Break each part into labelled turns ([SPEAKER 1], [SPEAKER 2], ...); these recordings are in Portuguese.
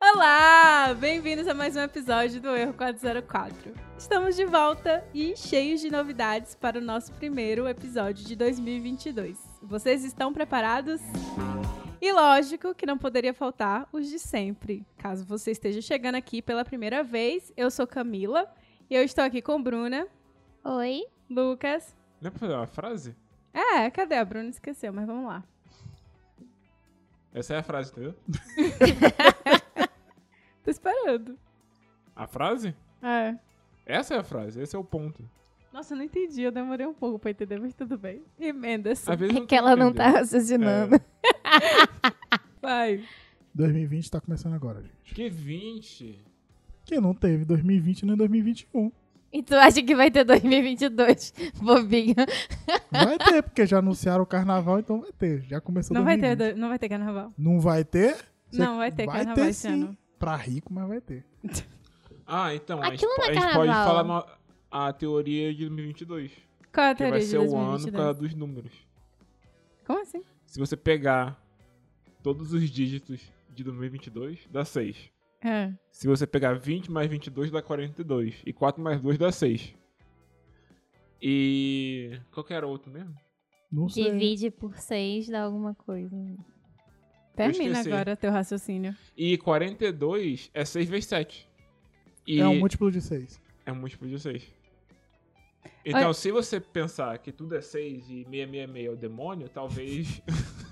[SPEAKER 1] Olá! Bem-vindos a mais um episódio do Erro 404. Estamos de volta e cheios de novidades para o nosso primeiro episódio de 2022. Vocês estão preparados? E lógico que não poderia faltar os de sempre. Caso você esteja chegando aqui pela primeira vez, eu sou Camila e eu estou aqui com Bruna,
[SPEAKER 2] Oi?
[SPEAKER 1] Lucas.
[SPEAKER 3] Dá pra fazer uma frase?
[SPEAKER 1] É, cadê? A Bruna esqueceu, mas vamos lá.
[SPEAKER 3] Essa é a frase, entendeu?
[SPEAKER 1] Tô esperando.
[SPEAKER 3] A frase?
[SPEAKER 1] É.
[SPEAKER 3] Essa é a frase, esse é o ponto.
[SPEAKER 1] Nossa, eu não entendi, eu demorei um pouco pra entender, mas tudo bem. Emendas.
[SPEAKER 3] Às vezes
[SPEAKER 2] É
[SPEAKER 3] tô
[SPEAKER 2] que ela não tá
[SPEAKER 3] entendendo.
[SPEAKER 2] raciocinando.
[SPEAKER 3] É,
[SPEAKER 1] Vai.
[SPEAKER 4] 2020 tá começando agora, gente.
[SPEAKER 3] que 20.
[SPEAKER 4] Que não teve 2020 nem 2021.
[SPEAKER 2] E tu acha que vai ter 2022, bobinho?
[SPEAKER 4] Vai ter, porque já anunciaram o carnaval, então vai ter. Já começou
[SPEAKER 1] Não vai, ter,
[SPEAKER 4] 2020.
[SPEAKER 1] do- não vai ter carnaval.
[SPEAKER 4] Não vai ter? Você-
[SPEAKER 1] Não, vai ter carnaval esse
[SPEAKER 4] sim.
[SPEAKER 1] ano.
[SPEAKER 4] Pra rico, mas vai ter.
[SPEAKER 3] Ah, então, a gente,
[SPEAKER 2] Aquilo
[SPEAKER 3] po-
[SPEAKER 2] não é
[SPEAKER 3] a gente pode
[SPEAKER 2] carnaval.
[SPEAKER 3] falar no- a teoria de 2022.
[SPEAKER 1] Qual é a
[SPEAKER 3] Que
[SPEAKER 1] teoria
[SPEAKER 3] vai
[SPEAKER 1] de
[SPEAKER 3] ser o ano por
[SPEAKER 1] 2022?
[SPEAKER 3] causa dos números.
[SPEAKER 1] Como assim?
[SPEAKER 3] Se você pegar todos os dígitos de 2022, dá 6.
[SPEAKER 1] É.
[SPEAKER 3] Se você pegar 20 mais 22, dá 42. E 4 mais 2 dá 6. E. Qual que era o outro mesmo?
[SPEAKER 4] Não sei.
[SPEAKER 2] Divide por 6 dá alguma coisa.
[SPEAKER 1] Termina
[SPEAKER 3] esqueci.
[SPEAKER 1] agora teu raciocínio.
[SPEAKER 3] E 42 é 6 vezes 7. E
[SPEAKER 4] É um múltiplo de 6.
[SPEAKER 3] é um múltiplo de 6.
[SPEAKER 4] É.
[SPEAKER 3] Então,
[SPEAKER 1] Olha-
[SPEAKER 3] se você pensar que tudo é 6 e 666 é o demônio, talvez.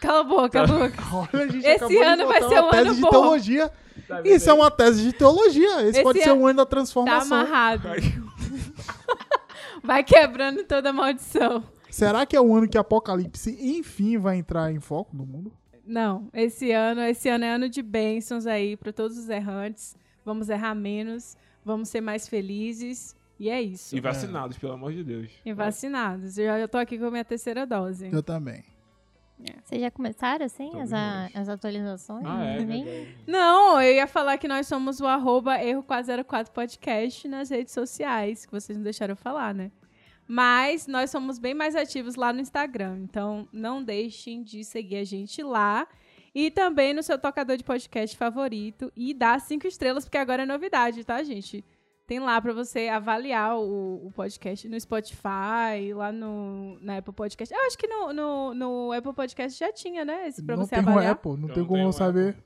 [SPEAKER 1] Cala a boca,
[SPEAKER 3] Tá.
[SPEAKER 1] Lucas.
[SPEAKER 4] Olha, a gente
[SPEAKER 1] Esse
[SPEAKER 4] acabou de
[SPEAKER 1] ano vai
[SPEAKER 4] botar
[SPEAKER 1] ser
[SPEAKER 4] uma
[SPEAKER 1] um
[SPEAKER 4] tese
[SPEAKER 1] ano
[SPEAKER 4] de
[SPEAKER 1] bom.
[SPEAKER 4] teologia.
[SPEAKER 3] talvez
[SPEAKER 4] Isso é uma tese de teologia. Esse,
[SPEAKER 1] Esse
[SPEAKER 4] pode
[SPEAKER 1] é-
[SPEAKER 4] ser o ano da
[SPEAKER 1] Tá
[SPEAKER 4] transformação.
[SPEAKER 1] amarrado. Vai quebrando toda a maldição.
[SPEAKER 4] Será que é o ano que Apocalipse, enfim, vai entrar em foco no mundo?
[SPEAKER 1] Não, esse ano, esse ano é ano de bênçãos aí pra todos os errantes. Vamos errar menos, vamos ser mais felizes. E é isso.
[SPEAKER 3] E vacinados, pelo amor de Deus.
[SPEAKER 1] E vacinados. Eu já tô aqui com a minha terceira dose.
[SPEAKER 4] Eu também.
[SPEAKER 2] Vocês já começaram, assim,
[SPEAKER 3] Todos
[SPEAKER 2] as, a-
[SPEAKER 3] nós.
[SPEAKER 2] as atualizações?
[SPEAKER 3] Ah,
[SPEAKER 1] né?
[SPEAKER 3] é.
[SPEAKER 2] Também?
[SPEAKER 3] verdade.
[SPEAKER 1] Não, eu ia falar que nós somos o arroba erro404 podcast nas redes sociais, que vocês não deixaram eu falar, né? Mas nós somos bem mais ativos lá no Instagram, então não deixem de seguir a gente lá. E também no seu tocador de podcast favorito e dar cinco estrelas, porque agora é novidade, tá, gente? Tem lá pra você avaliar o, o podcast no Spotify, lá no, na Apple Podcast. Eu acho que no, no, no Apple Podcast já tinha, né? Esse pra
[SPEAKER 4] não
[SPEAKER 1] você
[SPEAKER 4] tem um
[SPEAKER 1] avaliar.
[SPEAKER 4] Apple, não
[SPEAKER 3] Eu
[SPEAKER 4] tem
[SPEAKER 3] não
[SPEAKER 4] como
[SPEAKER 3] tenho
[SPEAKER 4] eu saber.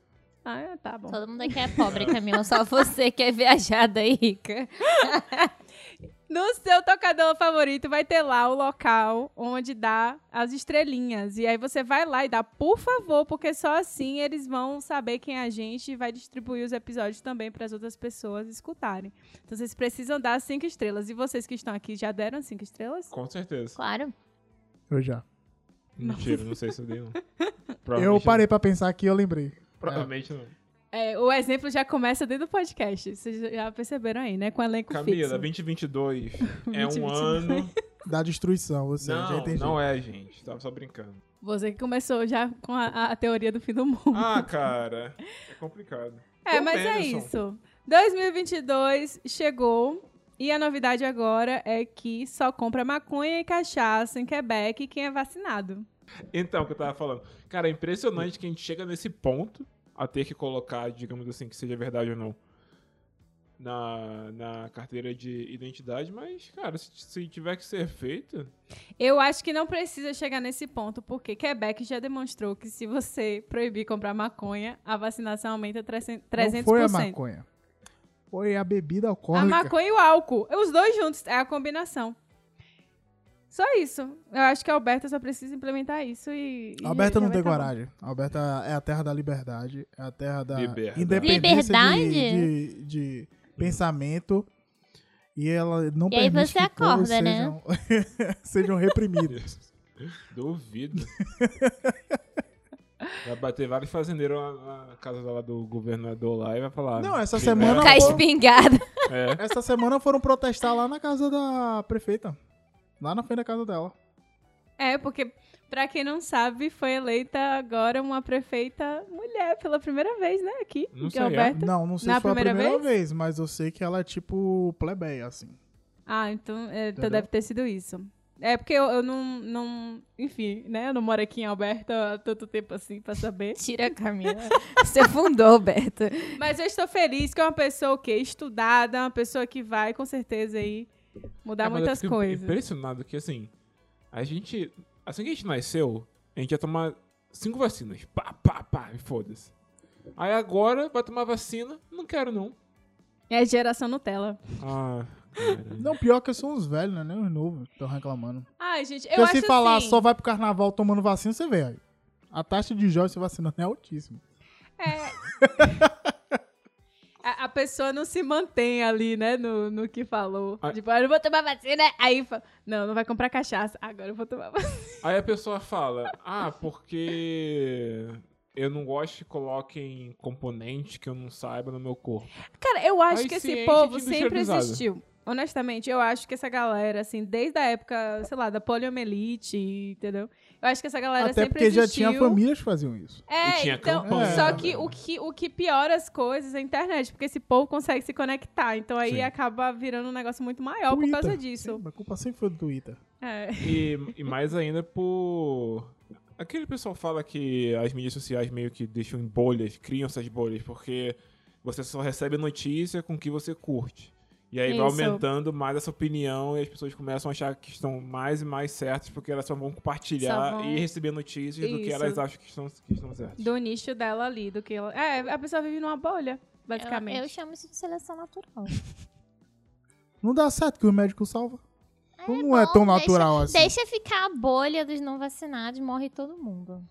[SPEAKER 1] Ah, tá bom.
[SPEAKER 2] Todo mundo aqui é pobre, Camila. Só você que é viajada e rica.
[SPEAKER 1] No seu tocador favorito vai ter lá o local onde dá as estrelinhas. E aí você vai lá e dá, por favor, porque só assim eles vão saber quem é a gente e vai distribuir os episódios também para as outras pessoas escutarem. Então vocês precisam dar as cinco estrelas. E vocês que estão aqui já deram cinco estrelas?
[SPEAKER 3] Com certeza.
[SPEAKER 2] Claro.
[SPEAKER 4] Eu já.
[SPEAKER 3] Mentira, não sei se eu dei, não.
[SPEAKER 4] Eu
[SPEAKER 3] Provavelmente
[SPEAKER 4] parei pra pensar aqui e eu lembrei.
[SPEAKER 3] não. Provavelmente não.
[SPEAKER 1] É, o exemplo já começa dentro do podcast. Vocês já perceberam aí, né? Com elenco
[SPEAKER 3] Camila,
[SPEAKER 1] fixo.
[SPEAKER 3] 2022 é
[SPEAKER 1] 2022.
[SPEAKER 3] um ano.
[SPEAKER 4] Da destruição, ou seja, já
[SPEAKER 3] Não,
[SPEAKER 4] entendi.
[SPEAKER 3] não é, gente. Tava só brincando.
[SPEAKER 1] Você que começou já com a- a, a teoria do fim do mundo.
[SPEAKER 3] Ah, cara. É complicado.
[SPEAKER 1] É,
[SPEAKER 3] Tom
[SPEAKER 1] mas é
[SPEAKER 3] Henderson.
[SPEAKER 1] isso. 2022 chegou e a novidade agora é que só compra maconha e cachaça em Quebec quem é vacinado.
[SPEAKER 3] Então, o que eu tava falando. Cara, é impressionante que a gente chega nesse ponto a ter que colocar, digamos assim, que seja verdade ou não, na, na carteira de identidade, mas, cara, se, se tiver que ser feito.
[SPEAKER 1] Eu acho que não precisa chegar nesse ponto, porque Quebec já demonstrou que se você proibir comprar maconha, a vacinação aumenta 300%.
[SPEAKER 4] Não foi a maconha. Foi a bebida
[SPEAKER 1] A
[SPEAKER 4] alcoólica.
[SPEAKER 1] maconha e o álcool. Os dois juntos. É a combinação. Só isso. Eu acho que a Alberta só precisa implementar isso e. e
[SPEAKER 4] A Alberta
[SPEAKER 1] já
[SPEAKER 4] não
[SPEAKER 1] vai
[SPEAKER 4] tem
[SPEAKER 1] tá bom.
[SPEAKER 4] coragem. A Alberta é a terra da liberdade, é a terra da
[SPEAKER 3] Liberdade.
[SPEAKER 4] independência
[SPEAKER 2] Liberdade?
[SPEAKER 4] De, de- de pensamento. E ela não
[SPEAKER 2] E aí
[SPEAKER 4] permite
[SPEAKER 2] você
[SPEAKER 4] que povos
[SPEAKER 2] acorda, né?
[SPEAKER 4] sejam, sejam reprimidos.
[SPEAKER 3] Duvido. Vai bater vários fazendeiros lá na casa lá do governador lá e vai falar.
[SPEAKER 4] Não, essa
[SPEAKER 3] "Quem
[SPEAKER 2] Com
[SPEAKER 4] semana-
[SPEAKER 2] a
[SPEAKER 3] vai-
[SPEAKER 2] espingarda.
[SPEAKER 3] É,
[SPEAKER 4] Essa semana foram protestar lá na casa da prefeita. Lá na frente da casa dela.
[SPEAKER 1] É, porque, pra quem não sabe, foi eleita agora uma prefeita mulher pela primeira vez, né? Aqui,
[SPEAKER 3] Não
[SPEAKER 1] de
[SPEAKER 3] sei, é.
[SPEAKER 1] Alberta.
[SPEAKER 4] Não, não sei
[SPEAKER 1] Na
[SPEAKER 4] se foi
[SPEAKER 1] primeira
[SPEAKER 4] a primeira
[SPEAKER 1] vez?
[SPEAKER 4] vez? mas eu sei que ela é tipo plebeia, assim.
[SPEAKER 1] Ah, então, é, então
[SPEAKER 4] Entendeu?
[SPEAKER 1] deve ter sido isso. É porque eu, eu não, não. Enfim, né? Eu não moro aqui em Alberta há tanto tempo assim pra saber.
[SPEAKER 2] Tira a Camila. Você fundou, Beto.
[SPEAKER 1] Mas eu estou feliz que é uma pessoa o quê? Estudada, uma pessoa que vai com certeza aí mudar
[SPEAKER 3] É, mas eu
[SPEAKER 1] muitas
[SPEAKER 3] fico
[SPEAKER 1] coisas.
[SPEAKER 3] impressionado que, assim, a gente... Assim que a gente nasceu, a gente ia tomar cinco vacinas. Pá, pá, pá, e foda-se. Aí agora vai tomar vacina. Não quero, não.
[SPEAKER 1] É geração Nutella.
[SPEAKER 3] Ah, cara.
[SPEAKER 4] Não, pior que são os velhos, né? Nem os novos que estão reclamando.
[SPEAKER 1] Ai, gente, eu
[SPEAKER 4] Porque
[SPEAKER 1] acho
[SPEAKER 4] se falar
[SPEAKER 1] assim,
[SPEAKER 4] só vai pro carnaval tomando vacina, você vê aí. A taxa de jovens se vacinando é altíssima.
[SPEAKER 1] é- a, a pessoa não se mantém ali, né? No, no que falou.
[SPEAKER 3] Ai.
[SPEAKER 1] Tipo, ah, eu vou tomar vacina. Aí fala, não, não vai comprar cachaça. Agora eu vou tomar vacina.
[SPEAKER 3] Aí a pessoa fala, ah, porque eu não gosto que coloquem componente que eu não saiba no meu corpo.
[SPEAKER 1] Cara, eu acho
[SPEAKER 3] Aí
[SPEAKER 1] que
[SPEAKER 3] se
[SPEAKER 1] esse
[SPEAKER 3] enche
[SPEAKER 1] povo
[SPEAKER 3] de
[SPEAKER 1] sempre
[SPEAKER 3] industrializado.
[SPEAKER 1] existiu. Honestamente, eu acho que essa galera, assim, desde a época, sei lá, da poliomelite, entendeu? Eu acho que essa galera
[SPEAKER 4] Até
[SPEAKER 1] sempre
[SPEAKER 4] porque já
[SPEAKER 1] existiu.
[SPEAKER 4] tinha famílias que faziam isso.
[SPEAKER 1] É,
[SPEAKER 3] E tinha
[SPEAKER 1] então,
[SPEAKER 3] campanha
[SPEAKER 1] só
[SPEAKER 3] também,
[SPEAKER 1] que
[SPEAKER 3] né?
[SPEAKER 1] o, que o que piora as coisas é a internet, porque esse povo consegue se conectar, então aí
[SPEAKER 3] Sim.
[SPEAKER 1] acaba virando um negócio muito maior por
[SPEAKER 4] Twitter.
[SPEAKER 1] causa disso.
[SPEAKER 4] Sim, A culpa sempre foi do Twitter.
[SPEAKER 1] É.
[SPEAKER 3] E, e mais ainda por. Aquele pessoal fala que as mídias sociais meio que deixam em bolhas, criam essas bolhas, porque você só recebe notícia com o que você curte. E aí vai
[SPEAKER 1] Isso.
[SPEAKER 3] aumentando mais essa opinião e as pessoas começam a achar que estão mais e mais certas porque elas só vão compartilhar
[SPEAKER 2] Só vão-
[SPEAKER 3] e receber notícias do que
[SPEAKER 1] Isso.
[SPEAKER 3] elas acham que estão, que estão certas.
[SPEAKER 1] Do nicho dela ali, do que ela. É, a pessoa vive numa bolha, basicamente.
[SPEAKER 2] Eu, eu chamo isso de seleção natural.
[SPEAKER 4] Não dá certo que o médico salva. Não
[SPEAKER 2] bom,
[SPEAKER 4] é tão
[SPEAKER 2] deixa-
[SPEAKER 4] natural assim.
[SPEAKER 2] Deixa ficar a bolha dos não vacinados, morre todo mundo.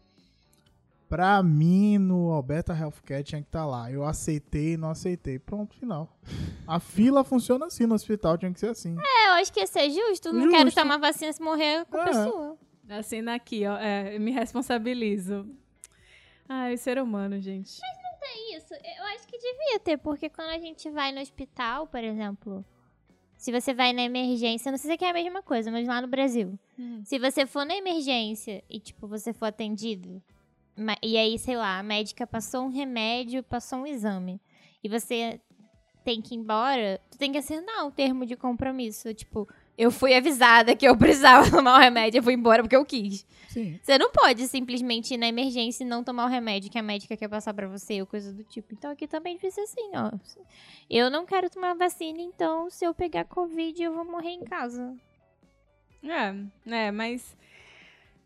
[SPEAKER 4] Pra mim, no Alberta Healthcare tinha que estar lá. Eu aceitei, não aceitei. Pronto, final. A fila funciona assim no hospital, tinha que ser assim.
[SPEAKER 2] É, eu acho que ia ser justo. Não
[SPEAKER 4] Justo.
[SPEAKER 2] quero tomar vacina se morrer com a
[SPEAKER 4] É.
[SPEAKER 2] pessoa.
[SPEAKER 1] Assina Tá aqui, ó. É, me responsabilizo. Ai, ser humano, gente.
[SPEAKER 2] É Isso, eu acho que devia ter, porque quando a gente vai no hospital, por exemplo, se você vai na emergência, não sei se aqui é a mesma coisa, mas lá no Brasil.
[SPEAKER 1] Hum.
[SPEAKER 2] Se você for na emergência e, tipo, você for atendido, ma- e aí, sei lá, a médica passou um remédio, passou um exame, e você tem que ir embora, tu tem que assinar um termo de compromisso, tipo, eu fui avisada que eu precisava tomar o remédio, eu fui embora porque eu quis.
[SPEAKER 4] Sim.
[SPEAKER 2] Você não pode simplesmente ir na emergência e não tomar o remédio que a médica quer passar pra você ou coisa do tipo. Então aqui também devia ser assim, ó. Eu não quero tomar vacina, então se eu pegar Covid eu vou morrer em casa.
[SPEAKER 1] É, é, mas.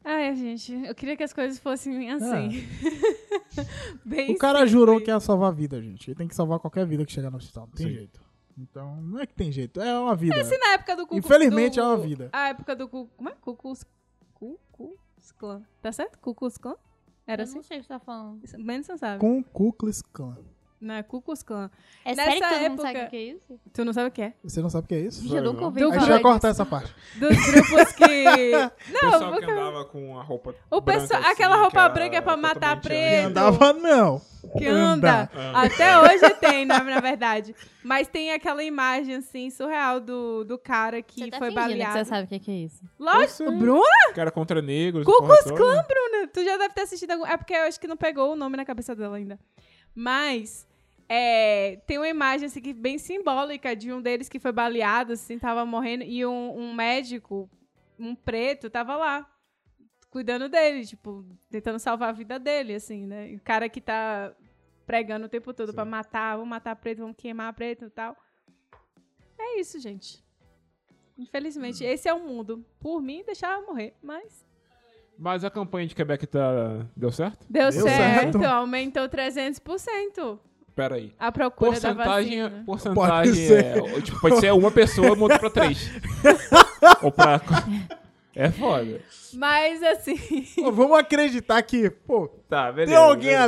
[SPEAKER 1] Ai, gente, eu queria que as coisas fossem assim. Bem
[SPEAKER 4] Ah. O cara
[SPEAKER 1] simples.
[SPEAKER 4] jurou que ia salvar a vida, gente. Ele tem que salvar qualquer vida que chegar no hospital. Não tem
[SPEAKER 3] Sim.
[SPEAKER 4] jeito. Então, não é que tem jeito. É uma vida.
[SPEAKER 1] Se na época do Cucu.
[SPEAKER 4] Infelizmente,
[SPEAKER 1] do-
[SPEAKER 4] é uma vida.
[SPEAKER 1] A época do Cucu. Como é? Cucus. Cucus Clã. Tá certo? Cucus Clã? Era assim?
[SPEAKER 2] sei o que você tá falando.
[SPEAKER 1] Menos você sabe.
[SPEAKER 4] Com o Ku Klux Klan.
[SPEAKER 1] Não, é Cucus Clã.
[SPEAKER 2] É
[SPEAKER 1] Nessa
[SPEAKER 2] sério que todo mundo
[SPEAKER 1] época-
[SPEAKER 2] sabe o que é isso?
[SPEAKER 1] Tu não sabe o que é?
[SPEAKER 4] Você não sabe o que é isso?
[SPEAKER 3] Sério, não?
[SPEAKER 2] ouvi
[SPEAKER 1] Do
[SPEAKER 4] A
[SPEAKER 1] Vou
[SPEAKER 4] gente
[SPEAKER 1] falar
[SPEAKER 4] vai
[SPEAKER 2] falar.
[SPEAKER 4] cortar essa parte.
[SPEAKER 1] Dos grupos que.
[SPEAKER 3] O pessoal
[SPEAKER 1] Não,
[SPEAKER 3] que andava com a roupa
[SPEAKER 1] O
[SPEAKER 3] branca,
[SPEAKER 1] pessoal-
[SPEAKER 3] assim,
[SPEAKER 1] aquela
[SPEAKER 3] que
[SPEAKER 1] roupa
[SPEAKER 3] era
[SPEAKER 1] branca é pra matar
[SPEAKER 3] totalmente
[SPEAKER 1] preto.
[SPEAKER 3] anti- ah,
[SPEAKER 1] Não.
[SPEAKER 4] Andava não.
[SPEAKER 1] que anda.
[SPEAKER 3] Anda.
[SPEAKER 1] Até hoje tem, na, na verdade. Mas tem aquela imagem, assim, surreal do, do cara que
[SPEAKER 2] Você tá
[SPEAKER 1] foi
[SPEAKER 2] fingindo
[SPEAKER 1] baleado.
[SPEAKER 2] que você sabe o que que é isso.
[SPEAKER 1] Lógico,
[SPEAKER 3] Eu sei.
[SPEAKER 1] Bruna,
[SPEAKER 3] Que era contra negros.
[SPEAKER 1] Ku
[SPEAKER 3] porra
[SPEAKER 1] Klux
[SPEAKER 3] toda.
[SPEAKER 1] Klan, Bruna. Tu já deve ter assistido algum... É porque eu acho que não pegou o nome na cabeça dela ainda. Mas é, tem uma imagem, assim, que bem simbólica de um deles que foi baleado, assim, tava morrendo. E um, um médico, um preto, tava lá. Cuidando dele, tipo, tentando salvar a vida dele, assim, né? E o cara que tá pregando o tempo todo
[SPEAKER 3] Sim.
[SPEAKER 1] pra matar, vamos matar preto, vamos queimar preto e tal. É isso, gente. Infelizmente, esse é o mundo. Por mim, deixava morrer, mas.
[SPEAKER 3] Mas a campanha de Quebec tá... deu certo?
[SPEAKER 1] Deu,
[SPEAKER 4] Deu
[SPEAKER 1] certo,
[SPEAKER 4] certo.
[SPEAKER 1] aumentou 300%
[SPEAKER 3] Pera aí.
[SPEAKER 1] a procura da
[SPEAKER 3] Porcentagem, é-
[SPEAKER 1] vacina.
[SPEAKER 3] porcentagem
[SPEAKER 4] Pode ser.
[SPEAKER 3] é. ou, tipo, pode ser uma pessoa mudou pra três. Ou pra. É foda.
[SPEAKER 1] Mas assim,
[SPEAKER 4] Pô, vamos acreditar que, pô,
[SPEAKER 3] Tá, beleza.
[SPEAKER 4] tem alguém
[SPEAKER 3] beleza.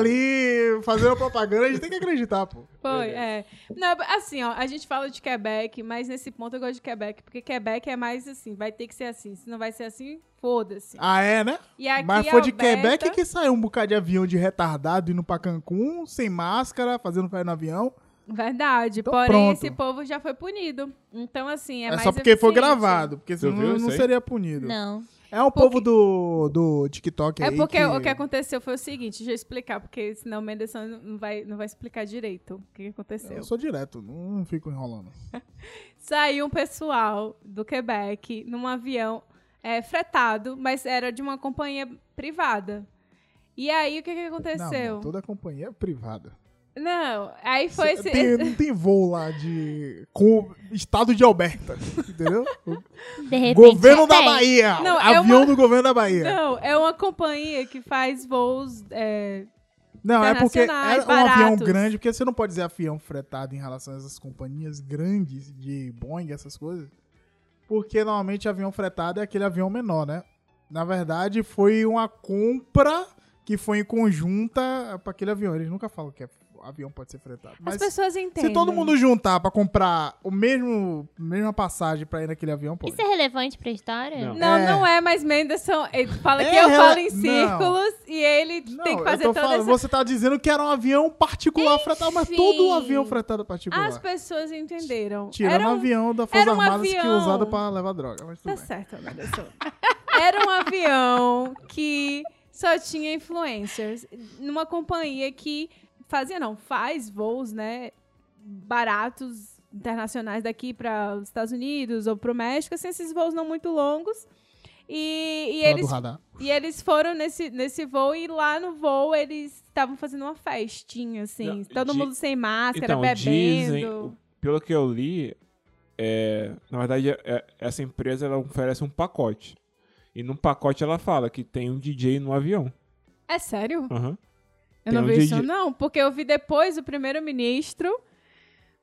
[SPEAKER 4] ali fazendo propaganda, a gente tem que acreditar, pô.
[SPEAKER 1] foi,
[SPEAKER 3] Beleza.
[SPEAKER 1] é. Não, assim, ó, a gente fala de Quebec, mas nesse ponto eu gosto de Quebec, porque Quebec é mais assim, vai ter que ser assim. Se não vai ser assim, foda-se.
[SPEAKER 4] Ah, é, né?
[SPEAKER 1] E aqui
[SPEAKER 4] Mas foi de
[SPEAKER 1] Alberta-
[SPEAKER 4] Quebec que saiu um bocado de avião de retardado indo pra Cancún, sem máscara, fazendo fé no avião.
[SPEAKER 1] Verdade.
[SPEAKER 4] Então
[SPEAKER 1] porém,
[SPEAKER 4] pronto.
[SPEAKER 1] esse povo já foi punido. Então, assim, é,
[SPEAKER 4] É,
[SPEAKER 1] mais
[SPEAKER 4] só porque foi
[SPEAKER 1] eficiente.
[SPEAKER 4] gravado, porque senão
[SPEAKER 3] viu isso
[SPEAKER 4] não
[SPEAKER 3] aí?
[SPEAKER 4] seria punido.
[SPEAKER 2] Não.
[SPEAKER 4] É o
[SPEAKER 1] Porque-
[SPEAKER 4] povo do, do TikTok
[SPEAKER 1] É
[SPEAKER 4] aí
[SPEAKER 1] porque
[SPEAKER 4] que...
[SPEAKER 1] o que aconteceu foi o seguinte, deixa eu explicar, porque senão o Menderson não vai, não vai explicar direito o que aconteceu.
[SPEAKER 4] Eu sou direto, não fico enrolando.
[SPEAKER 1] Saiu um pessoal do Quebec num avião. é, fretado, mas era de uma companhia privada. E aí, o que, que
[SPEAKER 4] Não,
[SPEAKER 1] aconteceu?
[SPEAKER 4] não, toda companhia é privada.
[SPEAKER 1] Não, aí foi esse.
[SPEAKER 4] Tem- não tem voo lá de. com o estado de Alberta. Entendeu?
[SPEAKER 2] De repente.
[SPEAKER 4] governo da
[SPEAKER 2] tem.
[SPEAKER 4] Bahia!
[SPEAKER 1] Não, é
[SPEAKER 4] avião
[SPEAKER 1] uma-
[SPEAKER 4] do governo da Bahia.
[SPEAKER 1] Não, é uma companhia que faz voos. é,
[SPEAKER 4] Não, é porque
[SPEAKER 1] internacionais,
[SPEAKER 4] era um avião
[SPEAKER 1] baratos.
[SPEAKER 4] grande, porque você não pode dizer avião fretado em relação a essas companhias grandes de Boeing, essas coisas. Porque normalmente avião fretado é aquele avião menor, né? Na verdade, foi uma compra que foi em conjunta pra aquele avião. Eles nunca falam que é- avião pode ser fretado.
[SPEAKER 1] As
[SPEAKER 4] Mas
[SPEAKER 1] pessoas entendem.
[SPEAKER 4] se todo mundo juntar pra comprar o mesmo mesma passagem pra ir naquele avião, pô.
[SPEAKER 2] Isso é relevante pra história?
[SPEAKER 3] Não.
[SPEAKER 1] Não,
[SPEAKER 4] É.
[SPEAKER 1] não é, mas Mendes são. Ele fala que
[SPEAKER 4] É,
[SPEAKER 1] eu falo em
[SPEAKER 4] não.
[SPEAKER 1] círculos e ele tem que fazer
[SPEAKER 4] eu tô
[SPEAKER 1] toda
[SPEAKER 4] falando,
[SPEAKER 1] essa.
[SPEAKER 4] você tá dizendo que era um avião particular fretado, mas
[SPEAKER 2] Enfim.
[SPEAKER 4] todo avião fretado é particular.
[SPEAKER 1] As pessoas entenderam.
[SPEAKER 4] Tirando
[SPEAKER 1] Era
[SPEAKER 4] o
[SPEAKER 1] um-
[SPEAKER 4] avião da Força
[SPEAKER 1] um
[SPEAKER 4] Armadas que é
[SPEAKER 1] avião.
[SPEAKER 4] usado pra levar droga. Mas tudo
[SPEAKER 1] Tá
[SPEAKER 4] bem.
[SPEAKER 1] certo, Anderson. Era um avião que só tinha influencers. Numa companhia que fazia, não, faz voos, né? Baratos internacionais daqui para os Estados Unidos ou para o México, assim, esses voos não muito longos. E, e
[SPEAKER 4] Fora do
[SPEAKER 1] eles
[SPEAKER 4] radar.
[SPEAKER 1] E eles foram nesse, nesse voo e lá no voo eles estavam fazendo uma festinha, assim.
[SPEAKER 3] Não,
[SPEAKER 1] todo
[SPEAKER 3] di-
[SPEAKER 1] mundo sem máscara,
[SPEAKER 3] Então,
[SPEAKER 1] bebendo.
[SPEAKER 3] dizem, o- pelo que eu li, é, na verdade, é- é- essa empresa ela oferece um pacote. E num pacote ela fala que tem um DJ no avião.
[SPEAKER 1] É sério?
[SPEAKER 3] Aham.
[SPEAKER 1] Eu
[SPEAKER 3] Tem
[SPEAKER 1] não
[SPEAKER 3] um
[SPEAKER 1] vi isso,
[SPEAKER 3] DJ.
[SPEAKER 1] não, porque eu vi depois o primeiro-ministro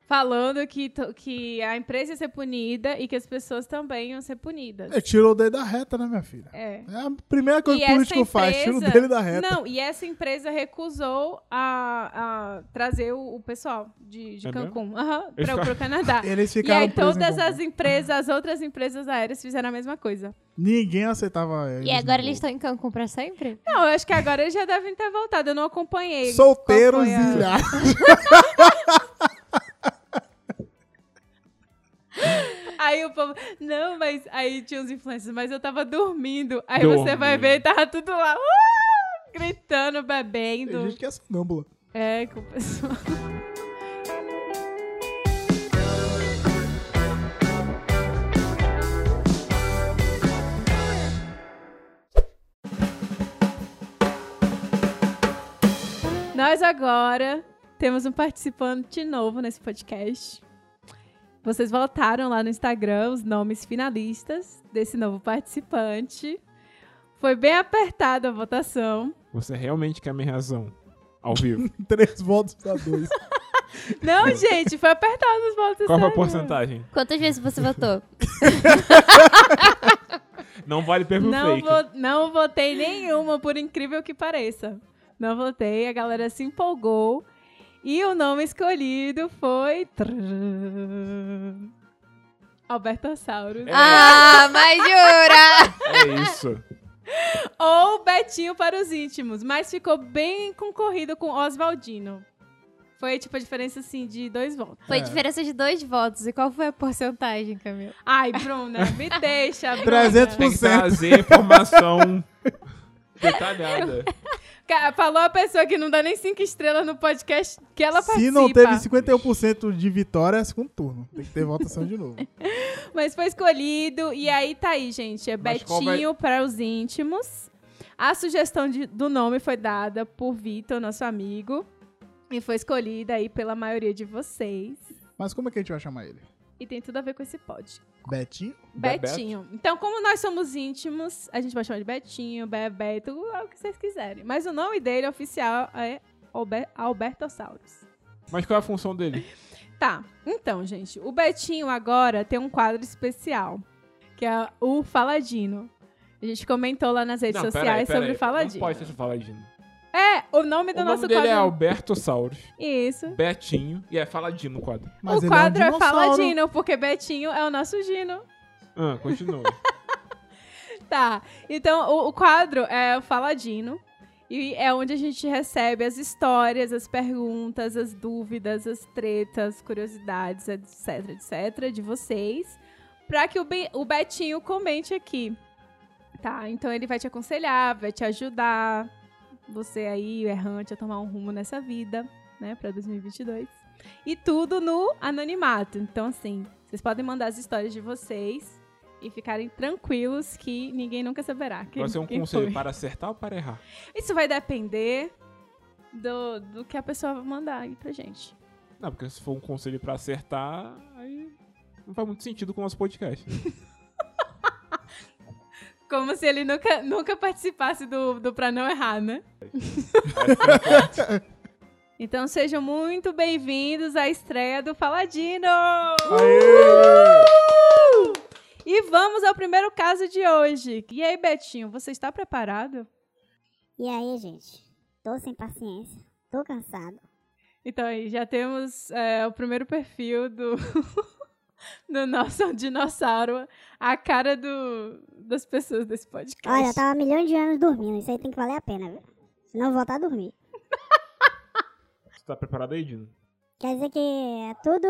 [SPEAKER 1] falando que, to- que a empresa ia ser punida e que as pessoas também iam ser punidas.
[SPEAKER 4] É, tirou o dedo da reta, né, minha filha?
[SPEAKER 1] É.
[SPEAKER 4] É a primeira coisa
[SPEAKER 1] E
[SPEAKER 4] que
[SPEAKER 1] essa
[SPEAKER 4] o político faz, tira o
[SPEAKER 1] empresa-
[SPEAKER 4] dele da reta.
[SPEAKER 1] Não, e essa empresa recusou a, a trazer o, o pessoal de, de
[SPEAKER 3] É mesmo?
[SPEAKER 1] Cancún aham,
[SPEAKER 3] Eles
[SPEAKER 1] pra-
[SPEAKER 3] ficaram-
[SPEAKER 1] pro Canadá.
[SPEAKER 4] Eles
[SPEAKER 1] E
[SPEAKER 4] ficaram
[SPEAKER 1] aí
[SPEAKER 4] presos em
[SPEAKER 1] todas
[SPEAKER 4] Hong
[SPEAKER 1] as
[SPEAKER 4] Kong.
[SPEAKER 1] empresas, as outras empresas aéreas fizeram a mesma coisa.
[SPEAKER 4] Ninguém aceitava eles. né?
[SPEAKER 2] E agora
[SPEAKER 4] no
[SPEAKER 2] eles estão em Cancún pra sempre?
[SPEAKER 1] Não, eu acho que agora eles já devem ter voltado, eu não acompanhei.
[SPEAKER 4] voo.
[SPEAKER 1] qual
[SPEAKER 4] Solteiros
[SPEAKER 1] foi a-
[SPEAKER 4] e ilhados.
[SPEAKER 1] Aí o povo, não, mas aí tinha os influencers, mas eu tava dormindo. Aí você
[SPEAKER 3] Dormindo.
[SPEAKER 1] vai ver, tava tudo lá, uh, gritando,
[SPEAKER 4] Tem
[SPEAKER 1] bebendo.
[SPEAKER 4] gente que é sonâmbula.
[SPEAKER 1] É, com o pessoal. Nós agora temos um participante novo nesse podcast. Vocês voltaram lá no Instagram os nomes finalistas desse novo participante. Foi bem apertada a votação.
[SPEAKER 3] Você realmente quer minha reação ao vivo?
[SPEAKER 4] Três votos pra dois.
[SPEAKER 1] Não, gente, foi apertado os votos.
[SPEAKER 3] Qual foi a
[SPEAKER 1] sério.
[SPEAKER 3] porcentagem?
[SPEAKER 2] Quantas vezes você votou?
[SPEAKER 3] Não vale
[SPEAKER 4] É um
[SPEAKER 3] perfil
[SPEAKER 1] Não,
[SPEAKER 3] fake.
[SPEAKER 1] vo- não votei nenhuma, por incrível que pareça. Não votei, a galera se empolgou. E o nome escolhido foi. Trrrrrrrr, Alberto Sauro.
[SPEAKER 3] É.
[SPEAKER 2] Ah, mas jura!
[SPEAKER 3] É isso.
[SPEAKER 1] Ou Betinho para os íntimos. Mas ficou bem concorrido com Oswaldino. Foi tipo a diferença assim de dois votos.
[SPEAKER 2] Foi
[SPEAKER 4] É.
[SPEAKER 2] diferença de dois votos. E qual foi a porcentagem, Camila?
[SPEAKER 1] Ai, Bruna, me deixa. Bruna.
[SPEAKER 4] 300
[SPEAKER 3] Tem que trazer informação detalhada.
[SPEAKER 1] É, Ca- Falou a pessoa que não dá nem cinco estrelas no podcast que ela participa.
[SPEAKER 4] Se não teve 51% de vitória, é segundo turno. Tem que ter votação de novo.
[SPEAKER 1] Mas foi escolhido. E aí tá aí, gente. É
[SPEAKER 3] Mas qual vai-
[SPEAKER 1] Betinho para os íntimos. A sugestão de- do nome foi dada por Vitor, nosso amigo. E foi escolhida aí pela maioria de vocês.
[SPEAKER 4] Mas como é que a gente vai chamar ele?
[SPEAKER 1] E tem tudo a ver com esse pod.
[SPEAKER 4] Betinho?
[SPEAKER 3] Bebeto.
[SPEAKER 1] Betinho. Então, como nós somos íntimos, a gente vai chamar de Betinho, Bebeto, é o que vocês quiserem. Mas o nome dele oficial é Albe- Albertossauros.
[SPEAKER 3] Mas qual é a função dele?
[SPEAKER 1] Tá, então, gente, o Betinho agora tem um quadro especial, que é o Faladino. A gente comentou lá nas redes
[SPEAKER 3] Não,
[SPEAKER 1] sociais
[SPEAKER 3] peraí, peraí.
[SPEAKER 1] sobre o Faladino.
[SPEAKER 3] Não pode ser só Faladino.
[SPEAKER 1] É, o nome do
[SPEAKER 3] o
[SPEAKER 1] nosso
[SPEAKER 3] nome dele é
[SPEAKER 1] quadro.
[SPEAKER 3] Alberto Sauros,
[SPEAKER 1] Isso.
[SPEAKER 3] Betinho, e é Faladino o quadro.
[SPEAKER 4] Mas
[SPEAKER 1] o
[SPEAKER 4] ele
[SPEAKER 1] quadro
[SPEAKER 4] é,
[SPEAKER 1] é,
[SPEAKER 4] um dinossauro.
[SPEAKER 1] Faladino, porque Betinho é o nosso Gino.
[SPEAKER 3] Ah, continua.
[SPEAKER 1] Tá, então o, o quadro é o Faladino. E é onde a gente recebe as histórias, as perguntas, as dúvidas, as tretas, curiosidades, etc, etc, de vocês, pra que o, Be- o Betinho comente aqui. Tá, então ele vai te aconselhar, vai te ajudar, você aí, errante, a tomar um rumo nessa vida, né, pra 2022. E tudo no anonimato. Então, assim, vocês podem mandar as histórias de vocês e ficarem tranquilos que ninguém nunca saberá. quem-
[SPEAKER 3] Vai ser um
[SPEAKER 1] quem
[SPEAKER 3] conselho
[SPEAKER 1] foi.
[SPEAKER 3] para acertar ou para errar?
[SPEAKER 1] Isso vai depender do, do que a pessoa vai mandar aí pra gente.
[SPEAKER 3] Não, porque se for um conselho pra acertar, aí não faz muito sentido com o nosso podcast.
[SPEAKER 1] Como se ele nunca, nunca participasse do, do Pra Não Errar, né? Então sejam muito bem-vindos à estreia do Faladino! E vamos ao primeiro caso de hoje. E aí, Betinho, você está preparado?
[SPEAKER 5] E aí, gente? Tô sem paciência, tô cansado.
[SPEAKER 1] Então aí, já temos é, o primeiro perfil do, do nosso dinossauro, a cara do, das pessoas desse podcast.
[SPEAKER 5] Olha, tá- eu tava há milhões de anos dormindo, isso aí tem que valer a pena, viu? Senão eu vou voltar a dormir.
[SPEAKER 3] Você tá preparado aí, Dino?
[SPEAKER 5] Quer dizer que é tudo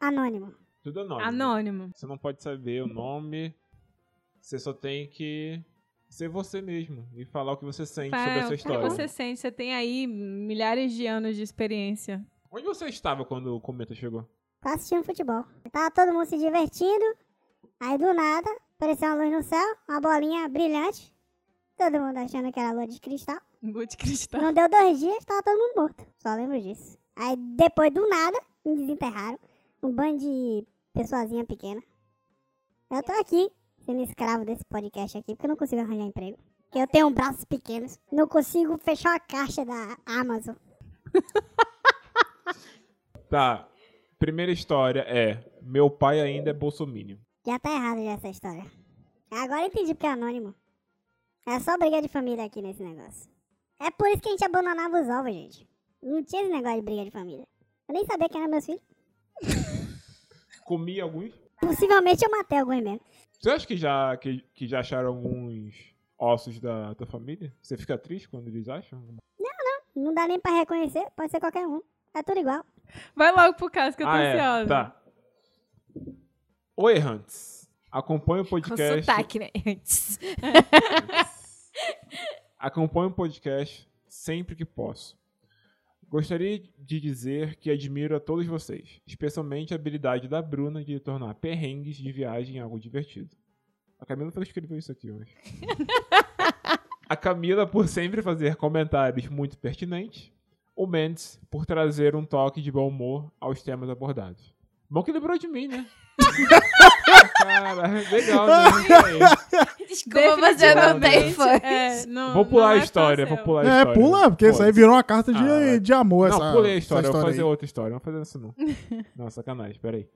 [SPEAKER 5] anônimo.
[SPEAKER 3] Tudo
[SPEAKER 1] Ah,
[SPEAKER 3] anônimo.
[SPEAKER 1] Anônimo.
[SPEAKER 3] Você não pode saber o nome. Você só tem que ser você mesmo e falar o que você sente sobre
[SPEAKER 1] É,
[SPEAKER 3] essa
[SPEAKER 1] o que
[SPEAKER 3] história.
[SPEAKER 1] você sente? Você tem aí milhares de anos de experiência.
[SPEAKER 3] Onde você estava quando o cometa chegou?
[SPEAKER 5] Tô assistindo futebol. Tava todo mundo se divertindo, aí do nada apareceu uma luz no céu, uma bolinha brilhante. Todo mundo achando que era lua de cristal.
[SPEAKER 1] Lua de cristal.
[SPEAKER 5] Não deu dois dias, tava todo mundo morto. Só lembro disso. Aí depois do nada, me desenterraram. Um bando de pessoazinha pequena. Eu tô aqui, sendo escravo desse podcast aqui, porque eu não consigo arranjar emprego. Eu tenho braços pequenos. Não consigo fechar a caixa da Amazon.
[SPEAKER 3] Tá. Primeira história é: Meu pai ainda é bolsominion.
[SPEAKER 5] Já tá errado já essa história. Agora eu entendi porque é anônimo. É só briga de família aqui nesse negócio. É por isso que a gente abandonava os ovos, gente. Não tinha esse negócio de briga de família. Eu nem sabia quem eram meus filhos.
[SPEAKER 3] Comi alguns?
[SPEAKER 5] Possivelmente eu matei alguém mesmo.
[SPEAKER 3] Você acha que já, que, que já acharam alguns ossos da tua família? Você fica triste quando eles acham?
[SPEAKER 5] Não dá nem pra reconhecer, pode ser qualquer um. É tudo igual.
[SPEAKER 1] Vai logo pro caso que eu tô
[SPEAKER 3] ah,
[SPEAKER 1] ansiosa.
[SPEAKER 3] É, tá. Oi, Errantes. Acompanha o
[SPEAKER 2] Com
[SPEAKER 3] podcast.
[SPEAKER 2] sotaque, né? Antes.
[SPEAKER 3] Acompanho o podcast sempre que posso. Gostaria de dizer que admiro a todos vocês, especialmente a habilidade da Bruna de tornar perrengues de viagem algo divertido. A Camila foi que escreveu isso aqui hoje. a Camila por sempre fazer comentários muito pertinentes. O Mendes por trazer um toque de bom humor aos temas abordados. Bom que lembrou de mim, né? Cara, legal, né? Isso aí.
[SPEAKER 2] Desculpa, mas eu não tenho
[SPEAKER 1] Definitivamente,
[SPEAKER 2] fã.
[SPEAKER 1] é, não-
[SPEAKER 3] Vou pular
[SPEAKER 1] não
[SPEAKER 3] a
[SPEAKER 1] é
[SPEAKER 3] história,
[SPEAKER 1] fácil.
[SPEAKER 3] vou pular a
[SPEAKER 4] É,
[SPEAKER 3] história.
[SPEAKER 4] pula, porque isso aí
[SPEAKER 3] Foda-se.
[SPEAKER 4] virou uma carta de,
[SPEAKER 3] Ah,
[SPEAKER 4] de amor, essa
[SPEAKER 3] Não, pulei a história,
[SPEAKER 4] essa
[SPEAKER 3] eu vou fazer
[SPEAKER 4] aí.
[SPEAKER 3] outra história, não vou fazer essa não. não, sacanagem, peraí.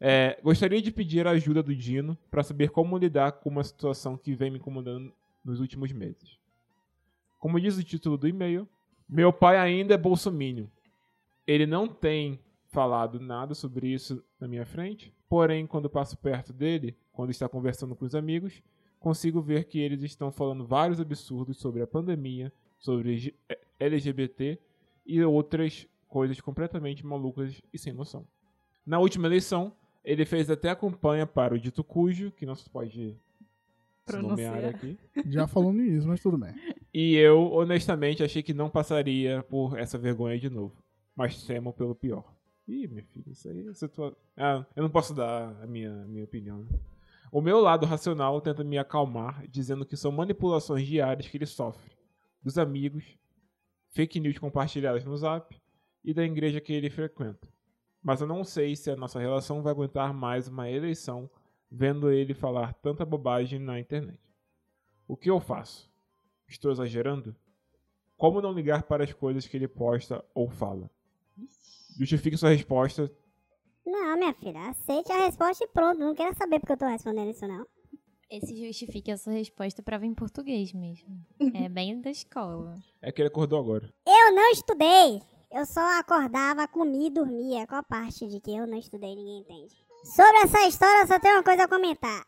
[SPEAKER 3] É, gostaria de pedir a ajuda do Dino pra saber como lidar com uma situação que vem me incomodando nos últimos meses. Como diz o título do e-mail, meu pai ainda é bolsominion. Ele não tem falado nada sobre isso na minha frente, porém, quando passo perto dele, quando está conversando com os amigos, consigo ver que eles estão falando vários absurdos sobre a pandemia, sobre G- eh, LGBT e outras coisas completamente malucas e sem noção. Na última eleição, ele fez até a campanha para o dito cujo, que não se pode se nomear
[SPEAKER 1] Pronunciar.
[SPEAKER 3] aqui.
[SPEAKER 4] Já falou nisso, mas tudo bem.
[SPEAKER 3] E eu, honestamente, achei que não passaria por essa vergonha de novo. Mas temo pelo pior. Ih, meu filho, isso aí. Você tua... Ah, eu não posso dar a minha, minha opinião. né? O meu lado racional tenta me acalmar, dizendo que são manipulações diárias que ele sofre. Dos amigos, fake news compartilhadas no zap e da igreja que ele frequenta. Mas eu não sei se a nossa relação vai aguentar mais uma eleição vendo ele falar tanta bobagem na internet. O que eu faço? Estou exagerando? Como não ligar para as coisas que ele posta ou fala? Justifique sua resposta.
[SPEAKER 5] Não, minha filha, aceite a resposta e pronto. Não quero saber porque eu tô respondendo isso, não.
[SPEAKER 2] Esse justifica a sua resposta prova em português mesmo. É bem da escola.
[SPEAKER 3] É que ele acordou agora.
[SPEAKER 5] Eu não estudei. Eu só acordava, comia e dormia. Qual parte de que eu não estudei, ninguém entende. Sobre essa história, eu só tenho uma coisa a comentar.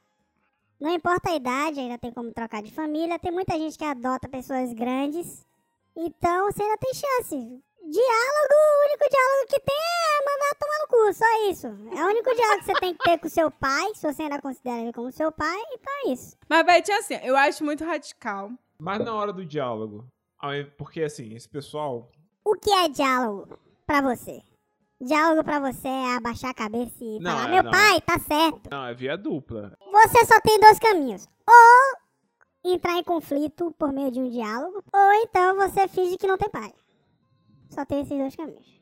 [SPEAKER 5] Não importa a idade, ainda tem como trocar de família. Tem muita gente que adota pessoas grandes. Então, você ainda tem chance. Diálogo, o único diálogo que tem é mandar tomar no cu, só isso. É o único diálogo que você tem que ter com seu pai, se você ainda considera ele como seu pai, então é isso.
[SPEAKER 1] Mas, Betinho, assim, eu acho muito radical.
[SPEAKER 3] Mas na hora do diálogo. ao inv- Porque assim, esse pessoal.
[SPEAKER 5] O que é diálogo pra você? de algo pra você é abaixar a cabeça e
[SPEAKER 3] Não,
[SPEAKER 5] falar:
[SPEAKER 3] é,
[SPEAKER 5] Meu
[SPEAKER 3] não.
[SPEAKER 5] pai, tá certo.
[SPEAKER 3] Não, é via dupla.
[SPEAKER 5] Você só tem dois caminhos. Ou entrar em conflito por meio de um diálogo, ou então você finge que não tem pai. Só tem esses dois caminhos.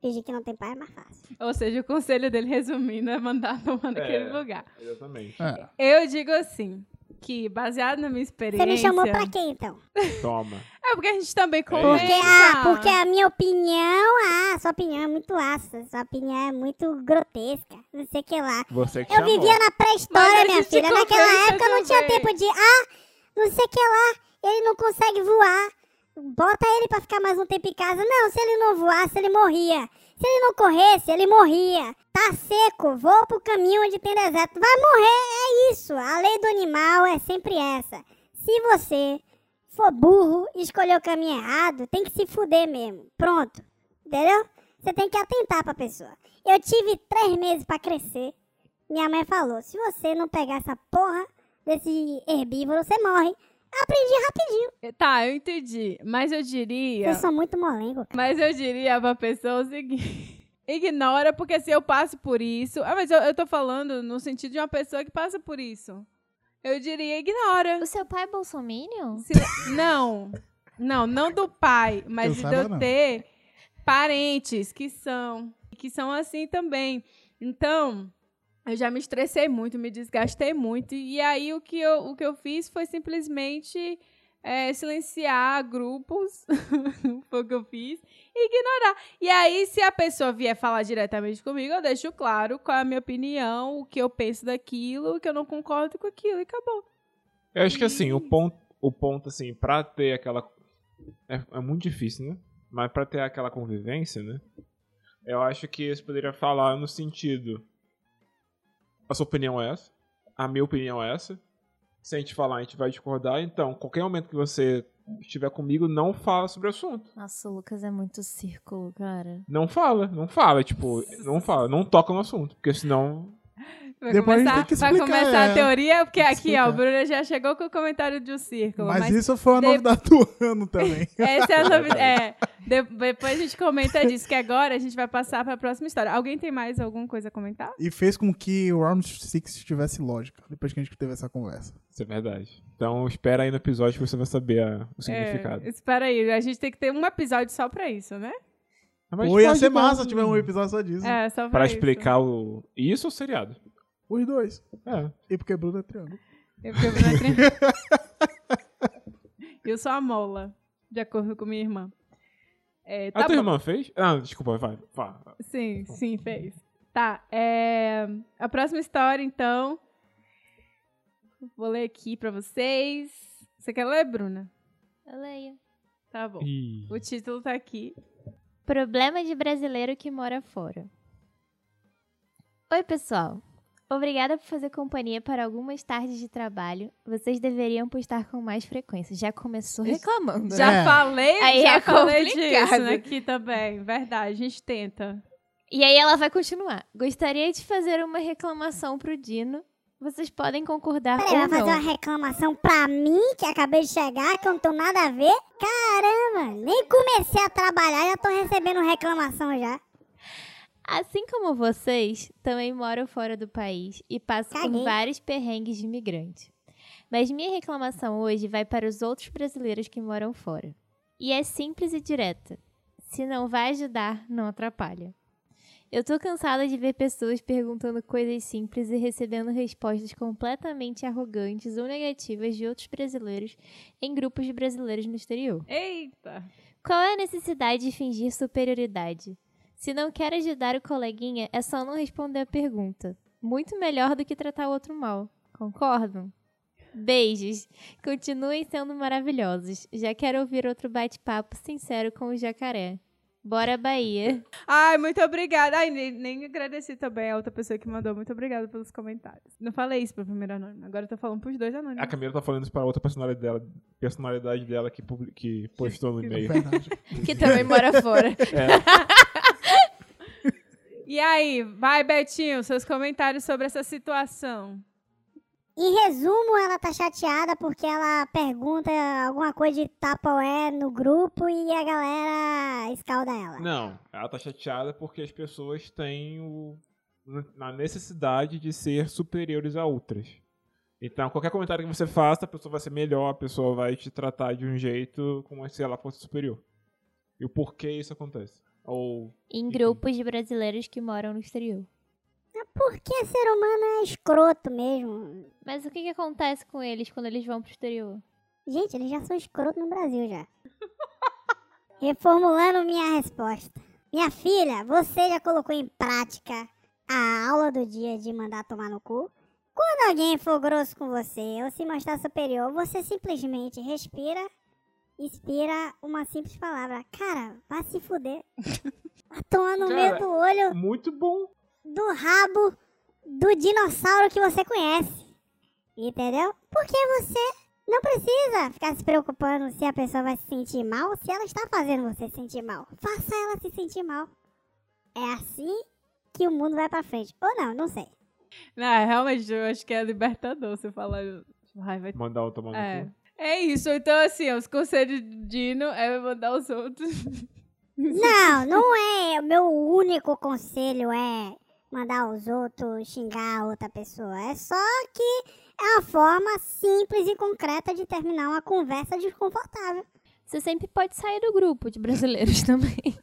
[SPEAKER 5] Fingir que não tem pai é mais fácil.
[SPEAKER 1] Ou seja, o conselho dele, resumindo, é mandar tomar naquele
[SPEAKER 3] É.
[SPEAKER 1] lugar.
[SPEAKER 3] Exatamente.
[SPEAKER 4] É.
[SPEAKER 1] Eu digo assim, que baseado na minha
[SPEAKER 5] Você
[SPEAKER 1] experiência...
[SPEAKER 5] me chamou pra quê então?
[SPEAKER 3] Toma.
[SPEAKER 1] É porque a gente também comenta.
[SPEAKER 5] Porque, ah, porque a minha opinião, ah, sua opinião é muito ácida, sua opinião é muito grotesca, não sei o que lá.
[SPEAKER 3] Você que
[SPEAKER 5] Eu
[SPEAKER 3] chamou.
[SPEAKER 5] vivia na
[SPEAKER 1] Mas a
[SPEAKER 5] pré-história, minha
[SPEAKER 1] gente
[SPEAKER 5] filha.
[SPEAKER 1] conversa né,
[SPEAKER 5] Naquela época não tinha
[SPEAKER 1] também.
[SPEAKER 5] tempo de, ah, não sei o que lá, ele não consegue voar. Bota ele pra ficar mais um tempo em casa. Não, se ele não voasse, ele morria. Se ele não corresse, ele morria. Tá seco, vou pro caminho onde tem deserto. Vai morrer, é isso. A lei do animal é sempre essa. Se você for burro e escolher o caminho errado, tem que se fuder mesmo. Pronto. Entendeu? Você tem que atentar pra pessoa. Eu tive três meses pra crescer. Minha mãe falou: se você não pegar essa porra desse herbívoro, você morre. Aprendi rapidinho.
[SPEAKER 1] Tá, eu entendi. Mas eu diria...
[SPEAKER 5] Eu sou muito molengo, cara.
[SPEAKER 1] Mas eu diria pra pessoa o seguinte. Ignora, porque se eu passo por isso. Ah, mas eu, eu tô falando no sentido de uma pessoa que passa por isso. Eu diria, ignora.
[SPEAKER 2] O seu pai é bolsominion?
[SPEAKER 1] Se- não. Não, não do pai, mas
[SPEAKER 4] Eu
[SPEAKER 1] de
[SPEAKER 4] saiba,
[SPEAKER 1] eu
[SPEAKER 4] não.
[SPEAKER 1] ter parentes que são. Que são assim também. Então, eu já me estressei muito, me desgastei muito. E aí o que eu, o que eu fiz foi simplesmente é, silenciar grupos. foi o que eu fiz. E ignorar. E aí, se a pessoa vier falar diretamente comigo, eu deixo claro qual é a minha opinião, o que eu penso daquilo, que eu não concordo com aquilo, e acabou.
[SPEAKER 3] Eu acho que assim, o ponto, o ponto assim, pra ter aquela. É, é muito difícil, né? Mas pra ter aquela convivência, né? Eu acho que eles poderiam falar no sentido. A sua opinião é essa. A minha opinião é essa. Se a gente falar, a gente vai discordar. Então, qualquer momento que você estiver comigo, não fala sobre o assunto.
[SPEAKER 2] Nossa, o Lucas é muito círculo, cara.
[SPEAKER 3] Não fala, não fala. Tipo, não fala, não toca no assunto. Porque senão.
[SPEAKER 1] Vai
[SPEAKER 4] Depois a gente
[SPEAKER 1] começar,
[SPEAKER 4] tem que
[SPEAKER 1] vai
[SPEAKER 4] explicar,
[SPEAKER 1] começar a
[SPEAKER 4] é.
[SPEAKER 1] teoria, porque
[SPEAKER 4] Tem que
[SPEAKER 1] aqui, ó, o
[SPEAKER 4] explicar.
[SPEAKER 1] Bruno já chegou com o comentário de um círculo.
[SPEAKER 4] Mas,
[SPEAKER 1] Mas,
[SPEAKER 4] isso foi a
[SPEAKER 1] de-
[SPEAKER 4] novidade do ano também.
[SPEAKER 1] essa é a novidade. É, de- depois a gente comenta disso, que agora a gente vai passar pra próxima história. Alguém tem mais alguma coisa a comentar? É,
[SPEAKER 4] E fez com que o Round Six tivesse lógica, depois que a gente teve essa conversa.
[SPEAKER 3] Isso é verdade. Então, espera aí no episódio que você vai saber a- o significado.
[SPEAKER 1] É, espera aí, a gente tem que ter um episódio só pra isso, né?
[SPEAKER 3] Mas
[SPEAKER 4] Ou ia
[SPEAKER 3] pode
[SPEAKER 4] ser
[SPEAKER 3] dar
[SPEAKER 4] massa tiver um episódio só disso.
[SPEAKER 1] É, só pra,
[SPEAKER 3] Pra
[SPEAKER 1] isso.
[SPEAKER 3] explicar o. Isso ou seriado?
[SPEAKER 4] Os dois.
[SPEAKER 3] É.
[SPEAKER 4] E porque Bruno é triângulo.
[SPEAKER 1] Eu, porque o Bruno é tri- Eu sou a mola, de acordo com minha irmã. É,
[SPEAKER 3] a
[SPEAKER 1] tá
[SPEAKER 3] tua
[SPEAKER 1] bom.
[SPEAKER 3] irmã fez? Ah, desculpa, vai. fala.
[SPEAKER 1] Sim, sim, fez. Tá, é, a próxima história, então. Vou ler aqui pra vocês. Você quer ler, Bruna?
[SPEAKER 2] Eu leio.
[SPEAKER 1] Tá bom.
[SPEAKER 3] Ih.
[SPEAKER 1] O título tá aqui.
[SPEAKER 2] Problema de brasileiro que mora fora. Oi, pessoal. Obrigada por fazer companhia para algumas tardes de trabalho. Vocês deveriam postar com mais frequência. Já começou reclamando. né?
[SPEAKER 1] Já
[SPEAKER 4] É.
[SPEAKER 1] falei,
[SPEAKER 2] Aí
[SPEAKER 1] já
[SPEAKER 2] é
[SPEAKER 1] falei
[SPEAKER 2] complicado.
[SPEAKER 1] disso aqui também. Verdade, a gente tenta.
[SPEAKER 2] E aí ela vai continuar. Gostaria de fazer uma reclamação pro Dino. Vocês podem concordar
[SPEAKER 5] Peraí, vai
[SPEAKER 2] ou
[SPEAKER 5] fazer
[SPEAKER 2] não.
[SPEAKER 5] uma reclamação pra mim, que acabei de chegar, que eu não tenho nada a ver? Caramba, nem comecei a trabalhar, já tô recebendo reclamação já.
[SPEAKER 2] Assim como vocês, também moro fora do país e passo
[SPEAKER 5] Caguei.
[SPEAKER 2] por vários perrengues de imigrante. Mas minha reclamação hoje vai para os outros brasileiros que moram fora. E é simples e direta. Se não vai ajudar, não atrapalha. Eu tô cansada de ver pessoas perguntando coisas simples e recebendo respostas completamente arrogantes ou negativas de outros brasileiros em grupos de brasileiros no exterior.
[SPEAKER 1] Eita!
[SPEAKER 2] Qual é a necessidade de fingir superioridade? Se não quer ajudar o coleguinha, é só não responder a pergunta. Muito melhor do que tratar o outro mal. Concordam? Beijos. Continuem sendo maravilhosos. Já quero ouvir outro bate-papo sincero com o jacaré. Bora, Bahia.
[SPEAKER 1] Ai, muito obrigada. Ai, nem, nem agradeci também a outra pessoa que mandou. Muito obrigada pelos comentários. Não falei isso pro primeiro anônimo. Agora eu tô falando pros dois anônimos.
[SPEAKER 3] A Camila tá falando isso pra outra personalidade dela, personalidade dela que, publi- que postou no e-mail. É.
[SPEAKER 4] Verdade.
[SPEAKER 2] Que também mora fora.
[SPEAKER 1] tá- E aí, vai, Betinho, seus comentários sobre essa situação.
[SPEAKER 5] Em resumo, ela tá chateada porque ela pergunta alguma coisa de Tupperware no grupo e a galera escalda ela.
[SPEAKER 3] Não, ela tá chateada porque as pessoas têm o, a necessidade de ser superiores a outras. Então, qualquer comentário que você faça, a pessoa vai ser melhor, a pessoa vai te tratar de um jeito como se ela fosse superior. E o porquê isso acontece. Ou,
[SPEAKER 2] Em
[SPEAKER 3] Uhum.
[SPEAKER 2] grupos de brasileiros que moram no exterior.
[SPEAKER 5] Porque ser humano é escroto mesmo.
[SPEAKER 2] Mas o que, que acontece com eles quando eles vão pro exterior?
[SPEAKER 5] Gente, eles já são escroto no Brasil já. Reformulando minha resposta. Minha filha, você já colocou em prática a aula do dia de mandar tomar no cu? Quando alguém for grosso com você ou se mostrar superior, você simplesmente respira, expira uma simples palavra. Cara, vai se fuder. Vai tomar no
[SPEAKER 3] Cara.
[SPEAKER 5] meio do olho,
[SPEAKER 3] muito bom.
[SPEAKER 5] do rabo, do dinossauro que você conhece. Entendeu? Porque você não precisa ficar se preocupando se a pessoa vai se sentir mal, se ela está fazendo você se sentir mal. Faça ela se sentir mal. É assim que o mundo vai pra frente. Ou não, não sei.
[SPEAKER 1] Não, realmente, eu acho que é libertador você falar. tipo, Ai, vai
[SPEAKER 3] Mandar o tomar no
[SPEAKER 1] É.
[SPEAKER 3] cu.
[SPEAKER 1] É isso, então assim, os conselhos de Dino é mandar os outros.
[SPEAKER 5] Não, não é. O meu único conselho é mandar os outros xingar a outra pessoa. É só que é uma forma simples e concreta de terminar uma conversa desconfortável.
[SPEAKER 2] Você sempre pode sair do grupo de brasileiros também.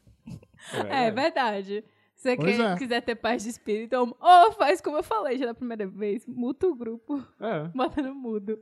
[SPEAKER 1] É, verdade. Se você
[SPEAKER 4] Pois
[SPEAKER 1] quer-
[SPEAKER 4] é.
[SPEAKER 1] quiser ter paz de espírito, ou ou faz como eu falei já da primeira vez, muta o grupo,
[SPEAKER 3] É.
[SPEAKER 1] bota no mudo.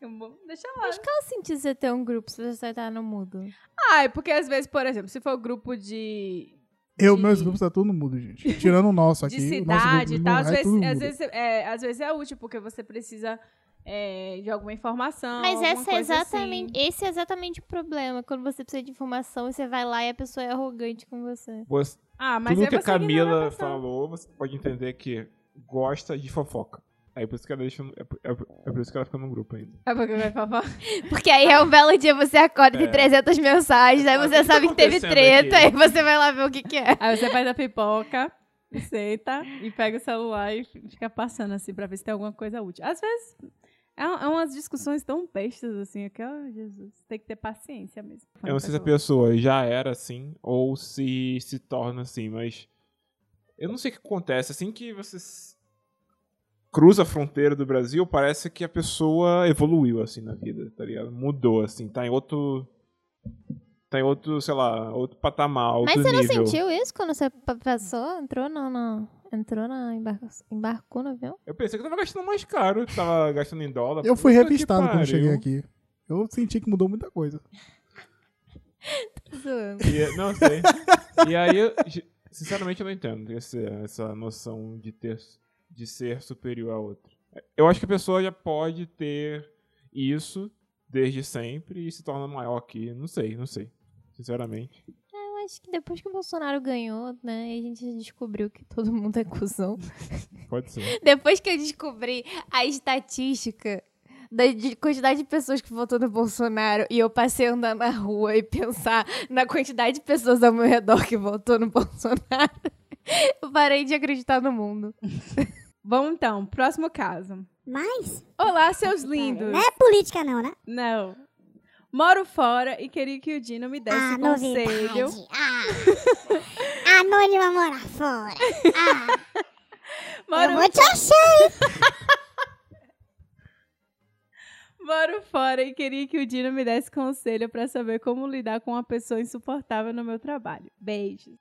[SPEAKER 1] Eu vou- Deixa lá.
[SPEAKER 2] Mas qual o sentido Então, de você ter um grupo se você tá no mudo?
[SPEAKER 1] Ah, é porque às vezes, por exemplo, se for grupo de,
[SPEAKER 4] Eu,
[SPEAKER 1] De-
[SPEAKER 4] meus grupos tá todo mundo, gente. Tirando o nosso aqui.
[SPEAKER 1] de
[SPEAKER 4] o nosso grupo
[SPEAKER 1] cidade
[SPEAKER 4] de
[SPEAKER 1] e tal, às
[SPEAKER 4] Mumbai, todo
[SPEAKER 1] vezes, às,
[SPEAKER 4] mundo.
[SPEAKER 1] vezes, é, às vezes é útil, porque você precisa é, de alguma informação.
[SPEAKER 2] Mas
[SPEAKER 1] alguma
[SPEAKER 2] essa é
[SPEAKER 1] coisa assim.
[SPEAKER 2] exatamente, esse é exatamente o problema. Quando você precisa de informação e você vai lá e a pessoa é arrogante com você.
[SPEAKER 3] Você,
[SPEAKER 1] Ah, mas
[SPEAKER 3] tudo
[SPEAKER 1] é
[SPEAKER 3] que a
[SPEAKER 1] você ignora a
[SPEAKER 3] Camila
[SPEAKER 1] pessoa.
[SPEAKER 3] falou, você pode entender que gosta de fofoca. É por isso que ela deixa. no- É por, é por- é por isso que ela fica no grupo ainda.
[SPEAKER 1] É porque vai falar.
[SPEAKER 2] Porque aí é um belo dia, você acorda e
[SPEAKER 3] É.
[SPEAKER 2] tem 300 mensagens, aí
[SPEAKER 3] Ah, o
[SPEAKER 2] você
[SPEAKER 3] que tá
[SPEAKER 2] sabe que teve
[SPEAKER 3] acontecendo
[SPEAKER 2] treta,
[SPEAKER 3] aqui?
[SPEAKER 2] aí você vai lá ver o que que é.
[SPEAKER 1] Aí você faz a pipoca, senta e pega o celular e fica passando assim pra ver se tem alguma coisa útil. Às vezes é, um- é umas discussões tão bestas assim, que, oh, Jesus, tem que ter paciência mesmo.
[SPEAKER 3] Eu não sei se é a pessoa já era assim ou se se torna assim, mas eu não sei o que acontece. Assim que você s- cruza a fronteira do Brasil, parece que a pessoa evoluiu assim na vida, tá ligado? Mudou assim, tá em outro tá em outro, sei lá, outro patamar, outro
[SPEAKER 2] Mas você não
[SPEAKER 3] nível.
[SPEAKER 2] sentiu isso quando você pa- passou? Entrou na. na- entrou na. embarca- embarcou no avião?
[SPEAKER 3] Eu pensei que eu tava gastando mais caro, tava gastando em dólar.
[SPEAKER 4] Eu fui
[SPEAKER 3] Puta que
[SPEAKER 4] revistado quando
[SPEAKER 3] pariu.
[SPEAKER 4] cheguei aqui. Eu senti que mudou muita coisa.
[SPEAKER 2] Zoando.
[SPEAKER 3] E- é, não sei. E aí, eu- ge- sinceramente, eu não entendo esse- essa noção de, ter, de ser superior a outro. Eu acho que a pessoa já pode ter isso desde sempre e se torna maior que. Não sei, não sei. Sinceramente.
[SPEAKER 2] Eu acho que depois que o Bolsonaro ganhou, né? E a gente descobriu que todo mundo é cuzão.
[SPEAKER 3] Pode ser.
[SPEAKER 2] Depois que eu descobri a estatística da de quantidade de pessoas que votou no Bolsonaro e eu passei a andar na rua e pensar na quantidade de pessoas ao meu redor que votou no Bolsonaro, eu parei de acreditar no mundo.
[SPEAKER 1] Vamos então, próximo caso.
[SPEAKER 5] Mas
[SPEAKER 1] Olá, seus lindos.
[SPEAKER 5] não é política não, né?
[SPEAKER 1] Não. Moro fora e queria que o Dino me desse
[SPEAKER 5] Ah,
[SPEAKER 1] conselho.
[SPEAKER 5] novidade. Ah. Anônima mora fora. Ah, eu
[SPEAKER 1] Moro
[SPEAKER 5] vou te achar.
[SPEAKER 1] Moro fora e queria que o Dino me desse conselho pra saber como lidar com uma pessoa insuportável no meu trabalho. Beijos.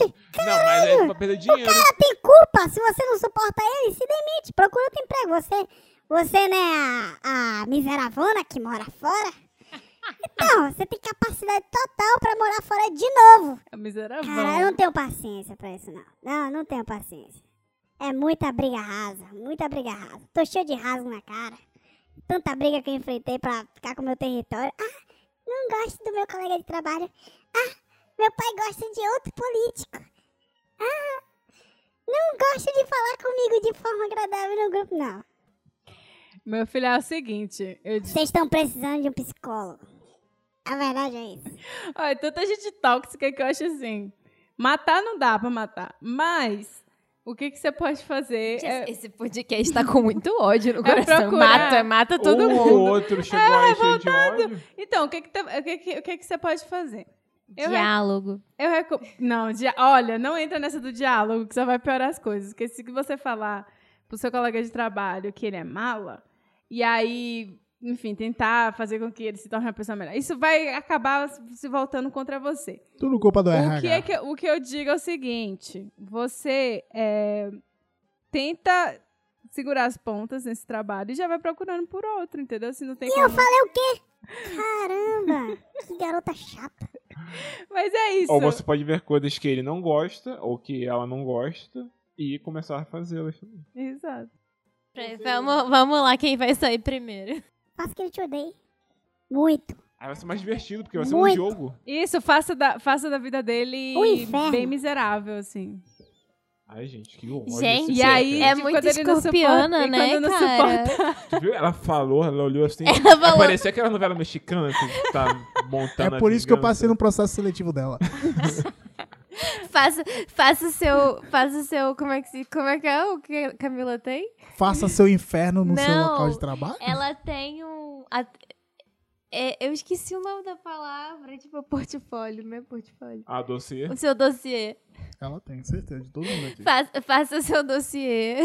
[SPEAKER 3] Não, mas aí pra perder dinheiro.
[SPEAKER 5] Tem culpa se você não suporta ele, se demite. Procura outro emprego. Você, você né, a, a miseravona que mora fora. Então, você tem capacidade total pra morar fora de novo.
[SPEAKER 1] É miserável.
[SPEAKER 5] Cara, eu não tenho paciência pra isso, não. Não, não tenho paciência. É muita briga rasa, muita briga rasa. Tô cheio de rasgo na cara. Tanta briga que eu enfrentei pra ficar com o meu território. Ah, não gosto do meu colega de trabalho. Ah, meu pai gosta de outro político. Ah, não gosta de falar comigo de forma agradável no grupo, não.
[SPEAKER 1] Meu filho é o seguinte, eu disse,
[SPEAKER 5] Vocês estão precisando de um psicólogo. A verdade é isso.
[SPEAKER 1] olha, tanta gente tóxica que eu acho assim, matar não dá pra matar, mas O que, que você pode fazer?
[SPEAKER 6] Gente,
[SPEAKER 1] é-
[SPEAKER 6] Esse podcast tá com muito ódio
[SPEAKER 2] É
[SPEAKER 6] no coração.
[SPEAKER 1] procurar-
[SPEAKER 6] Mata, mata todo
[SPEAKER 3] um
[SPEAKER 6] mundo.
[SPEAKER 3] ou
[SPEAKER 4] É,
[SPEAKER 3] outro chegou aí cheio de ódio.
[SPEAKER 1] Então, o que, que, tá- o que, que, o que, que você pode fazer? Eu re-
[SPEAKER 2] Diálogo.
[SPEAKER 1] Eu recu... Não, dia... olha, não entra nessa do diálogo, que só vai piorar as coisas. Porque se você falar pro seu colega de trabalho que ele é mala, e aí, enfim, tentar fazer com que ele se torne uma pessoa melhor, isso vai acabar se voltando contra você.
[SPEAKER 4] Tudo culpa
[SPEAKER 3] Tá
[SPEAKER 4] do RH.
[SPEAKER 1] O que, é que, eu- o que eu digo é o seguinte: você é, tenta segurar as pontas nesse trabalho e já vai procurando por outro, entendeu? Se não tem como...
[SPEAKER 5] Caramba, que garota chata.
[SPEAKER 1] Mas é isso.
[SPEAKER 3] Ou você pode ver coisas que ele não gosta, ou que ela não gosta, e começar a fazê-las.
[SPEAKER 1] Exato.
[SPEAKER 2] Vamos, vamos lá, quem vai sair primeiro.
[SPEAKER 5] Faça que ele te odeie. Muito.
[SPEAKER 3] Aí vai ser mais divertido, porque vai ser um
[SPEAKER 5] Muito.
[SPEAKER 3] jogo.
[SPEAKER 1] Isso, faça da, faça da vida dele
[SPEAKER 5] O inferno.
[SPEAKER 1] bem miserável, assim.
[SPEAKER 3] Ai, gente, que ódio.
[SPEAKER 2] Gente,
[SPEAKER 3] esse
[SPEAKER 1] E aí,
[SPEAKER 3] cara.
[SPEAKER 2] é
[SPEAKER 1] tipo,
[SPEAKER 2] muito
[SPEAKER 1] quando ele não suporta-
[SPEAKER 2] escorpiana,
[SPEAKER 1] e
[SPEAKER 2] né,
[SPEAKER 1] quando não
[SPEAKER 2] cara?
[SPEAKER 1] suporta-
[SPEAKER 3] Tu viu? Ela falou, ela olhou assim.
[SPEAKER 2] Ela falou-
[SPEAKER 3] Parecia aquela novela mexicana que tá
[SPEAKER 4] É
[SPEAKER 3] montando a
[SPEAKER 4] por isso que eu
[SPEAKER 3] vingança.
[SPEAKER 4] passei no processo seletivo dela.
[SPEAKER 2] Faça, faça o seu. Faça o seu. Como é que, se- como é, que é o que a Camila tem?
[SPEAKER 4] Faça seu inferno no seu
[SPEAKER 2] Não.
[SPEAKER 4] local de trabalho.
[SPEAKER 2] Ela tem um. a- é, eu esqueci o nome da palavra. Tipo, portfólio, não é portfólio.
[SPEAKER 3] A dossiê.
[SPEAKER 2] O seu dossiê.
[SPEAKER 4] Ela tem, certeza, de todo mundo aqui.
[SPEAKER 2] Faça, faça o seu dossiê.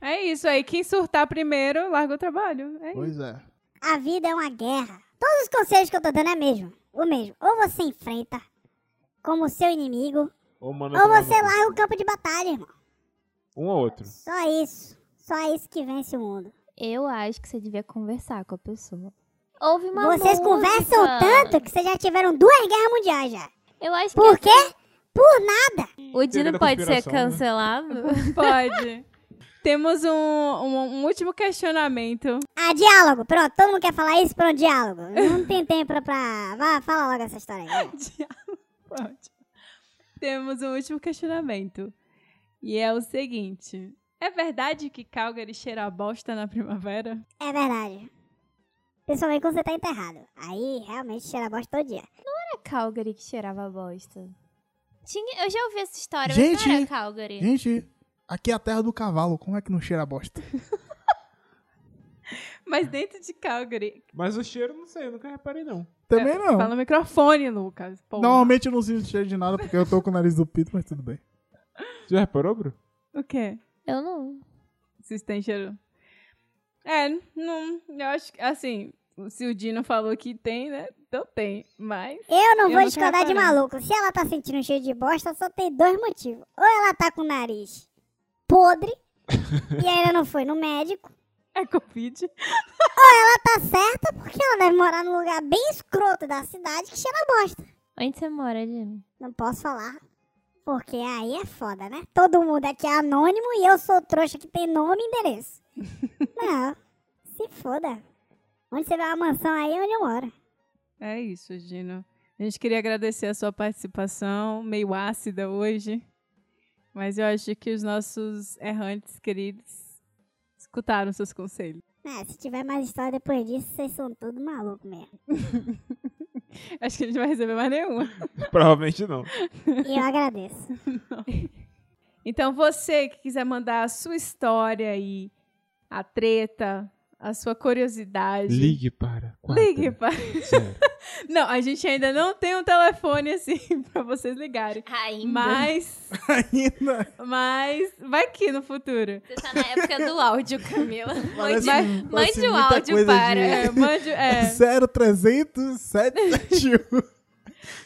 [SPEAKER 1] É isso aí. Quem surtar primeiro, larga o trabalho. É isso.
[SPEAKER 4] Pois é.
[SPEAKER 5] A vida é uma guerra. Todos os conselhos que eu tô dando é mesmo. O mesmo. Ou você enfrenta como seu inimigo,
[SPEAKER 3] Ou, mano, é
[SPEAKER 5] ou você larga o campo de batalha, irmão.
[SPEAKER 3] Um ou outro.
[SPEAKER 5] Só isso. Só isso que vence o mundo.
[SPEAKER 2] Eu acho que você devia conversar com a pessoa. Ouve uma
[SPEAKER 5] Vocês
[SPEAKER 2] música.
[SPEAKER 5] conversam tanto que vocês já tiveram duas guerras mundiais já.
[SPEAKER 2] Eu acho
[SPEAKER 5] Por
[SPEAKER 2] que
[SPEAKER 5] quê? Por nada.
[SPEAKER 2] o Dino
[SPEAKER 3] da
[SPEAKER 2] pode ser
[SPEAKER 3] conspiração, né?
[SPEAKER 2] cancelado.
[SPEAKER 3] é.
[SPEAKER 1] Pode. Temos um, um- um último questionamento.
[SPEAKER 5] Ah, diálogo. Pronto, todo mundo quer falar isso, pronto, diálogo. Não tem tempo pra... pra... Vá, fala logo essa história aí.
[SPEAKER 1] Pode. Temos um último questionamento. E é o seguinte. É verdade que Calgary cheira a bosta na primavera?
[SPEAKER 5] É verdade. Principalmente quando você tá enterrado. Aí, realmente, cheira a bosta todo dia.
[SPEAKER 2] Era Calgary que cheirava bosta. Tinha, eu já ouvi essa história, mas
[SPEAKER 4] Gente,
[SPEAKER 2] não era Calgary.
[SPEAKER 4] Gente, aqui é a terra do cavalo. Como é que não cheira a bosta?
[SPEAKER 1] Mas dentro de Calgary...
[SPEAKER 3] Mas o cheiro, não sei, eu nunca reparei, não.
[SPEAKER 4] Também não.
[SPEAKER 1] É, Fala um no microfone, Lucas. Pô.
[SPEAKER 4] Normalmente eu não sinto cheiro de nada porque eu tô com o nariz do pito, mas tudo bem.
[SPEAKER 3] Você já reparou, Bru?
[SPEAKER 1] O quê?
[SPEAKER 2] Eu não.
[SPEAKER 1] Vocês têm cheiro. É, não. Eu acho que, assim, se o Dino falou que tem, né? Então tem. Mas.
[SPEAKER 5] Eu não
[SPEAKER 1] Eu
[SPEAKER 5] vou
[SPEAKER 1] nunca
[SPEAKER 5] discordar de
[SPEAKER 1] reparei.
[SPEAKER 5] maluco. Se ela tá sentindo um cheiro de bosta, só tem dois motivos. Ou ela tá com o nariz podre e ainda não foi no médico.
[SPEAKER 1] É Covid.
[SPEAKER 5] Tá certa porque ela deve morar num lugar bem escroto da cidade que cheira a bosta.
[SPEAKER 2] Onde você mora, Dino?
[SPEAKER 5] Não posso falar. Porque aí é foda, né? Todo mundo aqui é anônimo e eu sou trouxa que tem nome e endereço. não, se foda. Onde você vê uma mansão aí, é onde eu moro.
[SPEAKER 1] É isso, Dino. A gente queria agradecer a sua participação, meio ácida hoje. Mas eu acho que os nossos errantes queridos escutaram seus conselhos.
[SPEAKER 5] É, se tiver mais história depois disso, vocês são tudo maluco mesmo.
[SPEAKER 1] Acho que a gente não vai receber mais nenhuma.
[SPEAKER 3] Provavelmente não.
[SPEAKER 5] E eu agradeço.
[SPEAKER 1] Então, você que quiser mandar a sua história aí, a treta, a sua curiosidade.
[SPEAKER 3] Ligue para. quatro,
[SPEAKER 1] Ligue para.
[SPEAKER 3] zero.
[SPEAKER 1] Não, a gente ainda não tem um telefone assim pra vocês ligarem.
[SPEAKER 2] Ainda.
[SPEAKER 1] Mas,
[SPEAKER 4] Ainda.
[SPEAKER 1] mas vai que no futuro.
[SPEAKER 2] Você tá na época do áudio, Camila.
[SPEAKER 4] Parece, um
[SPEAKER 1] mande-
[SPEAKER 4] parece
[SPEAKER 2] mande o
[SPEAKER 4] muita
[SPEAKER 2] áudio
[SPEAKER 4] coisa
[SPEAKER 2] para-
[SPEAKER 1] É,
[SPEAKER 4] De...
[SPEAKER 1] mande, é.
[SPEAKER 4] 0300771.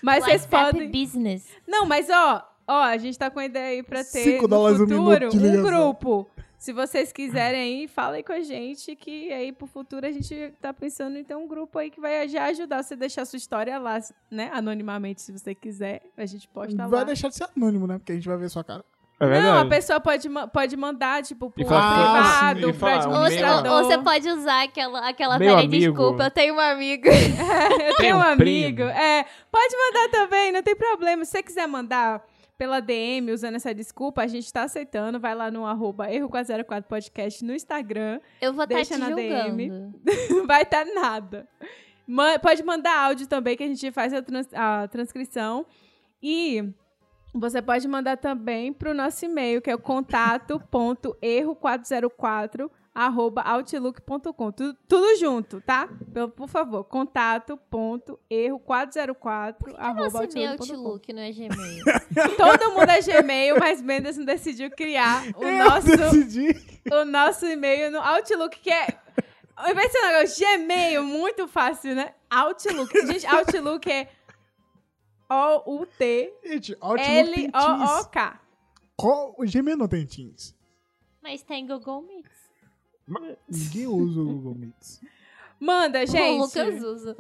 [SPEAKER 1] Mas vocês
[SPEAKER 2] WhatsApp
[SPEAKER 1] podem.
[SPEAKER 2] Business.
[SPEAKER 1] Não, mas ó, ó, a gente tá com a ideia aí pra ter
[SPEAKER 4] Cinco
[SPEAKER 1] no
[SPEAKER 4] dólares um
[SPEAKER 1] futuro
[SPEAKER 4] minuto de
[SPEAKER 1] um
[SPEAKER 4] ligação.
[SPEAKER 1] grupo. Se vocês quiserem aí, fala aí com a gente que aí pro futuro a gente tá pensando em ter um grupo aí que vai já ajudar você a deixar sua história lá, né, anonimamente se você quiser. A gente posta lá.
[SPEAKER 4] Vai deixar de ser anônimo, né? Porque a gente vai ver sua cara.
[SPEAKER 3] É
[SPEAKER 1] Não, a
[SPEAKER 3] verdade.
[SPEAKER 1] pessoa pode, ma- pode mandar, tipo, pro
[SPEAKER 3] E falar,
[SPEAKER 4] ah, sim,
[SPEAKER 1] privado,
[SPEAKER 4] e
[SPEAKER 1] pro
[SPEAKER 3] falar,
[SPEAKER 2] Ou,
[SPEAKER 3] Meu-
[SPEAKER 2] você- ou-
[SPEAKER 1] administrador.
[SPEAKER 2] ou você pode usar aquela, aquela
[SPEAKER 3] Meu
[SPEAKER 2] velha
[SPEAKER 3] amigo.
[SPEAKER 2] desculpa, eu tenho um amigo.
[SPEAKER 1] Eu tenho um
[SPEAKER 3] um
[SPEAKER 1] amigo.
[SPEAKER 3] primo.
[SPEAKER 1] É, pode mandar também, não tem problema. Se você quiser mandar pela DM usando essa desculpa, a gente tá aceitando. Vai lá no arroba erro404podcast no Instagram.
[SPEAKER 2] Eu vou estar
[SPEAKER 1] Deixa
[SPEAKER 2] tá te
[SPEAKER 1] na DM.
[SPEAKER 2] julgando.
[SPEAKER 1] Não vai estar nada. Ma- pode mandar áudio também, que a gente faz a, trans- a transcrição. E Você pode mandar também para o nosso e-mail, que é o contato.erro404 arroba outlook.com. Tudo, tudo junto, tá? Por, por favor, contato.erro404 arroba
[SPEAKER 2] Nossa, meu
[SPEAKER 1] outlook.com.
[SPEAKER 2] é Outlook não é Gmail.
[SPEAKER 1] Todo mundo é Gmail, mas Mendes não decidiu criar o
[SPEAKER 4] Eu
[SPEAKER 1] nosso,
[SPEAKER 4] decidi.
[SPEAKER 1] o nosso e-mail no Outlook, que é... Ao invés de ser um negócio Gmail, muito fácil, né? Outlook. Gente, Outlook é O-U-T-L-O-O-K.
[SPEAKER 4] Gente, Outlook tem teams. Qual- O Gmail não tem teams.
[SPEAKER 2] Mas tem Google Meet.
[SPEAKER 4] Ninguém usa o Google Meets.
[SPEAKER 1] Manda,
[SPEAKER 2] O
[SPEAKER 1] gente.
[SPEAKER 2] Lucas usa.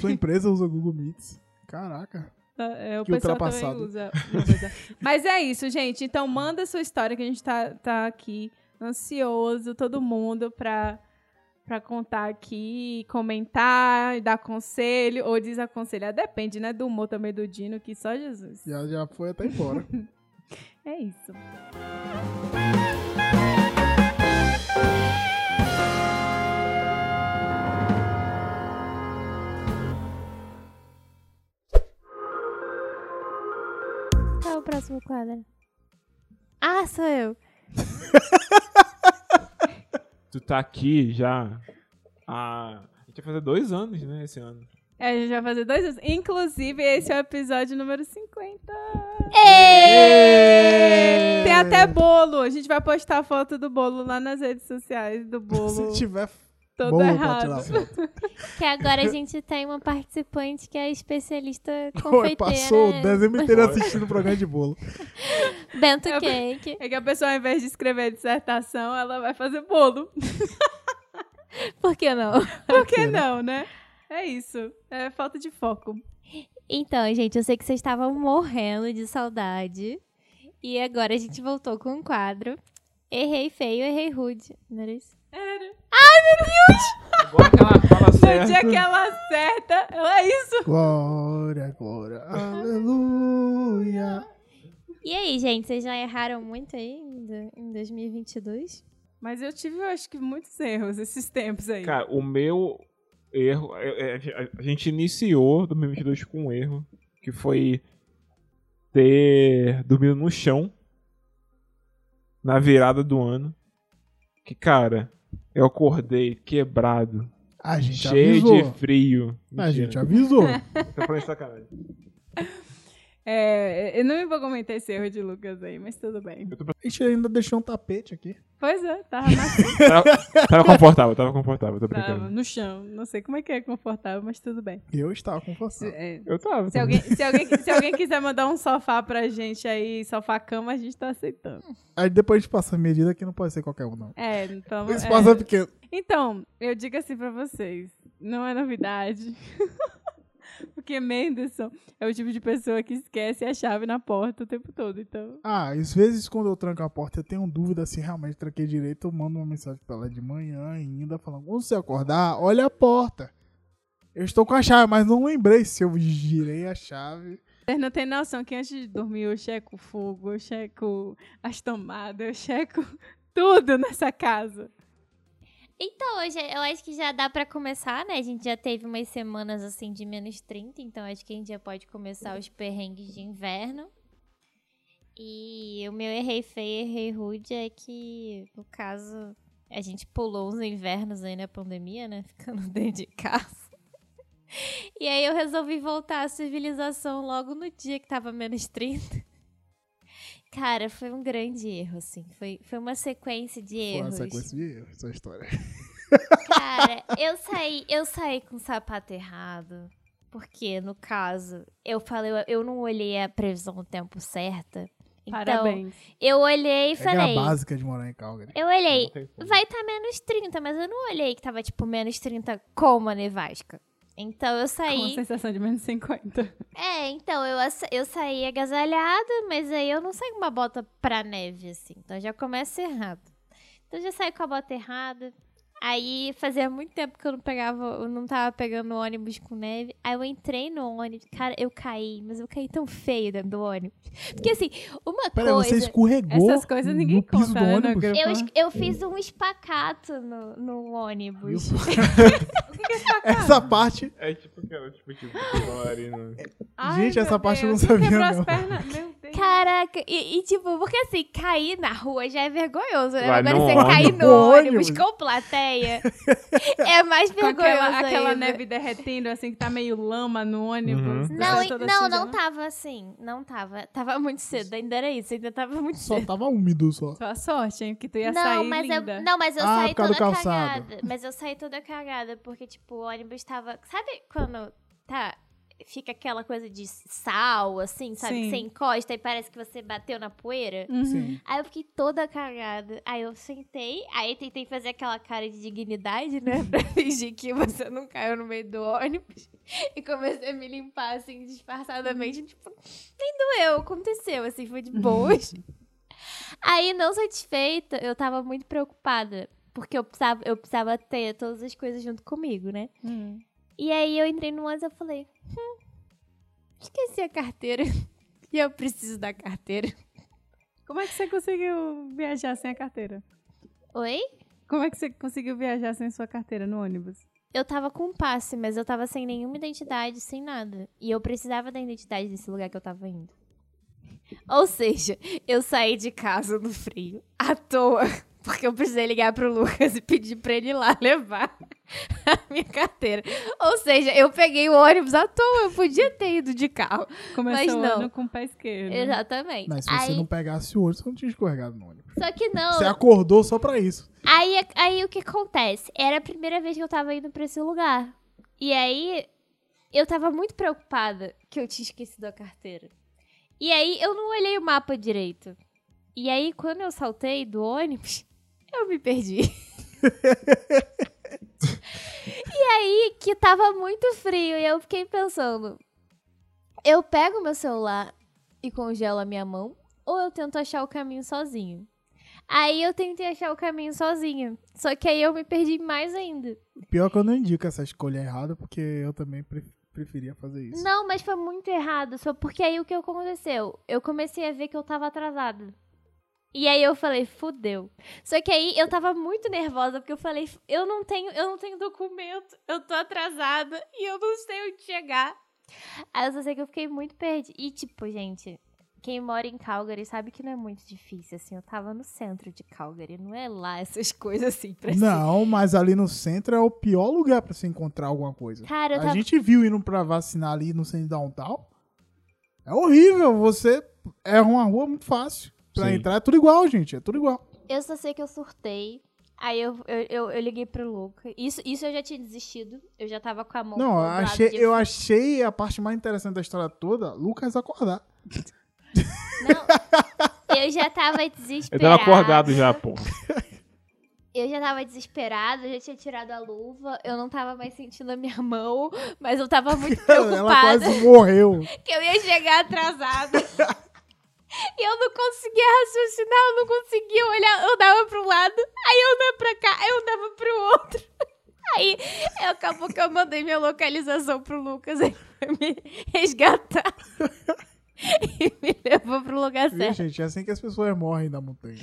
[SPEAKER 4] Sua empresa usa o Google Meets. Caraca.
[SPEAKER 1] É, o
[SPEAKER 4] Que
[SPEAKER 1] pessoal também
[SPEAKER 4] ultrapassado.
[SPEAKER 1] usa. usa. Mas é isso, gente. Então manda sua história que a gente tá, tá aqui ansioso, todo mundo, pra, pra contar aqui, comentar, dar conselho ou desaconselhar. Depende, né? Do humor também do Dino, que só Jesus.
[SPEAKER 4] Já, já foi até embora.
[SPEAKER 1] É isso.
[SPEAKER 2] Qual é o próximo quadro? Ah, sou eu.
[SPEAKER 3] Tu tá aqui já há. A gente vai fazer dois anos, né, esse ano.
[SPEAKER 1] É, a gente vai fazer dois anos. Inclusive, esse é o episódio número 50. Tem até bolo. A gente vai postar a foto do bolo lá nas redes sociais do bolo.
[SPEAKER 4] Se tiver
[SPEAKER 1] todo
[SPEAKER 4] bolo pra tirar
[SPEAKER 1] errado.
[SPEAKER 4] foto.
[SPEAKER 2] Que agora a gente tem uma participante que é especialista
[SPEAKER 4] Oi,
[SPEAKER 2] confeiteira.
[SPEAKER 4] passou o dezembro inteiro assistindo o programa de bolo.
[SPEAKER 2] Bento
[SPEAKER 1] É,
[SPEAKER 2] Cake.
[SPEAKER 1] É que a pessoa, ao invés de escrever dissertação, ela vai fazer bolo.
[SPEAKER 2] Por que não?
[SPEAKER 1] Por que não, né? É isso. É falta de foco.
[SPEAKER 2] Então, gente, eu sei que vocês estavam morrendo de saudade. E agora a gente voltou com um quadro. Errei feio, errei rude. Não era isso?
[SPEAKER 3] Agora que ela fala
[SPEAKER 1] No dia
[SPEAKER 3] certo.
[SPEAKER 1] é que ela acerta, ela é isso.
[SPEAKER 4] Glória, glória, aleluia.
[SPEAKER 2] E aí, gente, vocês já erraram muito aí em do- em 2022?
[SPEAKER 1] Mas eu tive, eu acho que, muitos erros esses tempos aí.
[SPEAKER 3] Cara, o meu erro. é- é- A gente iniciou 2022 com um erro, que foi ter dormido no chão na virada do ano. Que, cara, eu acordei quebrado,
[SPEAKER 4] A gente
[SPEAKER 3] cheio
[SPEAKER 4] avisou.
[SPEAKER 3] de frio.
[SPEAKER 4] A gente
[SPEAKER 3] Mentira,
[SPEAKER 4] avisou.
[SPEAKER 3] Tá falando de sacanagem.
[SPEAKER 1] É, eu não vou comentar esse erro de Lucas aí, mas tudo bem.
[SPEAKER 4] A gente ainda deixou um tapete aqui.
[SPEAKER 1] Pois é, tava mais
[SPEAKER 3] Tava, tava confortável, tava confortável, tô
[SPEAKER 1] tava
[SPEAKER 3] brincando.
[SPEAKER 1] no chão. Não sei como é que é confortável, mas tudo bem.
[SPEAKER 4] Eu estava
[SPEAKER 1] Se-
[SPEAKER 4] confortável.
[SPEAKER 1] é,
[SPEAKER 3] Eu tava.
[SPEAKER 1] Se alguém, se, alguém, se alguém quiser mandar um sofá pra gente aí, sofá-cama, a gente tá aceitando.
[SPEAKER 4] Aí depois a gente passa a medida que não pode ser qualquer um, não.
[SPEAKER 1] É, então.
[SPEAKER 4] O
[SPEAKER 1] é.
[SPEAKER 4] espaço é pequeno.
[SPEAKER 1] Então, eu digo assim pra vocês: não é novidade. Porque Menderson é o tipo de pessoa que esquece a chave na porta o tempo todo. Então,
[SPEAKER 4] Ah, às vezes quando eu tranco a porta, eu tenho dúvida se realmente tranquei direito, eu mando uma mensagem pra ela de manhã ainda, falando, quando você acordar, olha a porta. Eu estou com a chave, mas não lembrei se eu girei a chave.
[SPEAKER 1] vocês não têm noção que antes de dormir eu checo o fogo, eu checo as tomadas, eu checo tudo nessa casa.
[SPEAKER 2] Então, hoje eu acho que já dá pra começar, né? A gente já teve umas semanas assim de menos 30, então acho que a gente já pode começar os perrengues de inverno. E o meu errei feio, errei rude é que, no caso, a gente pulou uns invernos aí na pandemia, né? Ficando dentro de casa. E aí eu resolvi voltar à civilização logo no dia que tava menos 30. Cara, foi um grande erro, assim. Foi, foi uma sequência de
[SPEAKER 4] Foi uma
[SPEAKER 2] erros.
[SPEAKER 4] sequência de erros, essa história.
[SPEAKER 2] Cara, eu saí, eu saí com o sapato errado. Porque, no caso, eu falei, eu não olhei a previsão do tempo certa. Então,
[SPEAKER 1] Parabéns.
[SPEAKER 2] eu olhei e
[SPEAKER 4] Regra
[SPEAKER 2] falei.
[SPEAKER 4] básica de morar em Calgary.
[SPEAKER 2] Eu olhei,
[SPEAKER 3] Não tem como.
[SPEAKER 2] vai estar menos 30, mas eu não olhei que tava tipo menos 30 com uma nevasca. Então eu
[SPEAKER 1] Com a
[SPEAKER 2] saí.
[SPEAKER 1] sensação de menos 50.
[SPEAKER 2] É, então eu, ass- eu saí agasalhada, mas aí eu não saí com uma bota pra neve, assim. Então já começa errado. Então já saí com a bota errada. Aí fazia muito tempo que eu não pegava, eu não tava pegando ônibus com neve. Aí eu entrei no ônibus, cara, eu caí, mas eu caí tão feio dentro do ônibus. Porque assim, uma
[SPEAKER 4] Pera,
[SPEAKER 2] coisa.
[SPEAKER 4] você escorregou
[SPEAKER 1] Essas coisas ninguém
[SPEAKER 4] no piso
[SPEAKER 1] conta,
[SPEAKER 4] do
[SPEAKER 1] né, no
[SPEAKER 4] ônibus.
[SPEAKER 1] grupo.
[SPEAKER 2] Eu, es- eu fiz um espacato no, no ônibus.
[SPEAKER 1] tá
[SPEAKER 4] Essa parte,
[SPEAKER 3] É tipo aquela, tipo, tipo, tipo, bailarina.
[SPEAKER 1] Ai,
[SPEAKER 4] Gente,
[SPEAKER 1] meu
[SPEAKER 4] essa parte eu não
[SPEAKER 1] Deus,
[SPEAKER 4] sabia,
[SPEAKER 1] Quebrou
[SPEAKER 4] não.
[SPEAKER 1] as pernas. Meu Deus.
[SPEAKER 2] Caraca, e, e, tipo, porque assim, cair na rua já é vergonhoso, né?
[SPEAKER 3] Vai
[SPEAKER 2] Agora
[SPEAKER 3] no
[SPEAKER 2] você
[SPEAKER 3] ônibus.
[SPEAKER 2] cair no
[SPEAKER 4] No
[SPEAKER 2] ônibus
[SPEAKER 4] ônibus.
[SPEAKER 2] com plateia é mais
[SPEAKER 1] Com
[SPEAKER 2] vergonhoso né?
[SPEAKER 1] aquela, aquela
[SPEAKER 2] ainda.
[SPEAKER 1] neve derretendo, assim, que tá meio lama no ônibus.
[SPEAKER 3] Uhum.
[SPEAKER 2] Não,
[SPEAKER 1] Toda
[SPEAKER 2] não,
[SPEAKER 1] suja,
[SPEAKER 2] não
[SPEAKER 1] né?
[SPEAKER 2] tava assim. Não tava. Tava muito cedo, ainda era isso. Ainda tava muito
[SPEAKER 4] Só
[SPEAKER 2] cedo.
[SPEAKER 4] tava úmido só.
[SPEAKER 1] Sua sorte, hein? Que tu ia
[SPEAKER 2] Não,
[SPEAKER 1] sair
[SPEAKER 2] mas
[SPEAKER 1] linda.
[SPEAKER 2] eu, não, mas eu
[SPEAKER 4] Ah,
[SPEAKER 2] saí
[SPEAKER 4] por causa
[SPEAKER 2] toda
[SPEAKER 4] do calçado.
[SPEAKER 2] cagada. Mas eu saí toda cagada, porque, tipo, o ônibus tava. Sabe quando tá. Fica aquela coisa de sal, assim, sabe? Que
[SPEAKER 1] Sim.
[SPEAKER 2] você encosta e parece que você bateu na poeira.
[SPEAKER 1] Uhum.
[SPEAKER 4] Sim.
[SPEAKER 2] Aí eu fiquei toda cagada. Aí eu sentei, aí tentei fazer aquela cara de dignidade, né? Pra fingir que você não caiu no meio do ônibus. E comecei a me limpar, assim, disfarçadamente. Tipo, nem doeu, aconteceu, assim, foi de boas. aí, não satisfeita, eu tava muito preocupada. Porque eu precisava, eu precisava ter todas as coisas junto comigo, né?
[SPEAKER 1] Hum.
[SPEAKER 2] E aí eu entrei no ônibus e eu falei, hum, esqueci a carteira. E eu preciso da carteira.
[SPEAKER 1] Como é que você conseguiu viajar sem a carteira?
[SPEAKER 2] Oi?
[SPEAKER 1] Como é que você conseguiu viajar sem sua carteira no ônibus?
[SPEAKER 2] Eu tava com um passe, mas eu tava sem nenhuma identidade, sem nada. E eu precisava da identidade desse lugar que eu tava indo. Ou seja, eu saí de casa no frio, à toa, porque eu precisei ligar pro Lucas e pedir pra ele ir lá levar a minha carteira. Ou seja, eu peguei o ônibus à toa, eu podia ter ido de carro. Mas
[SPEAKER 1] Começou o
[SPEAKER 2] não.
[SPEAKER 1] ano com o pé esquerdo.
[SPEAKER 2] Exatamente.
[SPEAKER 4] Mas se você
[SPEAKER 2] Aí,
[SPEAKER 4] não pegasse o olho, você não tinha escorregado no ônibus.
[SPEAKER 2] Só que não,
[SPEAKER 4] Você acordou só pra isso.
[SPEAKER 2] Aí, aí o que acontece? Era a primeira vez que eu tava indo pra esse lugar. E aí eu tava muito preocupada que eu tinha esquecido a carteira. E aí eu não olhei o mapa direito. E aí quando eu saltei do ônibus, eu me perdi. e aí que tava muito frio e eu fiquei pensando, eu pego meu celular e congelo a minha mão ou eu tento achar o caminho sozinho? Aí eu tentei achar o caminho sozinha. Só que aí eu me perdi mais ainda.
[SPEAKER 4] Pior que eu não indico essa escolha errada, porque eu também pre- preferia fazer isso.
[SPEAKER 2] Não, mas foi muito errado. Só porque aí o que aconteceu? Eu comecei a ver que eu tava atrasada. E aí eu falei, fudeu. Só que aí eu tava muito nervosa, porque eu falei, eu não tenho, eu não tenho documento, eu tô atrasada e eu não sei onde chegar. Aí eu só sei que eu fiquei muito perdida. E tipo, gente, quem mora em Calgary sabe que não é muito difícil, assim. Eu tava no centro de Calgary, não é lá essas coisas assim pra se
[SPEAKER 4] Não, mas ali no centro é o pior lugar pra você encontrar alguma coisa.
[SPEAKER 2] Cara, eu
[SPEAKER 4] a
[SPEAKER 2] tava.
[SPEAKER 4] gente viu indo pra vacinar ali no centro downtown. É horrível, você é uma rua muito fácil. Pra
[SPEAKER 3] Sim.
[SPEAKER 4] entrar é tudo igual, gente, é tudo igual.
[SPEAKER 2] Eu só sei que eu surtei. Aí eu, eu, eu, eu liguei pro Luca. Isso, isso eu já tinha desistido. Eu já tava com a mão.
[SPEAKER 4] Não,
[SPEAKER 2] pro
[SPEAKER 4] eu
[SPEAKER 2] lado
[SPEAKER 4] achei,
[SPEAKER 2] direito.
[SPEAKER 4] eu achei a parte mais interessante da história toda, Lucas acordar.
[SPEAKER 2] Não, eu já tava
[SPEAKER 3] Eu
[SPEAKER 2] desesperada.
[SPEAKER 3] tava acordado já, pô.
[SPEAKER 2] Eu já tava desesperada, eu já tinha tirado a luva. Eu não tava mais sentindo a minha mão. Mas eu tava muito
[SPEAKER 4] Ela
[SPEAKER 2] preocupada
[SPEAKER 4] quase morreu.
[SPEAKER 2] que eu ia chegar atrasada. E eu não conseguia raciocinar, eu não conseguia olhar. Eu dava pro lado, aí eu dava pra cá, aí eu dava pro outro. Aí eu- acabou que eu mandei minha localização pro Lucas, ele foi me resgatar. e me levou pro lugar
[SPEAKER 4] Viu,
[SPEAKER 2] certo.
[SPEAKER 4] gente, é assim que as pessoas morrem na montanha.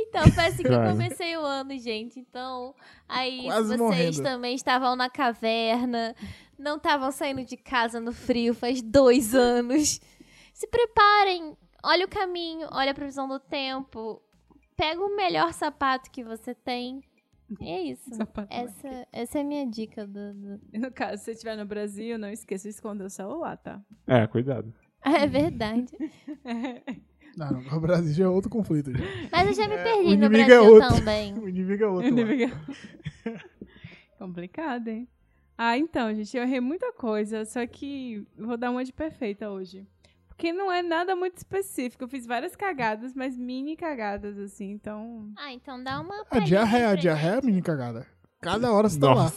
[SPEAKER 2] Então foi assim que eu
[SPEAKER 3] Cara.
[SPEAKER 2] comecei o ano, gente. Então, aí
[SPEAKER 4] Quase
[SPEAKER 2] vocês
[SPEAKER 4] morrendo.
[SPEAKER 2] também estavam na caverna, não estavam saindo de casa no frio faz dois anos. Se preparem, olha o caminho, olha a previsão do tempo, pega o melhor sapato que você tem. E é isso.
[SPEAKER 1] Sapato
[SPEAKER 2] Essa, essa é a minha dica do. do-
[SPEAKER 1] No caso, se você estiver no Brasil, não esqueça de esconder o celular, tá?
[SPEAKER 3] É, cuidado.
[SPEAKER 2] É verdade.
[SPEAKER 4] Não, não, o Brasil já é outro conflito. Já.
[SPEAKER 2] Mas eu já me
[SPEAKER 4] o
[SPEAKER 2] perdi no
[SPEAKER 4] inimigo é
[SPEAKER 2] Brasil
[SPEAKER 4] outro.
[SPEAKER 2] também.
[SPEAKER 4] O inimigo é outro. lá.
[SPEAKER 1] Complicado, hein? Ah, então, gente, eu errei muita coisa, só que vou dar uma de perfeita hoje. Porque não é nada muito específico. Eu fiz várias cagadas, mas mini cagadas, assim, então.
[SPEAKER 2] Ah, então dá uma.
[SPEAKER 4] A diarreia, a diarreia é a mini cagada. Cada hora você tá lá.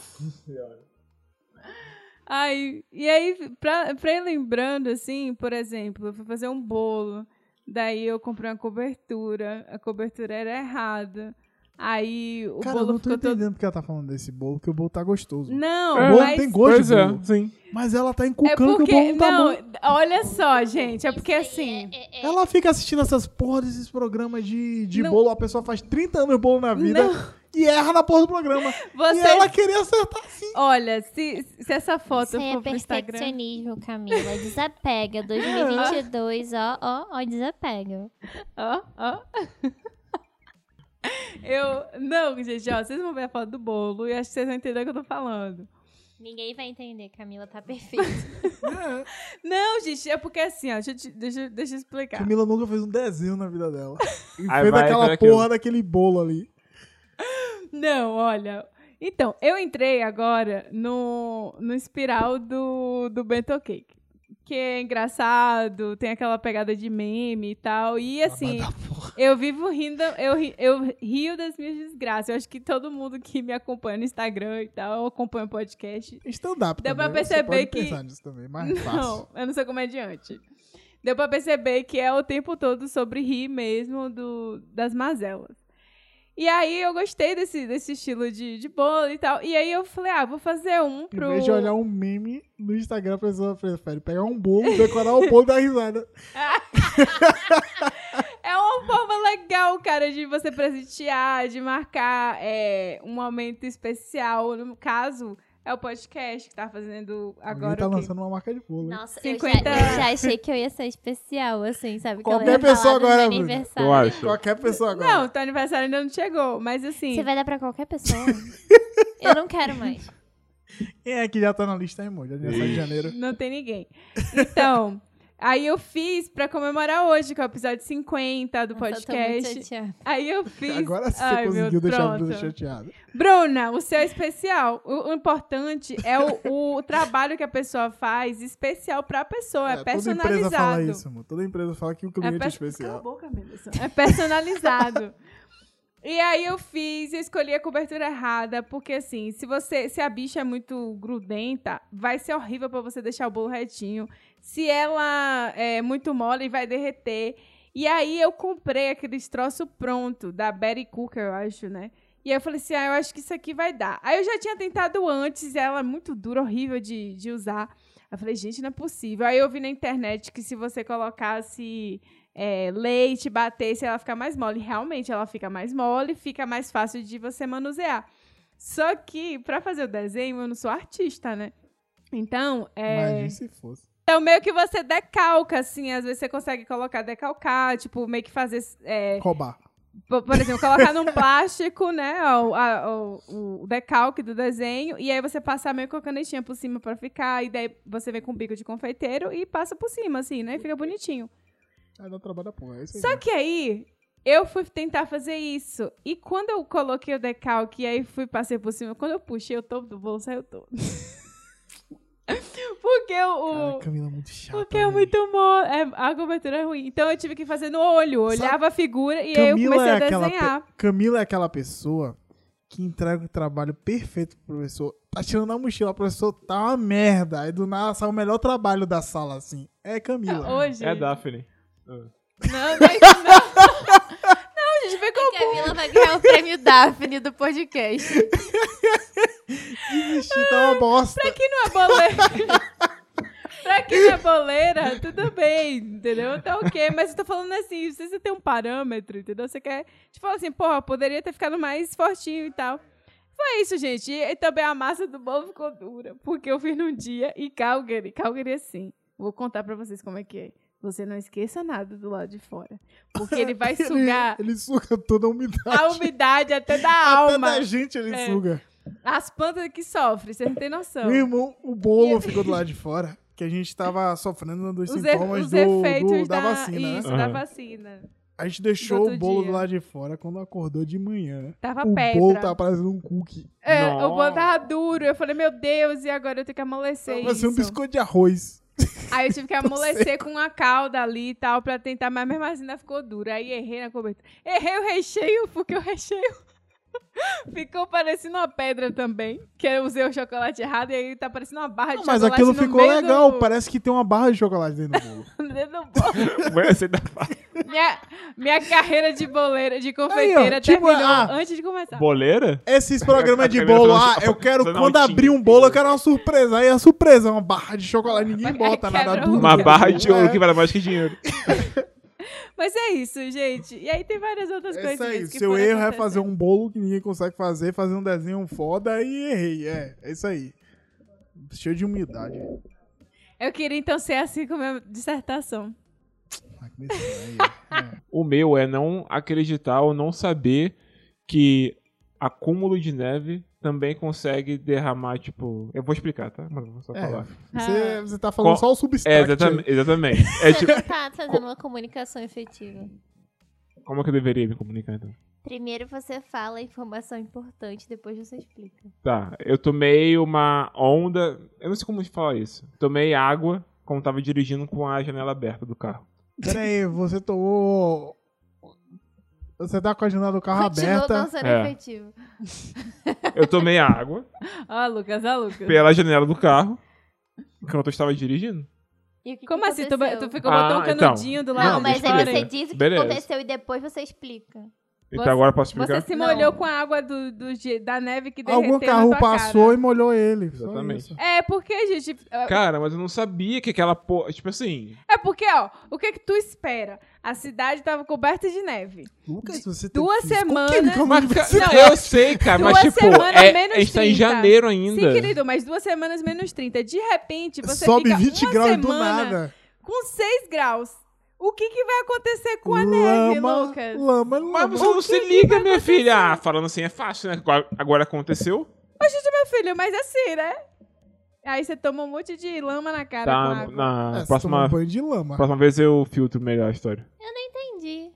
[SPEAKER 1] Ai, e aí, pra, pra ir lembrando, assim, por exemplo, eu fui fazer um bolo, daí eu comprei uma cobertura, a cobertura era errada. Aí o
[SPEAKER 4] Cara, eu
[SPEAKER 1] bolo
[SPEAKER 4] não tô
[SPEAKER 1] ficou todo.
[SPEAKER 4] entendendo porque ela tá falando desse bolo, que o bolo tá gostoso.
[SPEAKER 1] Não,
[SPEAKER 4] o bolo
[SPEAKER 1] mas.
[SPEAKER 4] tem gosto
[SPEAKER 3] Pois
[SPEAKER 4] de
[SPEAKER 3] é,
[SPEAKER 4] bolo.
[SPEAKER 3] sim.
[SPEAKER 4] Mas ela tá
[SPEAKER 1] Hum. É
[SPEAKER 4] encucando
[SPEAKER 1] porque.
[SPEAKER 4] que o bolo não tá
[SPEAKER 1] não,
[SPEAKER 4] bom.
[SPEAKER 1] olha só, gente. É porque
[SPEAKER 2] Isso aí
[SPEAKER 1] assim.
[SPEAKER 2] é- é- é-
[SPEAKER 4] Ela fica assistindo essas porra desses programas de, de
[SPEAKER 1] Não.
[SPEAKER 4] bolo. A pessoa faz 30 anos de bolo na vida e erra na porra do programa. E
[SPEAKER 1] Vocês.
[SPEAKER 4] ela queria acertar sim.
[SPEAKER 1] Olha, se, se essa foto
[SPEAKER 2] Isso aí é
[SPEAKER 1] for pro Instagram.
[SPEAKER 2] perfeccionismo, Camila. Desapega. 2022, ó, ó, ó, desapega.
[SPEAKER 1] Ó, ó. Eu. Não, gente, ó, vocês vão ver a foto do bolo e acho que vocês vão entender o que eu tô falando.
[SPEAKER 2] Ninguém vai entender, Camila tá perfeita.
[SPEAKER 1] Não, gente, é porque assim, ó, deixa, eu te- deixa, eu- deixa eu explicar.
[SPEAKER 4] Camila nunca fez um desenho na vida dela. E
[SPEAKER 3] Aí
[SPEAKER 4] fez
[SPEAKER 3] vai,
[SPEAKER 4] aquela
[SPEAKER 3] então é
[SPEAKER 4] porra
[SPEAKER 3] aquilo.
[SPEAKER 4] daquele bolo ali.
[SPEAKER 1] Não, olha. Então, eu entrei agora no, no espiral do, do Bento Cake. Que é engraçado, tem aquela pegada de meme e tal. E assim,
[SPEAKER 4] Ah, vai dar porra.
[SPEAKER 1] eu vivo rindo, eu, ri- eu rio das minhas desgraças. Eu acho que todo mundo que me acompanha no Instagram e tal, acompanha o podcast,
[SPEAKER 4] Stand-up.
[SPEAKER 1] Deu
[SPEAKER 4] também,
[SPEAKER 1] pra
[SPEAKER 4] você pode
[SPEAKER 1] perceber que-
[SPEAKER 4] pensar nisso também, mais fácil.
[SPEAKER 1] Não, eu não sou comediante. Deu pra perceber que é o tempo todo sobre rir mesmo do, das mazelas. E aí eu gostei desse, desse estilo de, de bolo e tal. E aí eu falei, ah, vou fazer um
[SPEAKER 4] Em
[SPEAKER 1] pro.
[SPEAKER 4] vez de olhar um meme no Instagram, a pessoa prefere pegar um bolo, decorar o bolo e dar risada.
[SPEAKER 1] É uma forma legal, cara, de você presentear, de marcar é, um momento especial. No caso, é o podcast que tá fazendo
[SPEAKER 4] Alguém
[SPEAKER 1] agora.
[SPEAKER 4] tá
[SPEAKER 1] o quê?
[SPEAKER 4] lançando uma marca de bolo. hein?
[SPEAKER 2] Nossa,
[SPEAKER 1] 50.
[SPEAKER 2] eu, já, eu já achei que eu ia ser especial, assim, sabe? Que ela
[SPEAKER 4] Qualquer
[SPEAKER 2] ia falar
[SPEAKER 4] pessoa
[SPEAKER 2] do meu
[SPEAKER 4] agora, Bruna.
[SPEAKER 2] aniversário.
[SPEAKER 3] Eu acho.
[SPEAKER 4] Qualquer pessoa agora.
[SPEAKER 1] Não, teu aniversário ainda não chegou, mas assim.
[SPEAKER 2] Você vai dar pra qualquer pessoa? eu não quero mais.
[SPEAKER 4] Quem é que já tá na lista, hein, amor? De aniversário de
[SPEAKER 3] Ixi.
[SPEAKER 4] janeiro.
[SPEAKER 1] Não tem ninguém. Então, aí eu fiz pra comemorar hoje, que é o episódio 50 do
[SPEAKER 2] Nossa, eu tô muito
[SPEAKER 1] podcast.
[SPEAKER 2] chateada.
[SPEAKER 1] Aí eu fiz.
[SPEAKER 4] Agora sim você
[SPEAKER 1] Ai, meu,
[SPEAKER 4] conseguiu deixar a
[SPEAKER 1] pronto.
[SPEAKER 4] Bruna chateada.
[SPEAKER 1] Bruna, o seu é especial. O, o importante é o, o trabalho que a pessoa faz especial pra pessoa. É,
[SPEAKER 4] toda empresa
[SPEAKER 1] personalizado.
[SPEAKER 4] fala isso, amor. Toda empresa fala que o cliente é,
[SPEAKER 1] perso- Cala a
[SPEAKER 4] especial.
[SPEAKER 1] boca, Menderson. É personalizado. E aí eu fiz, eu escolhi a cobertura errada, porque assim, se você, se a bicha é muito grudenta, vai ser horrível pra você deixar o bolo retinho. Se ela é muito mole, vai derreter. E aí eu comprei aquele troço pronto da Betty Cooker, eu acho, né? E aí eu falei assim, ah, eu acho que isso aqui vai dar. Aí eu já tinha tentado antes, ela é muito dura, horrível de, de usar. Aí eu falei, gente, não é possível. Aí eu vi na internet que se você colocasse é, leite, batesse, ela fica mais mole. Realmente, ela fica mais mole, fica mais fácil de você manusear. Só que, pra fazer o desenho, eu não sou artista, né? Então, é...
[SPEAKER 4] Imagina se fosse.
[SPEAKER 1] Então, meio que você decalca, assim. Às vezes você consegue colocar, decalcar, tipo, meio que fazer. é,
[SPEAKER 4] Roubar.
[SPEAKER 1] po- por exemplo, colocar num plástico, né? O, a- o- o decalque do desenho. E aí você passar meio com a canetinha por cima pra ficar. E daí você vem com o bico de confeiteiro e passa por cima, assim, né? E fica bonitinho.
[SPEAKER 4] Aí dá trabalho da porra. É isso aí.
[SPEAKER 1] Só que aí. Eu fui tentar fazer isso. E quando eu coloquei o decalque e aí fui passei por cima, quando eu puxei o topo do bolso, saiu todo. Porque o.
[SPEAKER 4] Cara, Camila é muito chata.
[SPEAKER 1] Porque é
[SPEAKER 4] velho.
[SPEAKER 1] muito mo... é, a cobertura é ruim. Então eu tive que fazer no olho. Eu
[SPEAKER 4] Sabe-
[SPEAKER 1] Olhava a figura e aí eu
[SPEAKER 4] Camila
[SPEAKER 1] comecei
[SPEAKER 4] é
[SPEAKER 1] a
[SPEAKER 4] aquela
[SPEAKER 1] desenhar.
[SPEAKER 4] pe- Camila é aquela pessoa que entrega o trabalho perfeito pro professor. Tá tirando a mochila, o professor tá uma merda. Aí do nada sai o melhor trabalho da sala, assim. É Camila.
[SPEAKER 1] Hoje.
[SPEAKER 3] É Daphne.
[SPEAKER 1] Não, não é isso, não. não, gente, ficou
[SPEAKER 2] A Camila vai ganhar um o prêmio Daphne do podcast.
[SPEAKER 4] Desistir, tá uma bosta.
[SPEAKER 1] pra quem não é boleira. pra quem não é boleira, tudo bem, entendeu? Tá ok. Mas eu tô falando assim, se você tem um parâmetro, entendeu? Você quer. Tipo assim, porra, poderia ter ficado mais fortinho e tal. Foi isso, gente. E, e também a massa do bolo ficou dura. Porque eu fiz num dia e Calgary. Calgary assim. Vou contar pra vocês como é que é. Você não esqueça nada do lado de fora. Porque ele vai
[SPEAKER 4] Ele-
[SPEAKER 1] sugar
[SPEAKER 4] Ele, suga toda a umidade.
[SPEAKER 1] a umidade até da
[SPEAKER 4] Até
[SPEAKER 1] alma.
[SPEAKER 4] da gente ele
[SPEAKER 1] É. então.
[SPEAKER 4] suga.
[SPEAKER 1] As plantas que sofrem, vocês não têm noção.
[SPEAKER 4] Meu irmão, o bolo ficou do lado de fora. Que a gente tava sofrendo dos
[SPEAKER 1] os, e-
[SPEAKER 4] sintomas
[SPEAKER 1] os
[SPEAKER 4] do,
[SPEAKER 1] efeitos
[SPEAKER 4] do- da,
[SPEAKER 1] da,
[SPEAKER 4] vacina, né?
[SPEAKER 1] Isso,
[SPEAKER 3] Aham.
[SPEAKER 1] da vacina.
[SPEAKER 4] A gente deixou o
[SPEAKER 1] outro
[SPEAKER 4] bolo
[SPEAKER 1] dia.
[SPEAKER 4] do lado de fora quando acordou de manhã.
[SPEAKER 1] Tava
[SPEAKER 4] o
[SPEAKER 1] pedra.
[SPEAKER 4] bolo tava parecendo um cookie.
[SPEAKER 1] É,
[SPEAKER 3] Nossa.
[SPEAKER 1] o bolo tava duro. Eu falei, meu Deus, e agora eu tenho que amolecer
[SPEAKER 4] Vai ser
[SPEAKER 1] isso.
[SPEAKER 4] um Tá biscoito de arroz.
[SPEAKER 1] Aí eu tive que amolecer com a calda ali e tal, pra tentar, mas mesmo assim ainda ficou dura. Aí errei na cobertura. Errei o recheio, porque o recheio Ficou parecendo uma pedra também, que eu usei o chocolate errado e aí tá parecendo uma barra de
[SPEAKER 4] mas
[SPEAKER 1] chocolate
[SPEAKER 4] aquilo
[SPEAKER 1] no
[SPEAKER 4] ficou
[SPEAKER 1] meio
[SPEAKER 4] legal.
[SPEAKER 1] do-
[SPEAKER 4] Parece que tem uma barra de chocolate dentro do bolo.
[SPEAKER 1] dentro do bolo.
[SPEAKER 3] Mas você dá pra-
[SPEAKER 1] minha, minha carreira de boleira, de
[SPEAKER 4] Aí,
[SPEAKER 1] confeiteira
[SPEAKER 4] ó, tipo,
[SPEAKER 1] terminou
[SPEAKER 4] ah,
[SPEAKER 1] antes de começar.
[SPEAKER 3] Boleira?
[SPEAKER 4] Esses programas de
[SPEAKER 3] Primeiro
[SPEAKER 4] bolo,
[SPEAKER 3] você não-
[SPEAKER 4] ah, eu quero,
[SPEAKER 3] você não
[SPEAKER 4] quando
[SPEAKER 3] tinha.
[SPEAKER 4] abrir um bolo, eu quero uma surpresa. Aí a surpresa é uma barra de chocolate, ninguém
[SPEAKER 1] Aí
[SPEAKER 4] bota nada
[SPEAKER 1] é quebra
[SPEAKER 4] duro.
[SPEAKER 1] o-
[SPEAKER 3] Uma barra de ouro
[SPEAKER 4] É.
[SPEAKER 3] que vale mais que dinheiro.
[SPEAKER 1] Mas é isso, gente. E aí tem várias outras
[SPEAKER 4] É
[SPEAKER 1] coisas.
[SPEAKER 4] isso aí.
[SPEAKER 1] que
[SPEAKER 4] Seu
[SPEAKER 1] foram
[SPEAKER 4] erro é
[SPEAKER 1] acontecendo.
[SPEAKER 4] fazer um bolo que ninguém consegue fazer, fazer um desenho foda e errei. É, é isso aí. Cheio de humildade.
[SPEAKER 1] Eu queria então ser assim com a minha dissertação.
[SPEAKER 4] Ah, que beleza, aí, é.
[SPEAKER 3] O meu é não acreditar ou não saber que acúmulo de neve também consegue derramar, tipo. Eu vou explicar, tá? Mas eu vou só
[SPEAKER 4] É,
[SPEAKER 3] falar.
[SPEAKER 1] Ah.
[SPEAKER 4] Você, você tá falando
[SPEAKER 3] Qual-
[SPEAKER 4] só o
[SPEAKER 3] É,
[SPEAKER 4] substrato.
[SPEAKER 3] exatamente. exatamente. É
[SPEAKER 2] Você
[SPEAKER 3] tipo,
[SPEAKER 2] não tá fazendo uma comunicação efetiva.
[SPEAKER 3] como é que eu deveria me comunicar então?
[SPEAKER 2] Primeiro você fala a informação importante, depois você explica.
[SPEAKER 3] Tá, eu tomei uma onda. Eu não sei como falar isso. Tomei água quando tava dirigindo com a janela aberta do carro.
[SPEAKER 4] Pera aí, você tomou. Você tá com a janela do carro
[SPEAKER 2] Continua
[SPEAKER 4] aberta.
[SPEAKER 2] não sendo
[SPEAKER 3] É.
[SPEAKER 2] efetivo.
[SPEAKER 3] Eu tomei água
[SPEAKER 1] Ó, Lucas, ó, Lucas.
[SPEAKER 3] pela janela do carro enquanto eu estava dirigindo.
[SPEAKER 2] E o que
[SPEAKER 1] Como
[SPEAKER 2] que
[SPEAKER 1] assim? Tu,
[SPEAKER 2] aconteceu?
[SPEAKER 1] tu ficou
[SPEAKER 3] Ah,
[SPEAKER 1] botando um
[SPEAKER 3] então.
[SPEAKER 1] canudinho do lado
[SPEAKER 2] Não,
[SPEAKER 3] Não,
[SPEAKER 1] de
[SPEAKER 2] mas
[SPEAKER 3] deixa eu
[SPEAKER 2] aí
[SPEAKER 1] fora?
[SPEAKER 2] você diz o que
[SPEAKER 3] Beleza.
[SPEAKER 2] aconteceu e depois você explica.
[SPEAKER 3] Então
[SPEAKER 1] Você-
[SPEAKER 3] agora eu posso
[SPEAKER 1] Você
[SPEAKER 3] explicar?
[SPEAKER 1] se
[SPEAKER 2] Não.
[SPEAKER 1] molhou com a água do, do ge- da neve que derreteu
[SPEAKER 4] Algum
[SPEAKER 1] na
[SPEAKER 4] carro
[SPEAKER 1] tua
[SPEAKER 4] passou
[SPEAKER 1] cara.
[SPEAKER 4] e molhou ele. só
[SPEAKER 3] Exatamente.
[SPEAKER 4] isso.
[SPEAKER 1] É, porque, gente... é-
[SPEAKER 3] Cara, mas eu não sabia que aquela porra. Tipo assim.
[SPEAKER 1] É porque, ó, o que que tu espera? A cidade tava coberta de neve.
[SPEAKER 4] Lucas, você
[SPEAKER 1] Duas
[SPEAKER 4] físico-
[SPEAKER 1] semanas-
[SPEAKER 4] química na
[SPEAKER 3] Mas, ca-
[SPEAKER 4] universidade.
[SPEAKER 3] eu sei, cara, mas
[SPEAKER 1] Duas
[SPEAKER 3] tipo,
[SPEAKER 1] semanas,
[SPEAKER 3] é,
[SPEAKER 1] menos
[SPEAKER 3] a gente tá em
[SPEAKER 1] 30.
[SPEAKER 3] janeiro ainda.
[SPEAKER 1] Sim, querido, mas duas semanas menos 30. De repente, você
[SPEAKER 4] um Sobe
[SPEAKER 1] fica
[SPEAKER 4] 20
[SPEAKER 1] uma
[SPEAKER 4] graus do
[SPEAKER 1] semana
[SPEAKER 4] nada.
[SPEAKER 1] com 6 graus. O que que vai acontecer com a neve,
[SPEAKER 4] lama,
[SPEAKER 1] Lucas?
[SPEAKER 4] lama,
[SPEAKER 1] um
[SPEAKER 3] Mas
[SPEAKER 4] lama.
[SPEAKER 3] você não se liga, minha filha. Ah, falando assim é fácil, né? Agora- Agora aconteceu.
[SPEAKER 1] Meu filho, mas assim, né? Aí você toma um monte de lama na cara com
[SPEAKER 3] Tá,
[SPEAKER 1] água.
[SPEAKER 3] na
[SPEAKER 4] É, você tomou
[SPEAKER 3] próxima,
[SPEAKER 4] um banho de lama.
[SPEAKER 3] próxima vez eu filtro melhor a história.
[SPEAKER 2] Entendi.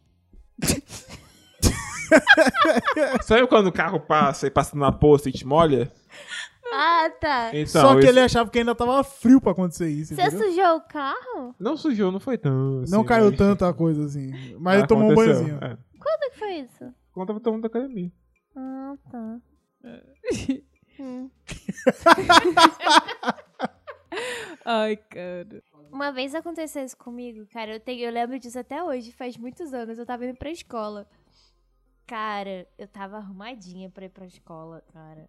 [SPEAKER 3] É. Sabe quando o carro passa e passa na poça e te molha?
[SPEAKER 2] Ah, tá.
[SPEAKER 1] É.
[SPEAKER 3] Então,
[SPEAKER 4] Só que
[SPEAKER 3] isso-
[SPEAKER 4] ele achava que ainda tava frio pra acontecer isso,
[SPEAKER 2] Você
[SPEAKER 4] entendeu?
[SPEAKER 2] sujou o carro?
[SPEAKER 3] Não sujou, não foi tão.
[SPEAKER 4] é- Não
[SPEAKER 3] assim,
[SPEAKER 4] caiu
[SPEAKER 3] mas-
[SPEAKER 4] tanto a coisa assim. Mas ele tomou um
[SPEAKER 3] aconteceu,
[SPEAKER 4] banhozinho.
[SPEAKER 3] É.
[SPEAKER 2] Como que foi isso?
[SPEAKER 3] Quando tava tomando da academia.
[SPEAKER 2] Ah, tá. Hum.
[SPEAKER 1] Ai, cara.
[SPEAKER 2] Uma vez aconteceu isso comigo, cara. Eu, tenho, eu lembro disso até hoje, faz muitos anos. Eu tava indo pra escola. Cara, eu tava arrumadinha pra ir pra escola, cara.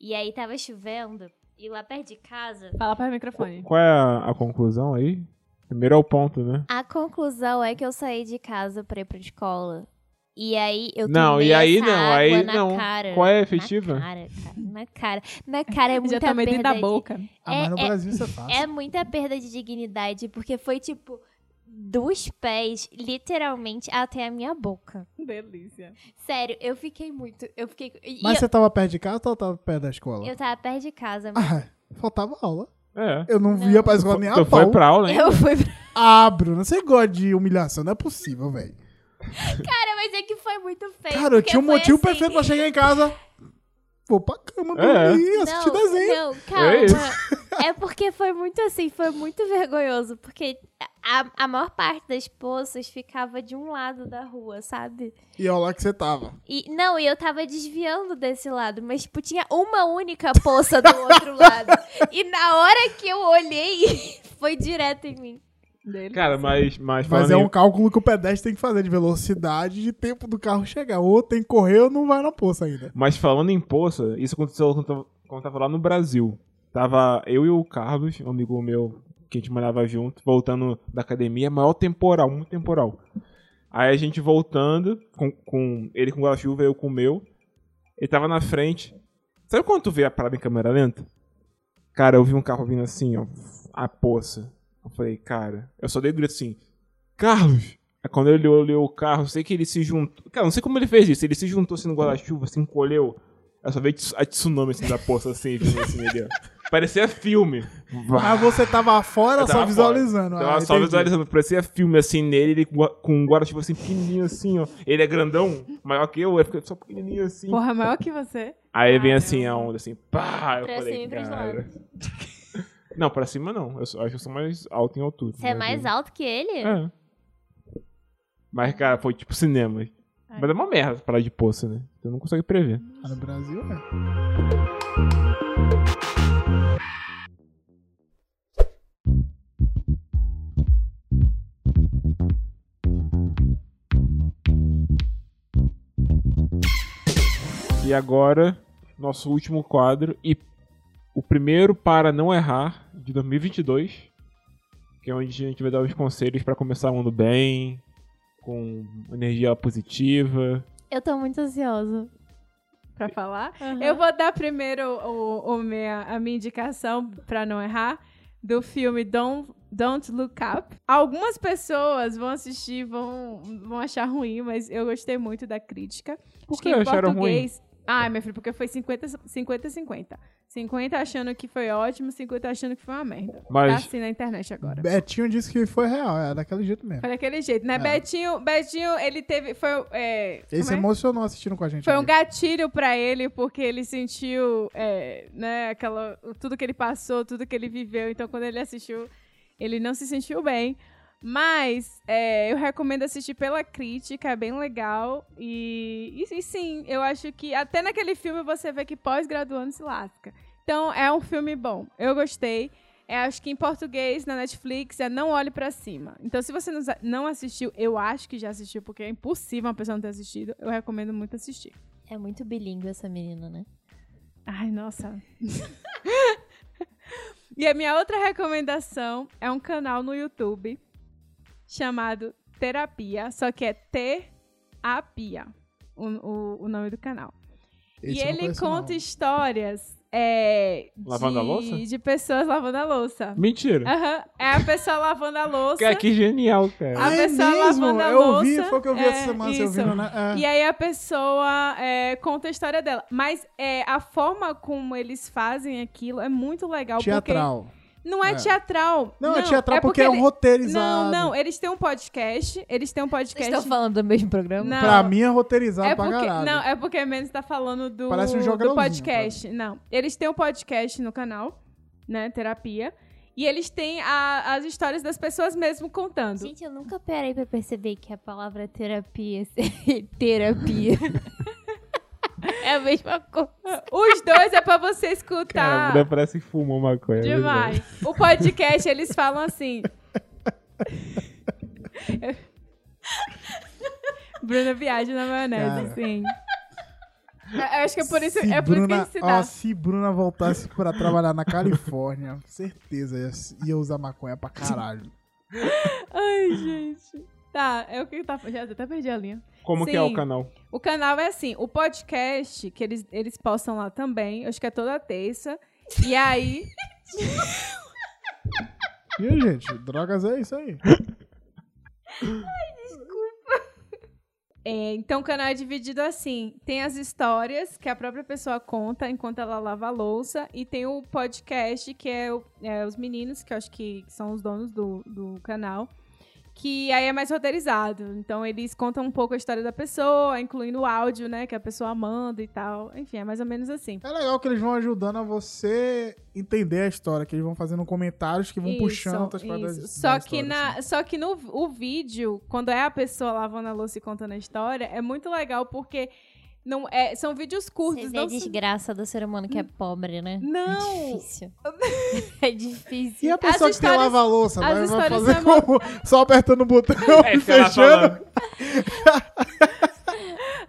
[SPEAKER 2] E aí tava chovendo, e lá perto de casa
[SPEAKER 1] Fala para o microfone.
[SPEAKER 3] Qual é a, a conclusão aí? Primeiro é o ponto, né?
[SPEAKER 2] A conclusão é que eu saí de casa pra ir pra escola. E aí eu
[SPEAKER 3] Não,
[SPEAKER 2] tomei
[SPEAKER 3] e aí
[SPEAKER 2] essa
[SPEAKER 3] não,
[SPEAKER 2] água
[SPEAKER 3] aí
[SPEAKER 2] na
[SPEAKER 3] não.
[SPEAKER 2] cara.
[SPEAKER 3] Qual é a efetiva?
[SPEAKER 2] Na cara, cara, na cara. Na cara é muita
[SPEAKER 1] Já tomei
[SPEAKER 2] perda
[SPEAKER 1] dentro da
[SPEAKER 2] de-
[SPEAKER 1] boca.
[SPEAKER 4] Ah, mas
[SPEAKER 2] É-
[SPEAKER 4] no
[SPEAKER 2] é-
[SPEAKER 4] Brasil isso é fácil.
[SPEAKER 2] É muita perda de dignidade, porque foi tipo dos pés, literalmente, até a minha boca.
[SPEAKER 1] Delícia.
[SPEAKER 2] Sério, eu fiquei muito. Eu fiquei. e
[SPEAKER 4] Mas
[SPEAKER 2] eu,
[SPEAKER 4] você tava perto de casa ou tava perto da escola?
[SPEAKER 2] eu tava perto de casa. mas
[SPEAKER 4] Ah, faltava aula.
[SPEAKER 3] É.
[SPEAKER 4] Eu não, via pra escola nem a
[SPEAKER 3] Tu
[SPEAKER 4] pau.
[SPEAKER 3] foi pra aula, hein?
[SPEAKER 2] Eu fui pra...
[SPEAKER 4] Ah, Bruna, você gosta de humilhação, não é possível, velho.
[SPEAKER 2] Cara, mas é que foi muito feio.
[SPEAKER 4] Cara, eu
[SPEAKER 2] porque
[SPEAKER 4] tinha um
[SPEAKER 2] foi
[SPEAKER 4] motivo
[SPEAKER 2] assim-
[SPEAKER 4] perfeito pra chegar em casa. Vou pra cama,
[SPEAKER 3] É.
[SPEAKER 4] dormir e assistir
[SPEAKER 2] não,
[SPEAKER 4] desenho.
[SPEAKER 2] Não,
[SPEAKER 3] É isso.
[SPEAKER 2] calma. É, porque foi muito assim, foi muito vergonhoso. Porque a, a maior parte das poças ficava de um lado da rua, sabe?
[SPEAKER 4] E olha lá que você tava.
[SPEAKER 2] E, não, e eu tava desviando desse lado, mas tipo, tinha uma única poça do outro lado. E na hora que eu olhei, foi direto em mim.
[SPEAKER 1] Delícia.
[SPEAKER 3] Cara, mas, mas
[SPEAKER 4] Mas
[SPEAKER 3] falando,
[SPEAKER 4] é
[SPEAKER 3] em,
[SPEAKER 4] um cálculo que o pedestre tem que fazer de velocidade e de tempo do carro chegar. Ou tem que correr ou não vai na poça ainda.
[SPEAKER 3] mas falando em poça, isso aconteceu quando tava, quando tava lá no Brasil. Tava eu e o Carlos, um amigo meu, que a gente morava junto, voltando da academia, maior temporal, muito temporal. Aí a gente voltando, com, com ele com guarda-chuva, eu com o meu. Ele tava na frente. Sabe quando tu vê a parada em câmera lenta? Cara, eu vi um carro vindo assim, ó, a poça. Eu falei, cara, eu só dei um grito assim, Carlos! Aí quando ele olhou o carro, eu sei que ele se juntou. Cara, eu não sei como ele fez isso. Ele se juntou assim no guarda-chuva, se encolheu. Eu só vi a tsu- a tsunami assim da poça assim, vindo assim nele, ó. Parecia filme.
[SPEAKER 4] Mas você tava fora
[SPEAKER 3] Eu
[SPEAKER 4] só
[SPEAKER 3] tava
[SPEAKER 4] visualizando.
[SPEAKER 3] fora.
[SPEAKER 4] Ah,
[SPEAKER 3] Tava só
[SPEAKER 4] entendi.
[SPEAKER 3] visualizando. Parecia filme assim nele, ele com gua- com um guarda-chuva assim, pequenininho assim, ó. Ele é grandão, maior que eu, ele fica só pequenininho assim.
[SPEAKER 1] Porra, maior que você.
[SPEAKER 3] Aí vem assim a onda, assim, pá! Eu
[SPEAKER 2] Ah, Pra
[SPEAKER 3] falei,
[SPEAKER 2] cima e pros
[SPEAKER 3] cara. Não, pra cima não. Eu sou- acho que eu sou mais alto em altura. né,
[SPEAKER 2] É. Você é mais é alto que ele?
[SPEAKER 3] É. Mas, cara, foi tipo cinema. Mas é uma merda parar de poça, né? Você não consegue prever.
[SPEAKER 4] Ah, No Brasil, é.
[SPEAKER 3] E agora, nosso último quadro e o primeiro para não errar de 2022, que é onde a gente vai dar os conselhos pra começar o ano bem, com energia positiva.
[SPEAKER 2] Eu tô muito ansiosa.
[SPEAKER 1] pra falar. Eu vou dar primeiro o, o minha, a minha indicação, pra não errar, do filme Don't, Don't Look Up. Algumas pessoas vão assistir, vão, vão achar ruim, mas eu gostei muito da crítica.
[SPEAKER 3] Por
[SPEAKER 1] Acho
[SPEAKER 3] que
[SPEAKER 1] em
[SPEAKER 3] acharam ruim?
[SPEAKER 1] português- Ah, meu filho, porque foi 50 50 50. 50 achando que foi ótimo, 50 achando que foi uma merda. Tá
[SPEAKER 3] Mas
[SPEAKER 1] assim na internet agora.
[SPEAKER 4] é. Betinho disse que foi real, é daquele jeito mesmo.
[SPEAKER 1] Foi daquele jeito, né?
[SPEAKER 3] Ah.
[SPEAKER 4] É.
[SPEAKER 1] Betinho, Betinho, ele teve. Foi. É, como
[SPEAKER 4] Ele se
[SPEAKER 1] é?
[SPEAKER 4] emocionou assistindo com a gente.
[SPEAKER 1] Foi um
[SPEAKER 4] aqui.
[SPEAKER 1] gatilho pra ele, porque ele sentiu, é, né, aquela, tudo que ele passou, tudo que ele viveu. Então, quando ele assistiu, ele não se sentiu bem. Mas é, eu recomendo assistir pela crítica, é bem legal. E, e, e sim, eu acho que até naquele filme você vê que pós-graduando se lasca. Então, é um filme bom. Eu gostei. É, acho que em português, na Netflix, é Não Olhe Pra Cima. Então, se você não sa- não assistiu, eu acho que já assistiu, porque é impossível uma pessoa não ter assistido. Eu recomendo muito assistir.
[SPEAKER 2] É muito bilíngue essa menina, né?
[SPEAKER 1] Ai, nossa. e a minha outra recomendação é um canal no YouTube chamado Terapia, só que é Terapia, o, o, o nome do canal.
[SPEAKER 4] Esse
[SPEAKER 1] e
[SPEAKER 4] eu não
[SPEAKER 1] ele
[SPEAKER 4] conheço,
[SPEAKER 1] conta
[SPEAKER 4] não.
[SPEAKER 1] histórias é,
[SPEAKER 3] Lavando
[SPEAKER 1] de,
[SPEAKER 3] a louça?
[SPEAKER 1] de pessoas lavando a louça.
[SPEAKER 3] mentira.
[SPEAKER 1] Aham, é a pessoa lavando a louça.
[SPEAKER 3] Cara, que é genial, cara.
[SPEAKER 1] a
[SPEAKER 4] é
[SPEAKER 1] pessoa
[SPEAKER 4] mesmo?
[SPEAKER 1] lavando a
[SPEAKER 4] eu ouvi,
[SPEAKER 1] louça,
[SPEAKER 4] foi o que eu vi
[SPEAKER 1] é,
[SPEAKER 4] essa semana, você
[SPEAKER 1] isso.
[SPEAKER 4] ouviu, né? É.
[SPEAKER 1] E aí a pessoa é, conta a história dela. Mas é, a forma como eles fazem aquilo é muito legal.
[SPEAKER 4] Teatral.
[SPEAKER 1] Porque não é,
[SPEAKER 4] É.
[SPEAKER 1] teatral.
[SPEAKER 4] Não, é teatral porque, é um
[SPEAKER 1] ele- Não,
[SPEAKER 4] roteirizado.
[SPEAKER 1] não. Eles têm um podcast. Eles têm um
[SPEAKER 6] Vocês
[SPEAKER 1] podcast.
[SPEAKER 6] estão falando do mesmo programa?
[SPEAKER 1] Não.
[SPEAKER 4] Pra mim é roteirizado
[SPEAKER 1] é
[SPEAKER 4] pra
[SPEAKER 1] porque,
[SPEAKER 4] caralho.
[SPEAKER 1] não, é porque menos tá falando do,
[SPEAKER 4] Parece um
[SPEAKER 1] do
[SPEAKER 4] jogralzinho,
[SPEAKER 1] podcast. Não. Eles têm um podcast no canal, né? Terapia. E eles têm a- as histórias das pessoas mesmo contando.
[SPEAKER 2] Gente, eu nunca parei pra perceber que a palavra terapia seria terapia. é a mesma coisa.
[SPEAKER 1] Os dois é pra você escutar.
[SPEAKER 3] Cara, mulher parece que fumou maconha.
[SPEAKER 1] Demais. O podcast, eles falam assim. Bruna viaja na maionese,
[SPEAKER 4] Cara.
[SPEAKER 1] sim. Eu acho que é por isso, é por isso que
[SPEAKER 4] Bruna,
[SPEAKER 1] a gente se dá.
[SPEAKER 4] ó, se Bruna voltasse pra trabalhar na Califórnia, certeza ia- ia usar maconha pra caralho.
[SPEAKER 1] Ai, gente. Tá, é o que tá. Já até perdi a linha.
[SPEAKER 3] Como que é
[SPEAKER 1] Sim.
[SPEAKER 3] o canal?
[SPEAKER 1] O canal é assim, o podcast que eles, eles postam lá também, eu acho que é toda terça. E aí.
[SPEAKER 4] E aí, gente, drogas é isso aí.
[SPEAKER 1] É, então o canal é dividido assim: tem as histórias que a própria pessoa conta enquanto ela lava a louça, e tem o podcast, que é, o- é os meninos, que eu acho que são os donos do, do canal, que aí é mais roteirizado. Então eles contam um pouco a história da pessoa, incluindo o áudio, né, que a pessoa manda e tal. Enfim, é mais ou menos assim.
[SPEAKER 4] É legal que eles vão ajudando a você entender a história, que eles vão fazendo comentários que vão
[SPEAKER 1] Isso,
[SPEAKER 4] puxando outras paradas.
[SPEAKER 1] isso.
[SPEAKER 4] da
[SPEAKER 1] Só que,
[SPEAKER 4] história,
[SPEAKER 1] na,
[SPEAKER 4] assim.
[SPEAKER 1] só que no o vídeo, quando é a pessoa lavando a louça e contando a história, é muito legal porque. Não, é, são vídeos curtos,
[SPEAKER 2] Você vê a
[SPEAKER 1] não se-
[SPEAKER 2] desgraça do ser humano que é pobre, né? É
[SPEAKER 1] Não!
[SPEAKER 2] difícil. é difícil.
[SPEAKER 4] E a pessoa que tem
[SPEAKER 1] histórias-
[SPEAKER 4] lava a louça,
[SPEAKER 1] as
[SPEAKER 4] vai, vai
[SPEAKER 1] histórias é
[SPEAKER 4] fazer
[SPEAKER 1] são-
[SPEAKER 4] como? Só apertando o botão e
[SPEAKER 3] isso que ela
[SPEAKER 4] fechando?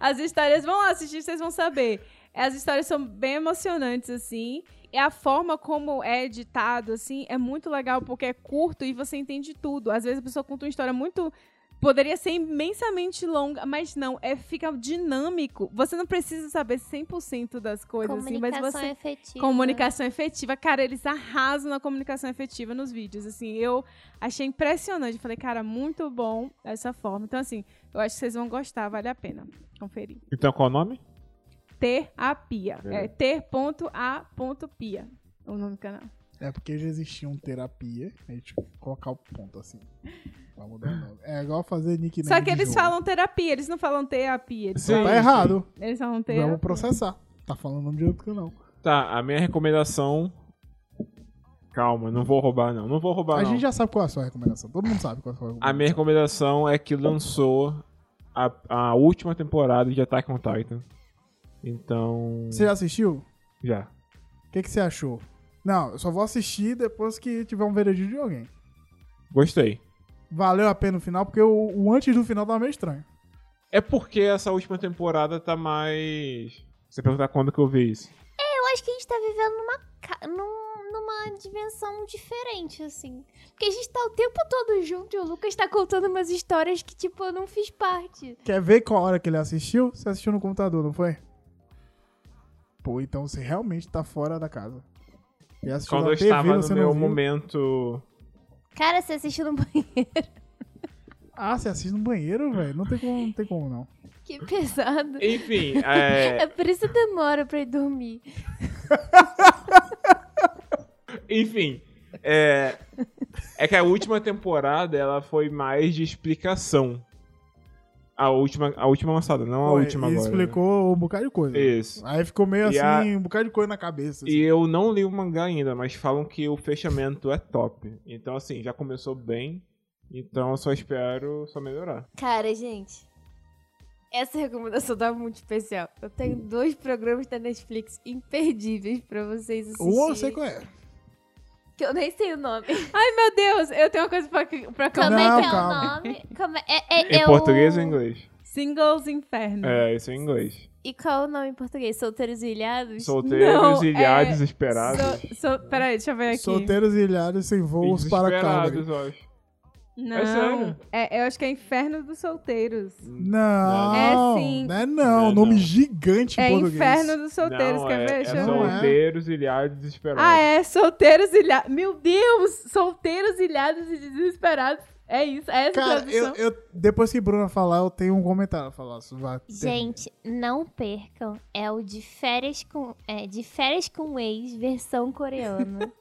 [SPEAKER 1] As histórias vão lá assistir, vocês vão saber. As histórias são bem emocionantes, assim. E a forma como é editado, assim, é muito legal, porque é curto e você entende tudo. Às vezes a pessoa conta uma história muito. Poderia ser imensamente longa, mas não. É, fica dinâmico. Você não precisa saber 100% das coisas, assim, mas
[SPEAKER 2] Comunicação
[SPEAKER 1] você.
[SPEAKER 2] efetiva.
[SPEAKER 1] Comunicação efetiva. Cara, eles arrasam na comunicação efetiva nos vídeos. Assim, eu achei impressionante. Eu Falei, cara, muito bom essa forma. Então, assim, eu acho que vocês vão gostar, vale a pena conferir.
[SPEAKER 3] Então qual é o nome?
[SPEAKER 1] Terapia. É,
[SPEAKER 3] É.
[SPEAKER 1] ter.a.pia. O nome do canal.
[SPEAKER 4] É porque já existia um terapia, a gente colocar o ponto assim. Pra mudar o nome. É igual fazer nickname.
[SPEAKER 1] Só que
[SPEAKER 4] de
[SPEAKER 1] eles
[SPEAKER 4] jogo.
[SPEAKER 1] falam terapia, eles não falam terapia. Eles,
[SPEAKER 3] Sim.
[SPEAKER 1] falam,
[SPEAKER 4] Tá errado.
[SPEAKER 1] eles falam
[SPEAKER 4] Vamos
[SPEAKER 1] terapia.
[SPEAKER 4] processar. Tá falando o nome de outro canal.
[SPEAKER 3] Tá, a minha recomendação. Calma, não vou roubar, não. Não vou roubar,
[SPEAKER 4] a
[SPEAKER 3] não.
[SPEAKER 4] gente já sabe qual é a sua recomendação. Todo mundo sabe qual é a sua recomendação.
[SPEAKER 3] A minha recomendação é que lançou a, a última temporada de Attack on Titan. Então.
[SPEAKER 4] Você já assistiu?
[SPEAKER 3] Já.
[SPEAKER 4] O que, que você achou? Não, eu só vou assistir depois que tiver um veredito de alguém.
[SPEAKER 3] Gostei.
[SPEAKER 4] Valeu a pena o final, porque o, o antes do final tava meio estranho.
[SPEAKER 3] É porque essa última temporada tá mais. Você perguntar quando que eu vi isso.
[SPEAKER 2] Eu acho que a gente tá vivendo numa, ca- num- numa dimensão diferente, assim. Porque a gente tá o tempo todo junto e o Lucas tá contando umas histórias que, tipo, eu não fiz parte.
[SPEAKER 4] Quer ver qual hora que ele assistiu? Você assistiu no computador, não foi? Pô, então você realmente tá fora da casa. Ele assistiu
[SPEAKER 3] Quando
[SPEAKER 4] na
[SPEAKER 3] eu
[SPEAKER 4] TV,
[SPEAKER 3] estava no
[SPEAKER 4] você
[SPEAKER 3] meu
[SPEAKER 4] não viu.
[SPEAKER 3] momento.
[SPEAKER 2] Cara, você um assistiu no banheiro.
[SPEAKER 4] Ah, você assiste no banheiro, velho? Não tem como, não tem como, não.
[SPEAKER 2] Que pesado.
[SPEAKER 3] Enfim, é.
[SPEAKER 2] É por isso que demora pra ir dormir.
[SPEAKER 3] Enfim, é, é que a última temporada ela foi mais de explicação. A última, a última lançada, não a
[SPEAKER 4] Pô,
[SPEAKER 3] última
[SPEAKER 4] ele
[SPEAKER 3] agora. né?
[SPEAKER 4] explicou um bocado de coisa.
[SPEAKER 3] Isso.
[SPEAKER 4] Aí ficou meio
[SPEAKER 3] E
[SPEAKER 4] assim, um bocado de coisa na cabeça. assim.
[SPEAKER 3] E eu não li o mangá ainda, mas falam que o fechamento é top. Então, assim, já começou bem. Então eu só espero só melhorar.
[SPEAKER 2] Cara, gente. Essa recomendação tá muito especial. Eu tenho dois programas da Netflix imperdíveis pra vocês assistirem.
[SPEAKER 4] Ou você conhece.
[SPEAKER 2] Que eu nem sei o nome.
[SPEAKER 1] Ai, meu Deus, eu tenho uma coisa pra, pra cantar.
[SPEAKER 2] Como
[SPEAKER 4] Não,
[SPEAKER 2] é que é
[SPEAKER 4] calma.
[SPEAKER 2] o nome? Como é, é, é,
[SPEAKER 3] Em
[SPEAKER 2] é
[SPEAKER 3] português
[SPEAKER 2] o...
[SPEAKER 3] ou em inglês?
[SPEAKER 1] Singles Inferno.
[SPEAKER 3] É, isso é em inglês.
[SPEAKER 2] E qual é o nome em português? Solteiros e Ilhados?
[SPEAKER 3] Solteiros,
[SPEAKER 1] Não,
[SPEAKER 3] ilhados,
[SPEAKER 1] é-
[SPEAKER 3] esperados.
[SPEAKER 1] So, so, peraí, deixa eu ver aqui.
[SPEAKER 4] Solteiros e ilhados sem
[SPEAKER 3] e
[SPEAKER 4] voos para Calgary.
[SPEAKER 3] Desesperados, eu acho.
[SPEAKER 1] Não,
[SPEAKER 3] sério.
[SPEAKER 1] é- eu acho que é Inferno dos Solteiros.
[SPEAKER 4] Não,
[SPEAKER 1] É sim.
[SPEAKER 4] não é
[SPEAKER 3] Não
[SPEAKER 4] não.
[SPEAKER 3] é
[SPEAKER 4] Nome
[SPEAKER 3] não.
[SPEAKER 4] gigante em
[SPEAKER 1] é
[SPEAKER 4] Tipo português.
[SPEAKER 1] Inferno dos Solteiros,
[SPEAKER 3] não,
[SPEAKER 1] quer
[SPEAKER 3] é,
[SPEAKER 1] ver?
[SPEAKER 3] é
[SPEAKER 1] Deixa eu ver.
[SPEAKER 4] Não é.
[SPEAKER 3] solteiros, ilhados, desesperados.
[SPEAKER 1] Ah, é, solteiros ilhados. Meu Deus! Solteiros ilhados e desesperados. É isso, é essa
[SPEAKER 4] Cara, eu,
[SPEAKER 1] tradução.
[SPEAKER 4] eu- depois que Bruna falar, eu tenho um comentário a falar. Isso vai ter-
[SPEAKER 1] é
[SPEAKER 2] Gente, não percam. É o de férias com, é, de férias com ex, versão coreana.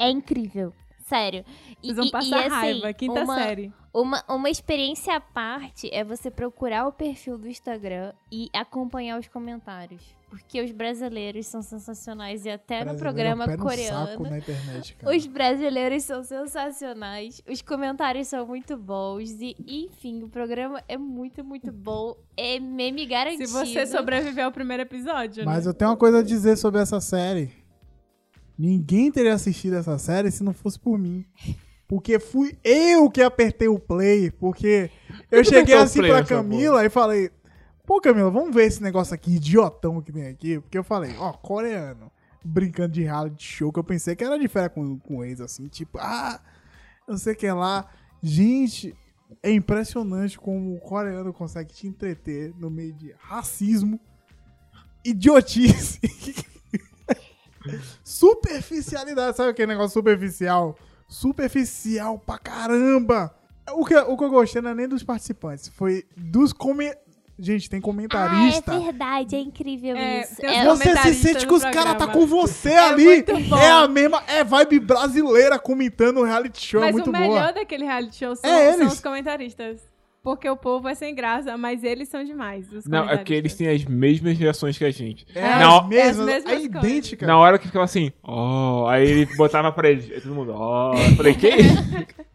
[SPEAKER 2] é incrível. Sério. E,
[SPEAKER 1] Vocês vão
[SPEAKER 2] e- e,
[SPEAKER 1] passar
[SPEAKER 2] assim,
[SPEAKER 1] raiva, quinta
[SPEAKER 2] uma,
[SPEAKER 1] série.
[SPEAKER 2] Uma, uma experiência à parte é você procurar o perfil do Instagram e acompanhar os comentários. Porque os brasileiros são sensacionais e até no
[SPEAKER 4] Brasileiro
[SPEAKER 2] programa
[SPEAKER 4] é um pé no
[SPEAKER 2] coreano.
[SPEAKER 4] saco na internet, cara.
[SPEAKER 2] Os brasileiros são sensacionais, os comentários são muito bons e, enfim, o programa é muito, muito bom. É meme
[SPEAKER 1] Se
[SPEAKER 2] garantido.
[SPEAKER 1] você sobreviver ao primeiro episódio,
[SPEAKER 4] Mas
[SPEAKER 1] né?
[SPEAKER 4] eu tenho uma coisa a dizer sobre essa série. Ninguém teria assistido essa série se não fosse por mim. Porque fui eu que apertei o play, porque eu cheguei
[SPEAKER 3] apertou o
[SPEAKER 4] assim
[SPEAKER 3] play
[SPEAKER 4] pra
[SPEAKER 3] nessa
[SPEAKER 4] Camila e falei: Pô, Camila, vamos ver esse negócio aqui, idiotão que tem aqui. Porque eu falei: Ó, coreano, brincando de reality show, que eu pensei que era de fera com, com ex, assim, tipo, ah, não sei o que lá. Gente, é impressionante como o coreano consegue te entreter no meio de racismo, idiotice, superficialidade. Sabe aquele negócio superficial? Superficial pra caramba! O que, o que eu gostei não é nem dos participantes, foi dos comentários. Gente, tem
[SPEAKER 2] Ah, é
[SPEAKER 4] comentarista.
[SPEAKER 2] verdade, é incrível
[SPEAKER 1] É,
[SPEAKER 2] isso.
[SPEAKER 1] tem os
[SPEAKER 2] É-
[SPEAKER 1] comentários.
[SPEAKER 4] Você se
[SPEAKER 1] comentarista
[SPEAKER 4] sente
[SPEAKER 1] do
[SPEAKER 4] que os caras tá
[SPEAKER 1] programa.
[SPEAKER 4] com você
[SPEAKER 1] É
[SPEAKER 4] ali.
[SPEAKER 1] muito bom.
[SPEAKER 4] É a mesma. É vibe brasileira comentando o reality show. é
[SPEAKER 1] Mas
[SPEAKER 4] muito
[SPEAKER 1] o melhor
[SPEAKER 4] boa.
[SPEAKER 1] daquele reality show são,
[SPEAKER 4] É
[SPEAKER 1] são
[SPEAKER 4] eles.
[SPEAKER 1] os comentaristas. Porque o povo é sem graça, mas eles são demais. os
[SPEAKER 3] Não, é que eles
[SPEAKER 1] comentaristas.
[SPEAKER 3] têm as mesmas reações que a gente.
[SPEAKER 4] É,
[SPEAKER 3] Na-
[SPEAKER 4] as mesmas,
[SPEAKER 1] É as mesmas
[SPEAKER 4] é
[SPEAKER 1] coisas.
[SPEAKER 4] idêntica.
[SPEAKER 3] Na hora que ficava assim, ó, aí ele botava pra ele, aí todo mundo, ó, eu falei, que isso?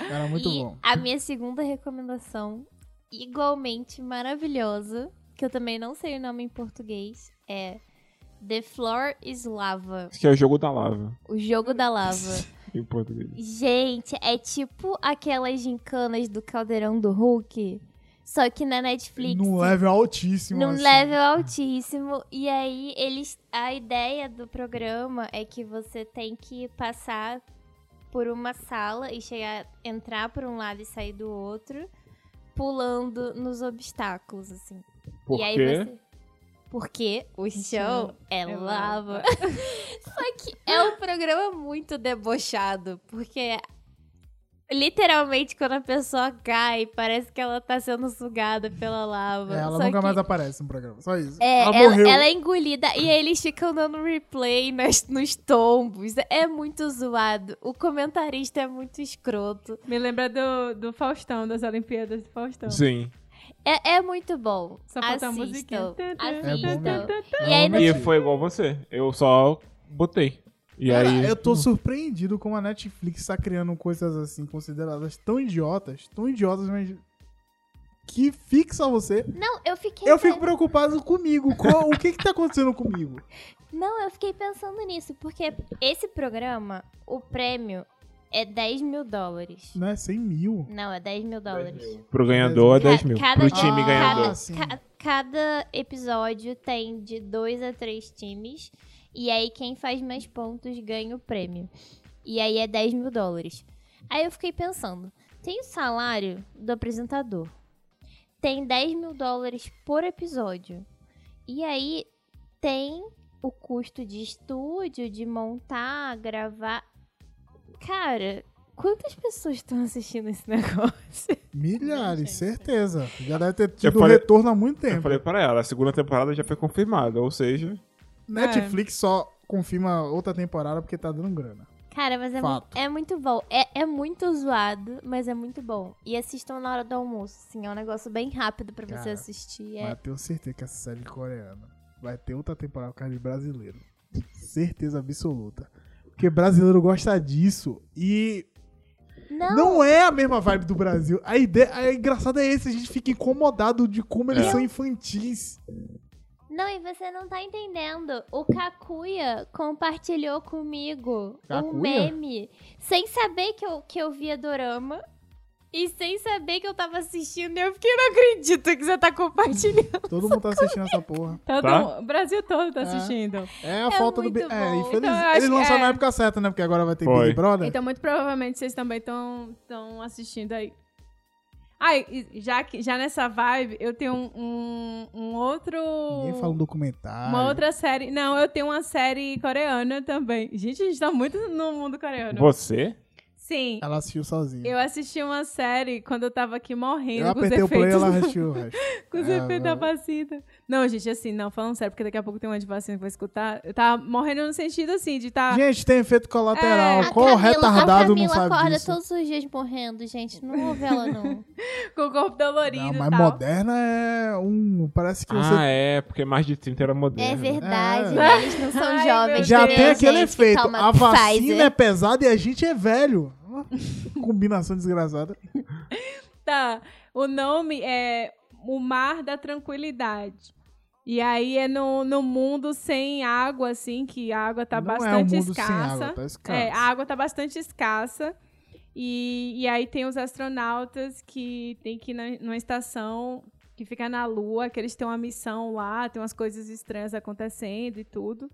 [SPEAKER 4] Era muito
[SPEAKER 2] e
[SPEAKER 4] bom.
[SPEAKER 2] a minha segunda recomendação, igualmente maravilhosa, que eu também não sei o nome em português, é The Floor is Lava,
[SPEAKER 3] Isso que é o jogo da lava,
[SPEAKER 2] o jogo da lava.
[SPEAKER 3] em português.
[SPEAKER 2] Gente, é tipo aquelas gincanas do Caldeirão do Hulk, só que na Netflix.
[SPEAKER 4] Num level altíssimo.
[SPEAKER 2] Num
[SPEAKER 4] assim.
[SPEAKER 2] level altíssimo. E aí, eles. A ideia do programa é que você tem que passar por uma sala e chegar. entrar por um lado e sair do outro, pulando nos obstáculos, assim.
[SPEAKER 3] Por
[SPEAKER 2] e aí
[SPEAKER 3] quê?
[SPEAKER 2] você. Porque o
[SPEAKER 1] chão
[SPEAKER 2] chão é,
[SPEAKER 1] é
[SPEAKER 2] lava. Só que é um programa muito debochado, porque literalmente quando a pessoa cai, parece que ela tá sendo sugada pela lava.
[SPEAKER 4] É, ela
[SPEAKER 2] Só
[SPEAKER 4] nunca
[SPEAKER 2] que-
[SPEAKER 4] mais aparece no programa. Só isso.
[SPEAKER 2] é,
[SPEAKER 4] ela,
[SPEAKER 2] ela,
[SPEAKER 4] morreu.
[SPEAKER 2] ela é engolida e aí eles ficam dando replay nas- nos tombos. É muito zoado. O comentarista é muito escroto.
[SPEAKER 1] Me lembra do, do Faustão, das Olimpíadas do Faustão.
[SPEAKER 3] Sim.
[SPEAKER 2] É, é muito bom.
[SPEAKER 1] Só falta a musiquinha.
[SPEAKER 2] Assistam.
[SPEAKER 4] É bom
[SPEAKER 2] Assistam.
[SPEAKER 4] mesmo.
[SPEAKER 2] e aí no
[SPEAKER 4] Realmente.
[SPEAKER 3] E foi igual você, eu só botei. E
[SPEAKER 4] Cara,
[SPEAKER 3] aí,
[SPEAKER 4] eu tô surpreendido como a Netflix tá criando coisas assim, consideradas tão idiotas, tão idiotas, mas que fixa você.
[SPEAKER 2] Não, eu fiquei.
[SPEAKER 4] Eu fico
[SPEAKER 2] pe-
[SPEAKER 4] preocupado comigo. Qual- o que que tá acontecendo comigo?
[SPEAKER 2] Não, eu fiquei pensando nisso, porque esse programa, o prêmio é 10 mil dólares.
[SPEAKER 4] Não é 100 mil.
[SPEAKER 2] Não, é 10 mil dólares.
[SPEAKER 3] Pro ganhador é 10 mil.
[SPEAKER 2] Cada-
[SPEAKER 3] Pro time
[SPEAKER 4] Ah,
[SPEAKER 3] ganhador.
[SPEAKER 2] Cada,
[SPEAKER 4] sim.
[SPEAKER 2] ca- cada episódio tem de dois a três times. E aí, quem faz mais pontos ganha o prêmio. E aí é 10 mil dólares. Aí eu fiquei pensando: tem o salário do apresentador. Tem 10 mil dólares por episódio. E aí tem o custo de estúdio, de montar, gravar. Cara, quantas pessoas estão assistindo esse negócio?
[SPEAKER 4] Milhares, certeza. Já deve ter
[SPEAKER 3] Eu
[SPEAKER 4] tido
[SPEAKER 3] falei-
[SPEAKER 4] retorno há muito tempo.
[SPEAKER 3] Eu falei pra ela, a segunda temporada já foi confirmada, ou seja,
[SPEAKER 2] É.
[SPEAKER 4] Netflix só confirma outra temporada porque tá dando grana.
[SPEAKER 2] Cara, mas é, mu-
[SPEAKER 4] Fato.
[SPEAKER 2] é muito bom. É, é muito zoado, mas é muito bom. E assistam na hora do almoço, assim. É um negócio bem rápido pra você
[SPEAKER 4] Cara,
[SPEAKER 2] assistir.
[SPEAKER 4] Mas
[SPEAKER 2] É,
[SPEAKER 4] eu tenho certeza que essa série coreana vai ter outra temporada por causa de brasileiro. Certeza absoluta. Porque brasileiro gosta disso. E
[SPEAKER 2] Não,
[SPEAKER 4] não, é a mesma vibe do Brasil. A ideia a engraçada é esse, a gente fica incomodado de como eles
[SPEAKER 3] É.
[SPEAKER 4] são infantis.
[SPEAKER 2] não, e você não tá entendendo. O Kakuya compartilhou comigo um
[SPEAKER 4] Kakuya?
[SPEAKER 2] meme sem saber que eu, que eu via Dorama. E sem saber que eu tava assistindo, eu fiquei.
[SPEAKER 1] Não acredito que você tá compartilhando.
[SPEAKER 4] Todo mundo tá assistindo essa porra.
[SPEAKER 1] Todo
[SPEAKER 3] Tá.
[SPEAKER 1] mundo- O Brasil todo tá
[SPEAKER 4] É.
[SPEAKER 1] assistindo.
[SPEAKER 4] É a falta do.
[SPEAKER 2] muito
[SPEAKER 4] Bi- É,
[SPEAKER 2] bom.
[SPEAKER 4] infeliz...
[SPEAKER 1] Então, eu acho
[SPEAKER 4] Eles
[SPEAKER 1] que
[SPEAKER 4] lançaram
[SPEAKER 1] é.
[SPEAKER 4] na época certa, né? Porque agora vai ter
[SPEAKER 3] Foi.
[SPEAKER 4] Big Brother.
[SPEAKER 1] Então, muito provavelmente vocês também estão tão assistindo aí. Ah, e- e já, que, já nessa vibe, eu tenho um, um, um outro.
[SPEAKER 4] Ninguém fala um documentário.
[SPEAKER 1] Uma outra série. Não, eu tenho uma série coreana também. Gente, a gente tá muito no mundo coreano.
[SPEAKER 3] você?
[SPEAKER 1] Sim.
[SPEAKER 4] Ela assistiu sozinha.
[SPEAKER 1] Eu assisti uma série quando eu tava aqui morrendo
[SPEAKER 4] Eu
[SPEAKER 1] com os
[SPEAKER 4] apertei o play e
[SPEAKER 1] efeitos,
[SPEAKER 4] ela assistiu o resto.
[SPEAKER 1] com os
[SPEAKER 4] É,
[SPEAKER 1] efeitos da vacina. Não, gente, assim, não, falando sério, porque daqui a pouco tem uma de vacina que vai escutar. Eu tava morrendo no sentido assim, de tá.
[SPEAKER 4] Gente, tem efeito colateral.
[SPEAKER 1] É.
[SPEAKER 4] Qual retardado
[SPEAKER 2] a Camila
[SPEAKER 4] não sabe
[SPEAKER 2] acorda
[SPEAKER 4] disso?
[SPEAKER 2] todos os dias morrendo, gente. Não ouve ela, não.
[SPEAKER 1] com o corpo dolorido
[SPEAKER 4] Não,
[SPEAKER 1] e
[SPEAKER 4] mas
[SPEAKER 1] tal.
[SPEAKER 4] moderna é um... Parece que
[SPEAKER 3] Ah,
[SPEAKER 4] você...
[SPEAKER 3] é, porque mais de 30 era moderno.
[SPEAKER 2] É verdade,
[SPEAKER 4] É.
[SPEAKER 2] eles não são
[SPEAKER 1] Ai, meu
[SPEAKER 3] Ah,
[SPEAKER 2] jovens.
[SPEAKER 4] Já
[SPEAKER 2] né,
[SPEAKER 4] tem aquele
[SPEAKER 2] gente, que
[SPEAKER 4] efeito.
[SPEAKER 2] toma
[SPEAKER 4] A vacina
[SPEAKER 2] Pfizer.
[SPEAKER 4] é pesada e a gente é velho. Uma Combinação desgraçada.
[SPEAKER 1] Tá. O nome é O Mar da Tranquilidade. E aí é no, no mundo sem água, assim, que a água tá
[SPEAKER 4] não
[SPEAKER 1] bastante
[SPEAKER 4] é um mundo
[SPEAKER 1] escassa.
[SPEAKER 4] sem água, tá escasso.
[SPEAKER 1] É, a água tá bastante escassa. E, e aí tem os astronautas que tem que ir na, numa estação que fica na Lua, que eles têm uma missão lá, tem umas coisas estranhas acontecendo e tudo.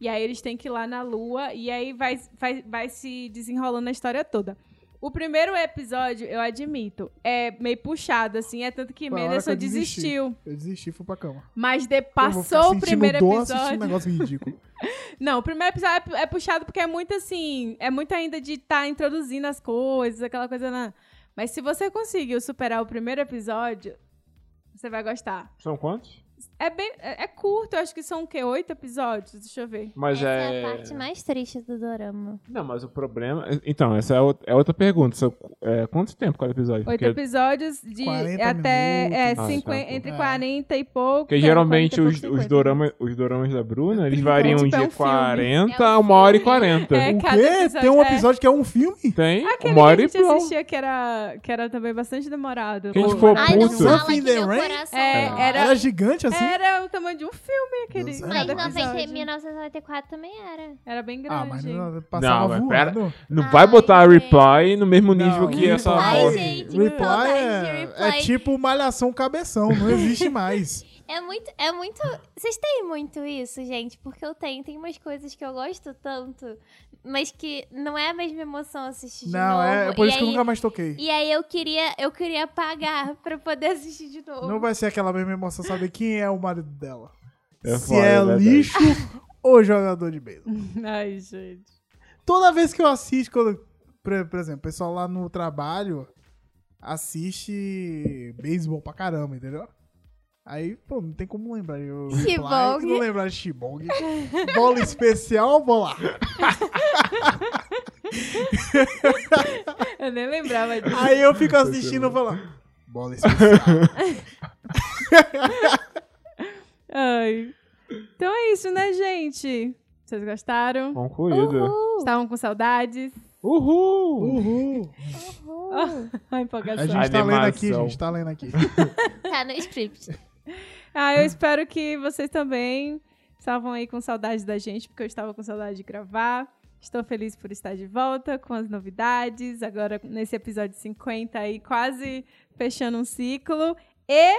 [SPEAKER 1] E aí eles têm que ir lá na Lua, e aí vai, vai, vai se desenrolando a história toda. O primeiro episódio, eu admito, é meio puxado, assim, é tanto que
[SPEAKER 4] Foi a hora que
[SPEAKER 1] Menderson
[SPEAKER 4] eu desisti.
[SPEAKER 1] desistiu.
[SPEAKER 4] Eu desisti e fui pra cama.
[SPEAKER 1] Mas de,
[SPEAKER 4] Eu vou ficar
[SPEAKER 1] passou o
[SPEAKER 4] sentindo
[SPEAKER 1] primeiro
[SPEAKER 4] dor
[SPEAKER 1] episódio.
[SPEAKER 4] assistindo um negócio ridículo.
[SPEAKER 1] Não, o primeiro episódio é pu- é puxado porque é muito assim. É muito ainda de estar introduzindo as coisas, aquela coisa. Na... Mas se você conseguiu superar o primeiro episódio, você vai gostar.
[SPEAKER 3] São quantos?
[SPEAKER 1] É bem. É, é curto, eu acho que são o quê? Oito episódios? Deixa eu ver.
[SPEAKER 3] Mas
[SPEAKER 2] Essa
[SPEAKER 3] é...
[SPEAKER 2] é... a parte mais triste do dorama.
[SPEAKER 3] Não, mas o problema... Então, essa é ou- é outra pergunta. São- é, quanto tempo cada episódio?
[SPEAKER 1] Oito
[SPEAKER 3] Porque-
[SPEAKER 1] episódios de
[SPEAKER 4] 40
[SPEAKER 1] até
[SPEAKER 4] minutos.
[SPEAKER 1] é,
[SPEAKER 3] Ah,
[SPEAKER 1] cinquen-
[SPEAKER 3] tá.
[SPEAKER 1] entre
[SPEAKER 4] É.
[SPEAKER 1] 40 e pouco.
[SPEAKER 3] Porque geralmente
[SPEAKER 1] 40
[SPEAKER 3] os,
[SPEAKER 1] e pouco,
[SPEAKER 3] os,
[SPEAKER 1] 50.
[SPEAKER 3] dorama, os doramas da Bruna, eles
[SPEAKER 4] Tipo,
[SPEAKER 3] variam
[SPEAKER 1] é um filme.
[SPEAKER 3] de 40
[SPEAKER 2] É um
[SPEAKER 3] a 1 hora e
[SPEAKER 2] filme.
[SPEAKER 3] 40.
[SPEAKER 1] É,
[SPEAKER 4] o
[SPEAKER 1] cada
[SPEAKER 4] quê?
[SPEAKER 1] episódio-
[SPEAKER 4] Tem um
[SPEAKER 1] é.
[SPEAKER 4] episódio que é um filme?
[SPEAKER 3] Tem
[SPEAKER 1] Aquele
[SPEAKER 3] 1 hora
[SPEAKER 1] que a
[SPEAKER 3] e
[SPEAKER 1] gente
[SPEAKER 3] pouco.
[SPEAKER 1] assistia que era, que era também bastante demorado.
[SPEAKER 3] Que a gente
[SPEAKER 1] O-
[SPEAKER 3] ficou
[SPEAKER 2] Ai, não
[SPEAKER 3] puto.
[SPEAKER 2] fala que
[SPEAKER 4] Surfing the
[SPEAKER 2] meu
[SPEAKER 4] Rain?
[SPEAKER 2] coração.
[SPEAKER 1] É,
[SPEAKER 2] não. tá
[SPEAKER 1] era-
[SPEAKER 4] Era gigante assim?
[SPEAKER 1] ah, Era o tamanho de um filme aquele.
[SPEAKER 4] Deus,
[SPEAKER 1] cada
[SPEAKER 2] Mas
[SPEAKER 4] era.
[SPEAKER 1] episódio.
[SPEAKER 2] 90, 1994 também era.
[SPEAKER 1] Era bem grande.
[SPEAKER 4] Ah, mas não, passava
[SPEAKER 3] Não, mas pera-
[SPEAKER 4] voando.
[SPEAKER 3] Não vai
[SPEAKER 2] Ai,
[SPEAKER 3] botar a
[SPEAKER 2] gente.
[SPEAKER 3] Reply no mesmo nível
[SPEAKER 4] Não,
[SPEAKER 3] que é essa...
[SPEAKER 4] Reply,
[SPEAKER 2] Ai,
[SPEAKER 3] porra.
[SPEAKER 2] gente, que
[SPEAKER 4] Reply
[SPEAKER 2] saudade de
[SPEAKER 4] é,
[SPEAKER 2] Reply.
[SPEAKER 4] é tipo malhação cabeção, não existe mais.
[SPEAKER 2] É muito, é muito. Vocês têm muito isso, gente, porque eu tenho. Tem umas coisas que eu gosto tanto, mas que não é a mesma emoção assistir de
[SPEAKER 4] não,
[SPEAKER 2] novo.
[SPEAKER 4] é por
[SPEAKER 2] e
[SPEAKER 4] isso que eu
[SPEAKER 2] aí-
[SPEAKER 4] nunca mais toquei.
[SPEAKER 2] E aí eu queria, eu queria pagar pra poder assistir de novo.
[SPEAKER 4] Não vai ser aquela mesma emoção saber quem é o marido dela.
[SPEAKER 3] É
[SPEAKER 4] se
[SPEAKER 3] foda,
[SPEAKER 4] é
[SPEAKER 3] é verdade.
[SPEAKER 4] lixo ou jogador de beisebol.
[SPEAKER 1] Ai, gente.
[SPEAKER 4] Toda vez que eu assisto, quando, por, por exemplo, o pessoal lá no trabalho assiste beisebol pra caramba, entendeu? Aí, pô, não tem como lembrar. Eu,
[SPEAKER 2] Shibong.
[SPEAKER 4] Reply, que não lembrar de Shibong. Bola especial, bola.
[SPEAKER 1] Eu nem lembrava disso.
[SPEAKER 4] Aí eu fico assistindo e falo, bola especial.
[SPEAKER 1] Ai. Então é isso, né, gente? Vocês gostaram?
[SPEAKER 3] Concluído.
[SPEAKER 2] Uhul.
[SPEAKER 1] Estavam com saudades?
[SPEAKER 3] Uhul!
[SPEAKER 4] Uhul.
[SPEAKER 2] Uhul.
[SPEAKER 1] A
[SPEAKER 4] A
[SPEAKER 1] empolgação.
[SPEAKER 4] gente tá lendo aqui,
[SPEAKER 3] Animação.
[SPEAKER 4] gente, tá lendo aqui.
[SPEAKER 2] Tá no script.
[SPEAKER 1] Ah, eu espero que vocês também estavam aí com saudade da gente, porque eu estava com saudade de gravar. Estou feliz por estar de volta com as novidades, agora nesse episódio 50 aí, quase fechando um ciclo. E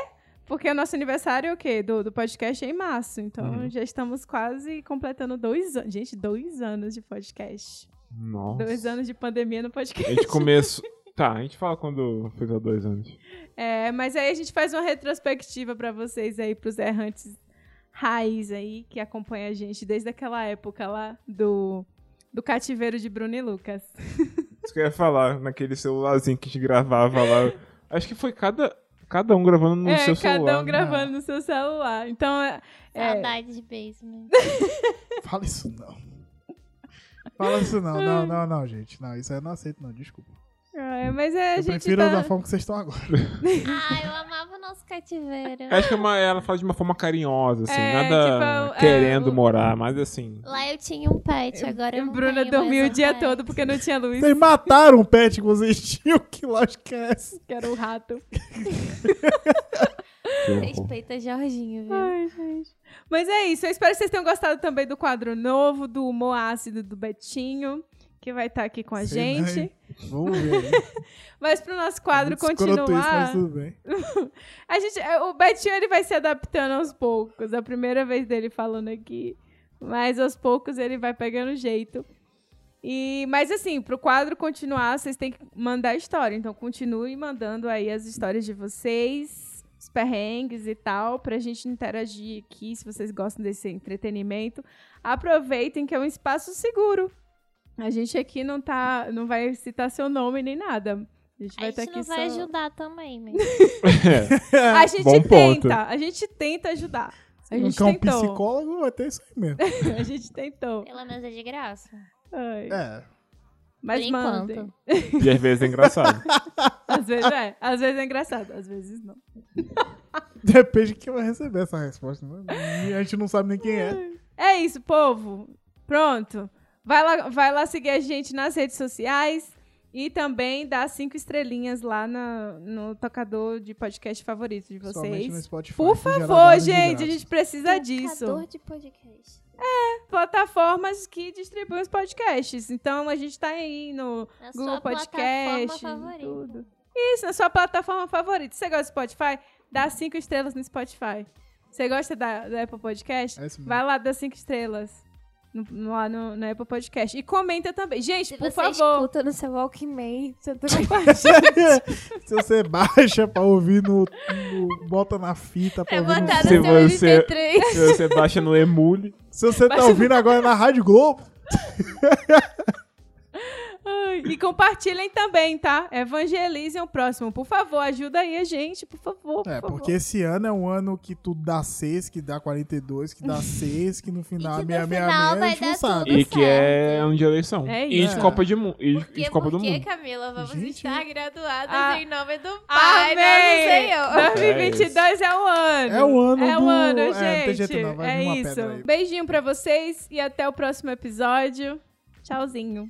[SPEAKER 1] porque o nosso aniversário é o quê? Do, do podcast é em março. Então
[SPEAKER 3] Uhum.
[SPEAKER 1] já estamos quase completando dois anos. Gente, dois anos de podcast.
[SPEAKER 3] Nossa.
[SPEAKER 1] Dois anos de pandemia no podcast.
[SPEAKER 3] A gente começou. Tá, a gente fala quando fez há dois anos.
[SPEAKER 1] É, mas aí a gente faz uma retrospectiva pra vocês aí, pros errantes raiz aí, que acompanha a gente desde aquela época lá do, do cativeiro de Bruno e Lucas.
[SPEAKER 3] Isso que eu ia falar, naquele celularzinho que a gente gravava lá. Acho que foi cada, cada um gravando no
[SPEAKER 1] é,
[SPEAKER 3] seu
[SPEAKER 1] cada
[SPEAKER 3] celular.
[SPEAKER 4] né?
[SPEAKER 3] né?
[SPEAKER 1] um gravando no seu celular. Então, é, é,
[SPEAKER 2] Saudade de basement.
[SPEAKER 4] Fala isso não. Fala isso não, não, não, não, gente. Não, isso aí eu não aceito, não, desculpa.
[SPEAKER 1] é, mas é, a
[SPEAKER 4] Eu
[SPEAKER 1] gente
[SPEAKER 4] prefiro da
[SPEAKER 1] tá...
[SPEAKER 4] forma que vocês estão agora.
[SPEAKER 2] Ah, eu amava o nosso cativeiro.
[SPEAKER 3] Acho que é uma- ela fala de uma forma carinhosa, assim,
[SPEAKER 1] É,
[SPEAKER 3] nada
[SPEAKER 1] tipo, é,
[SPEAKER 3] querendo
[SPEAKER 1] o-
[SPEAKER 3] morar, mas assim.
[SPEAKER 2] Lá eu tinha um pet, agora eu não
[SPEAKER 1] Bruna
[SPEAKER 2] tenho
[SPEAKER 1] dormiu
[SPEAKER 2] mais
[SPEAKER 1] o dia
[SPEAKER 2] um pet.
[SPEAKER 1] todo porque não tinha luz,
[SPEAKER 4] Vocês mataram o pet que vocês tinham, que lógica é essa?
[SPEAKER 1] que era o rato.
[SPEAKER 3] que horror.
[SPEAKER 2] Respeita Jorginho, viu?
[SPEAKER 1] Ai, gente. Mas é isso. Eu espero que vocês tenham gostado também do quadro novo, do humor ácido do Betinho, que vai estar aqui com a
[SPEAKER 4] Sei não,
[SPEAKER 1] gente.
[SPEAKER 4] hein? Vamos ver. né? hein?
[SPEAKER 1] Mas pro nosso quadro
[SPEAKER 4] Muito né? escroto Isso,
[SPEAKER 1] continuar.
[SPEAKER 4] mas tudo bem.
[SPEAKER 1] A gente, é, o Betinho ele vai se adaptando aos poucos. A primeira vez dele falando aqui, mas aos poucos ele vai pegando jeito. E, mas assim, pro quadro continuar, vocês têm que mandar história. Então continue mandando aí as histórias de vocês, os perrengues e tal, pra gente interagir aqui, se vocês gostam desse entretenimento. Aproveitem que é um espaço seguro. A gente aqui não tá, não vai citar seu nome nem nada. A gente
[SPEAKER 2] A
[SPEAKER 1] vai
[SPEAKER 2] gente
[SPEAKER 1] estar aqui
[SPEAKER 2] não vai
[SPEAKER 1] só...
[SPEAKER 2] ajudar também, mas...
[SPEAKER 3] É,
[SPEAKER 1] A gente
[SPEAKER 3] Bom ponto.
[SPEAKER 1] tenta, a gente tenta ajudar. A gente
[SPEAKER 4] Nunca um
[SPEAKER 1] tentou.
[SPEAKER 4] psicólogo vai ter isso aí mesmo.
[SPEAKER 1] a gente tentou.
[SPEAKER 2] Pelo menos é de graça.
[SPEAKER 1] Ai,
[SPEAKER 4] É.
[SPEAKER 1] Mas
[SPEAKER 2] Por
[SPEAKER 1] mandem.
[SPEAKER 2] enquanto.
[SPEAKER 3] e às vezes é engraçado.
[SPEAKER 1] Às vezes é, às vezes é engraçado, às vezes não.
[SPEAKER 4] Depende de quem vai receber essa resposta. né? E a gente não sabe nem quem é.
[SPEAKER 1] É isso, povo. Pronto. Vai lá, vai lá seguir a gente nas redes sociais e também dá cinco estrelinhas lá na- no tocador de podcast favorito de
[SPEAKER 4] Somente no
[SPEAKER 1] vocês.
[SPEAKER 4] Spotify, é
[SPEAKER 1] Por
[SPEAKER 4] que já
[SPEAKER 1] favor,
[SPEAKER 4] dá de
[SPEAKER 1] gente, a
[SPEAKER 4] graça.
[SPEAKER 1] gente precisa é disso.
[SPEAKER 2] Tocador de podcast.
[SPEAKER 1] Plataformas que distribuem os podcasts. Então a gente tá aí no
[SPEAKER 2] Na
[SPEAKER 1] Google
[SPEAKER 2] sua
[SPEAKER 1] Podcast,
[SPEAKER 2] É plataforma favorita.
[SPEAKER 1] tudo. Isso, na sua plataforma favorita. Você gosta do Spotify? Dá cinco estrelas no Spotify. Você gosta da, da Apple Podcast?
[SPEAKER 4] É isso mesmo.
[SPEAKER 1] Vai lá, dá cinco estrelas. no- no- lá no, na Apple Podcast. E comenta também. Gente,
[SPEAKER 2] Se
[SPEAKER 1] por
[SPEAKER 2] você
[SPEAKER 1] favor.
[SPEAKER 6] Escuta no seu Walkman. Você tá
[SPEAKER 4] Se você baixa pra ouvir no, no- Bota na fita pra
[SPEAKER 1] É,
[SPEAKER 2] Vai
[SPEAKER 4] ouvir no
[SPEAKER 2] botar
[SPEAKER 3] Se
[SPEAKER 2] no seu
[SPEAKER 3] você-
[SPEAKER 2] MP3.
[SPEAKER 3] Se você baixa no Emule,
[SPEAKER 4] Se você tá ouvindo agora na Rádio Globo,
[SPEAKER 1] Ai, E compartilhem também, tá? Evangelizem o próximo. Por favor, ajuda aí a gente, por favor. Por
[SPEAKER 4] É,
[SPEAKER 1] favor.
[SPEAKER 4] porque esse ano é um ano que tudo dá 6, que dá 42, que dá 6, que no final
[SPEAKER 2] E que
[SPEAKER 4] é
[SPEAKER 2] no
[SPEAKER 4] 666,
[SPEAKER 2] final
[SPEAKER 4] a
[SPEAKER 2] vai
[SPEAKER 4] gente não
[SPEAKER 2] dar
[SPEAKER 4] sabe.
[SPEAKER 2] tudo.
[SPEAKER 3] e que é ano de eleição.
[SPEAKER 1] É
[SPEAKER 3] e
[SPEAKER 4] isso.
[SPEAKER 3] de Copa, de mu e,
[SPEAKER 2] Porque,
[SPEAKER 3] de Copa do
[SPEAKER 2] porque,
[SPEAKER 3] Mundo.
[SPEAKER 2] Camila, vamos
[SPEAKER 4] Gente.
[SPEAKER 2] estar graduadas
[SPEAKER 1] Ah.
[SPEAKER 2] em nome do Pai,
[SPEAKER 1] Amém!
[SPEAKER 2] não, não sei eu.
[SPEAKER 1] 2022 é o ano.
[SPEAKER 4] É o ano
[SPEAKER 1] É o
[SPEAKER 4] do-
[SPEAKER 1] ano,
[SPEAKER 4] é, não
[SPEAKER 1] gente.
[SPEAKER 4] tem jeito não, vai
[SPEAKER 1] é
[SPEAKER 4] vir uma
[SPEAKER 1] isso.
[SPEAKER 4] pedra aí.
[SPEAKER 1] Beijinho pra vocês e até o próximo episódio. Tchauzinho.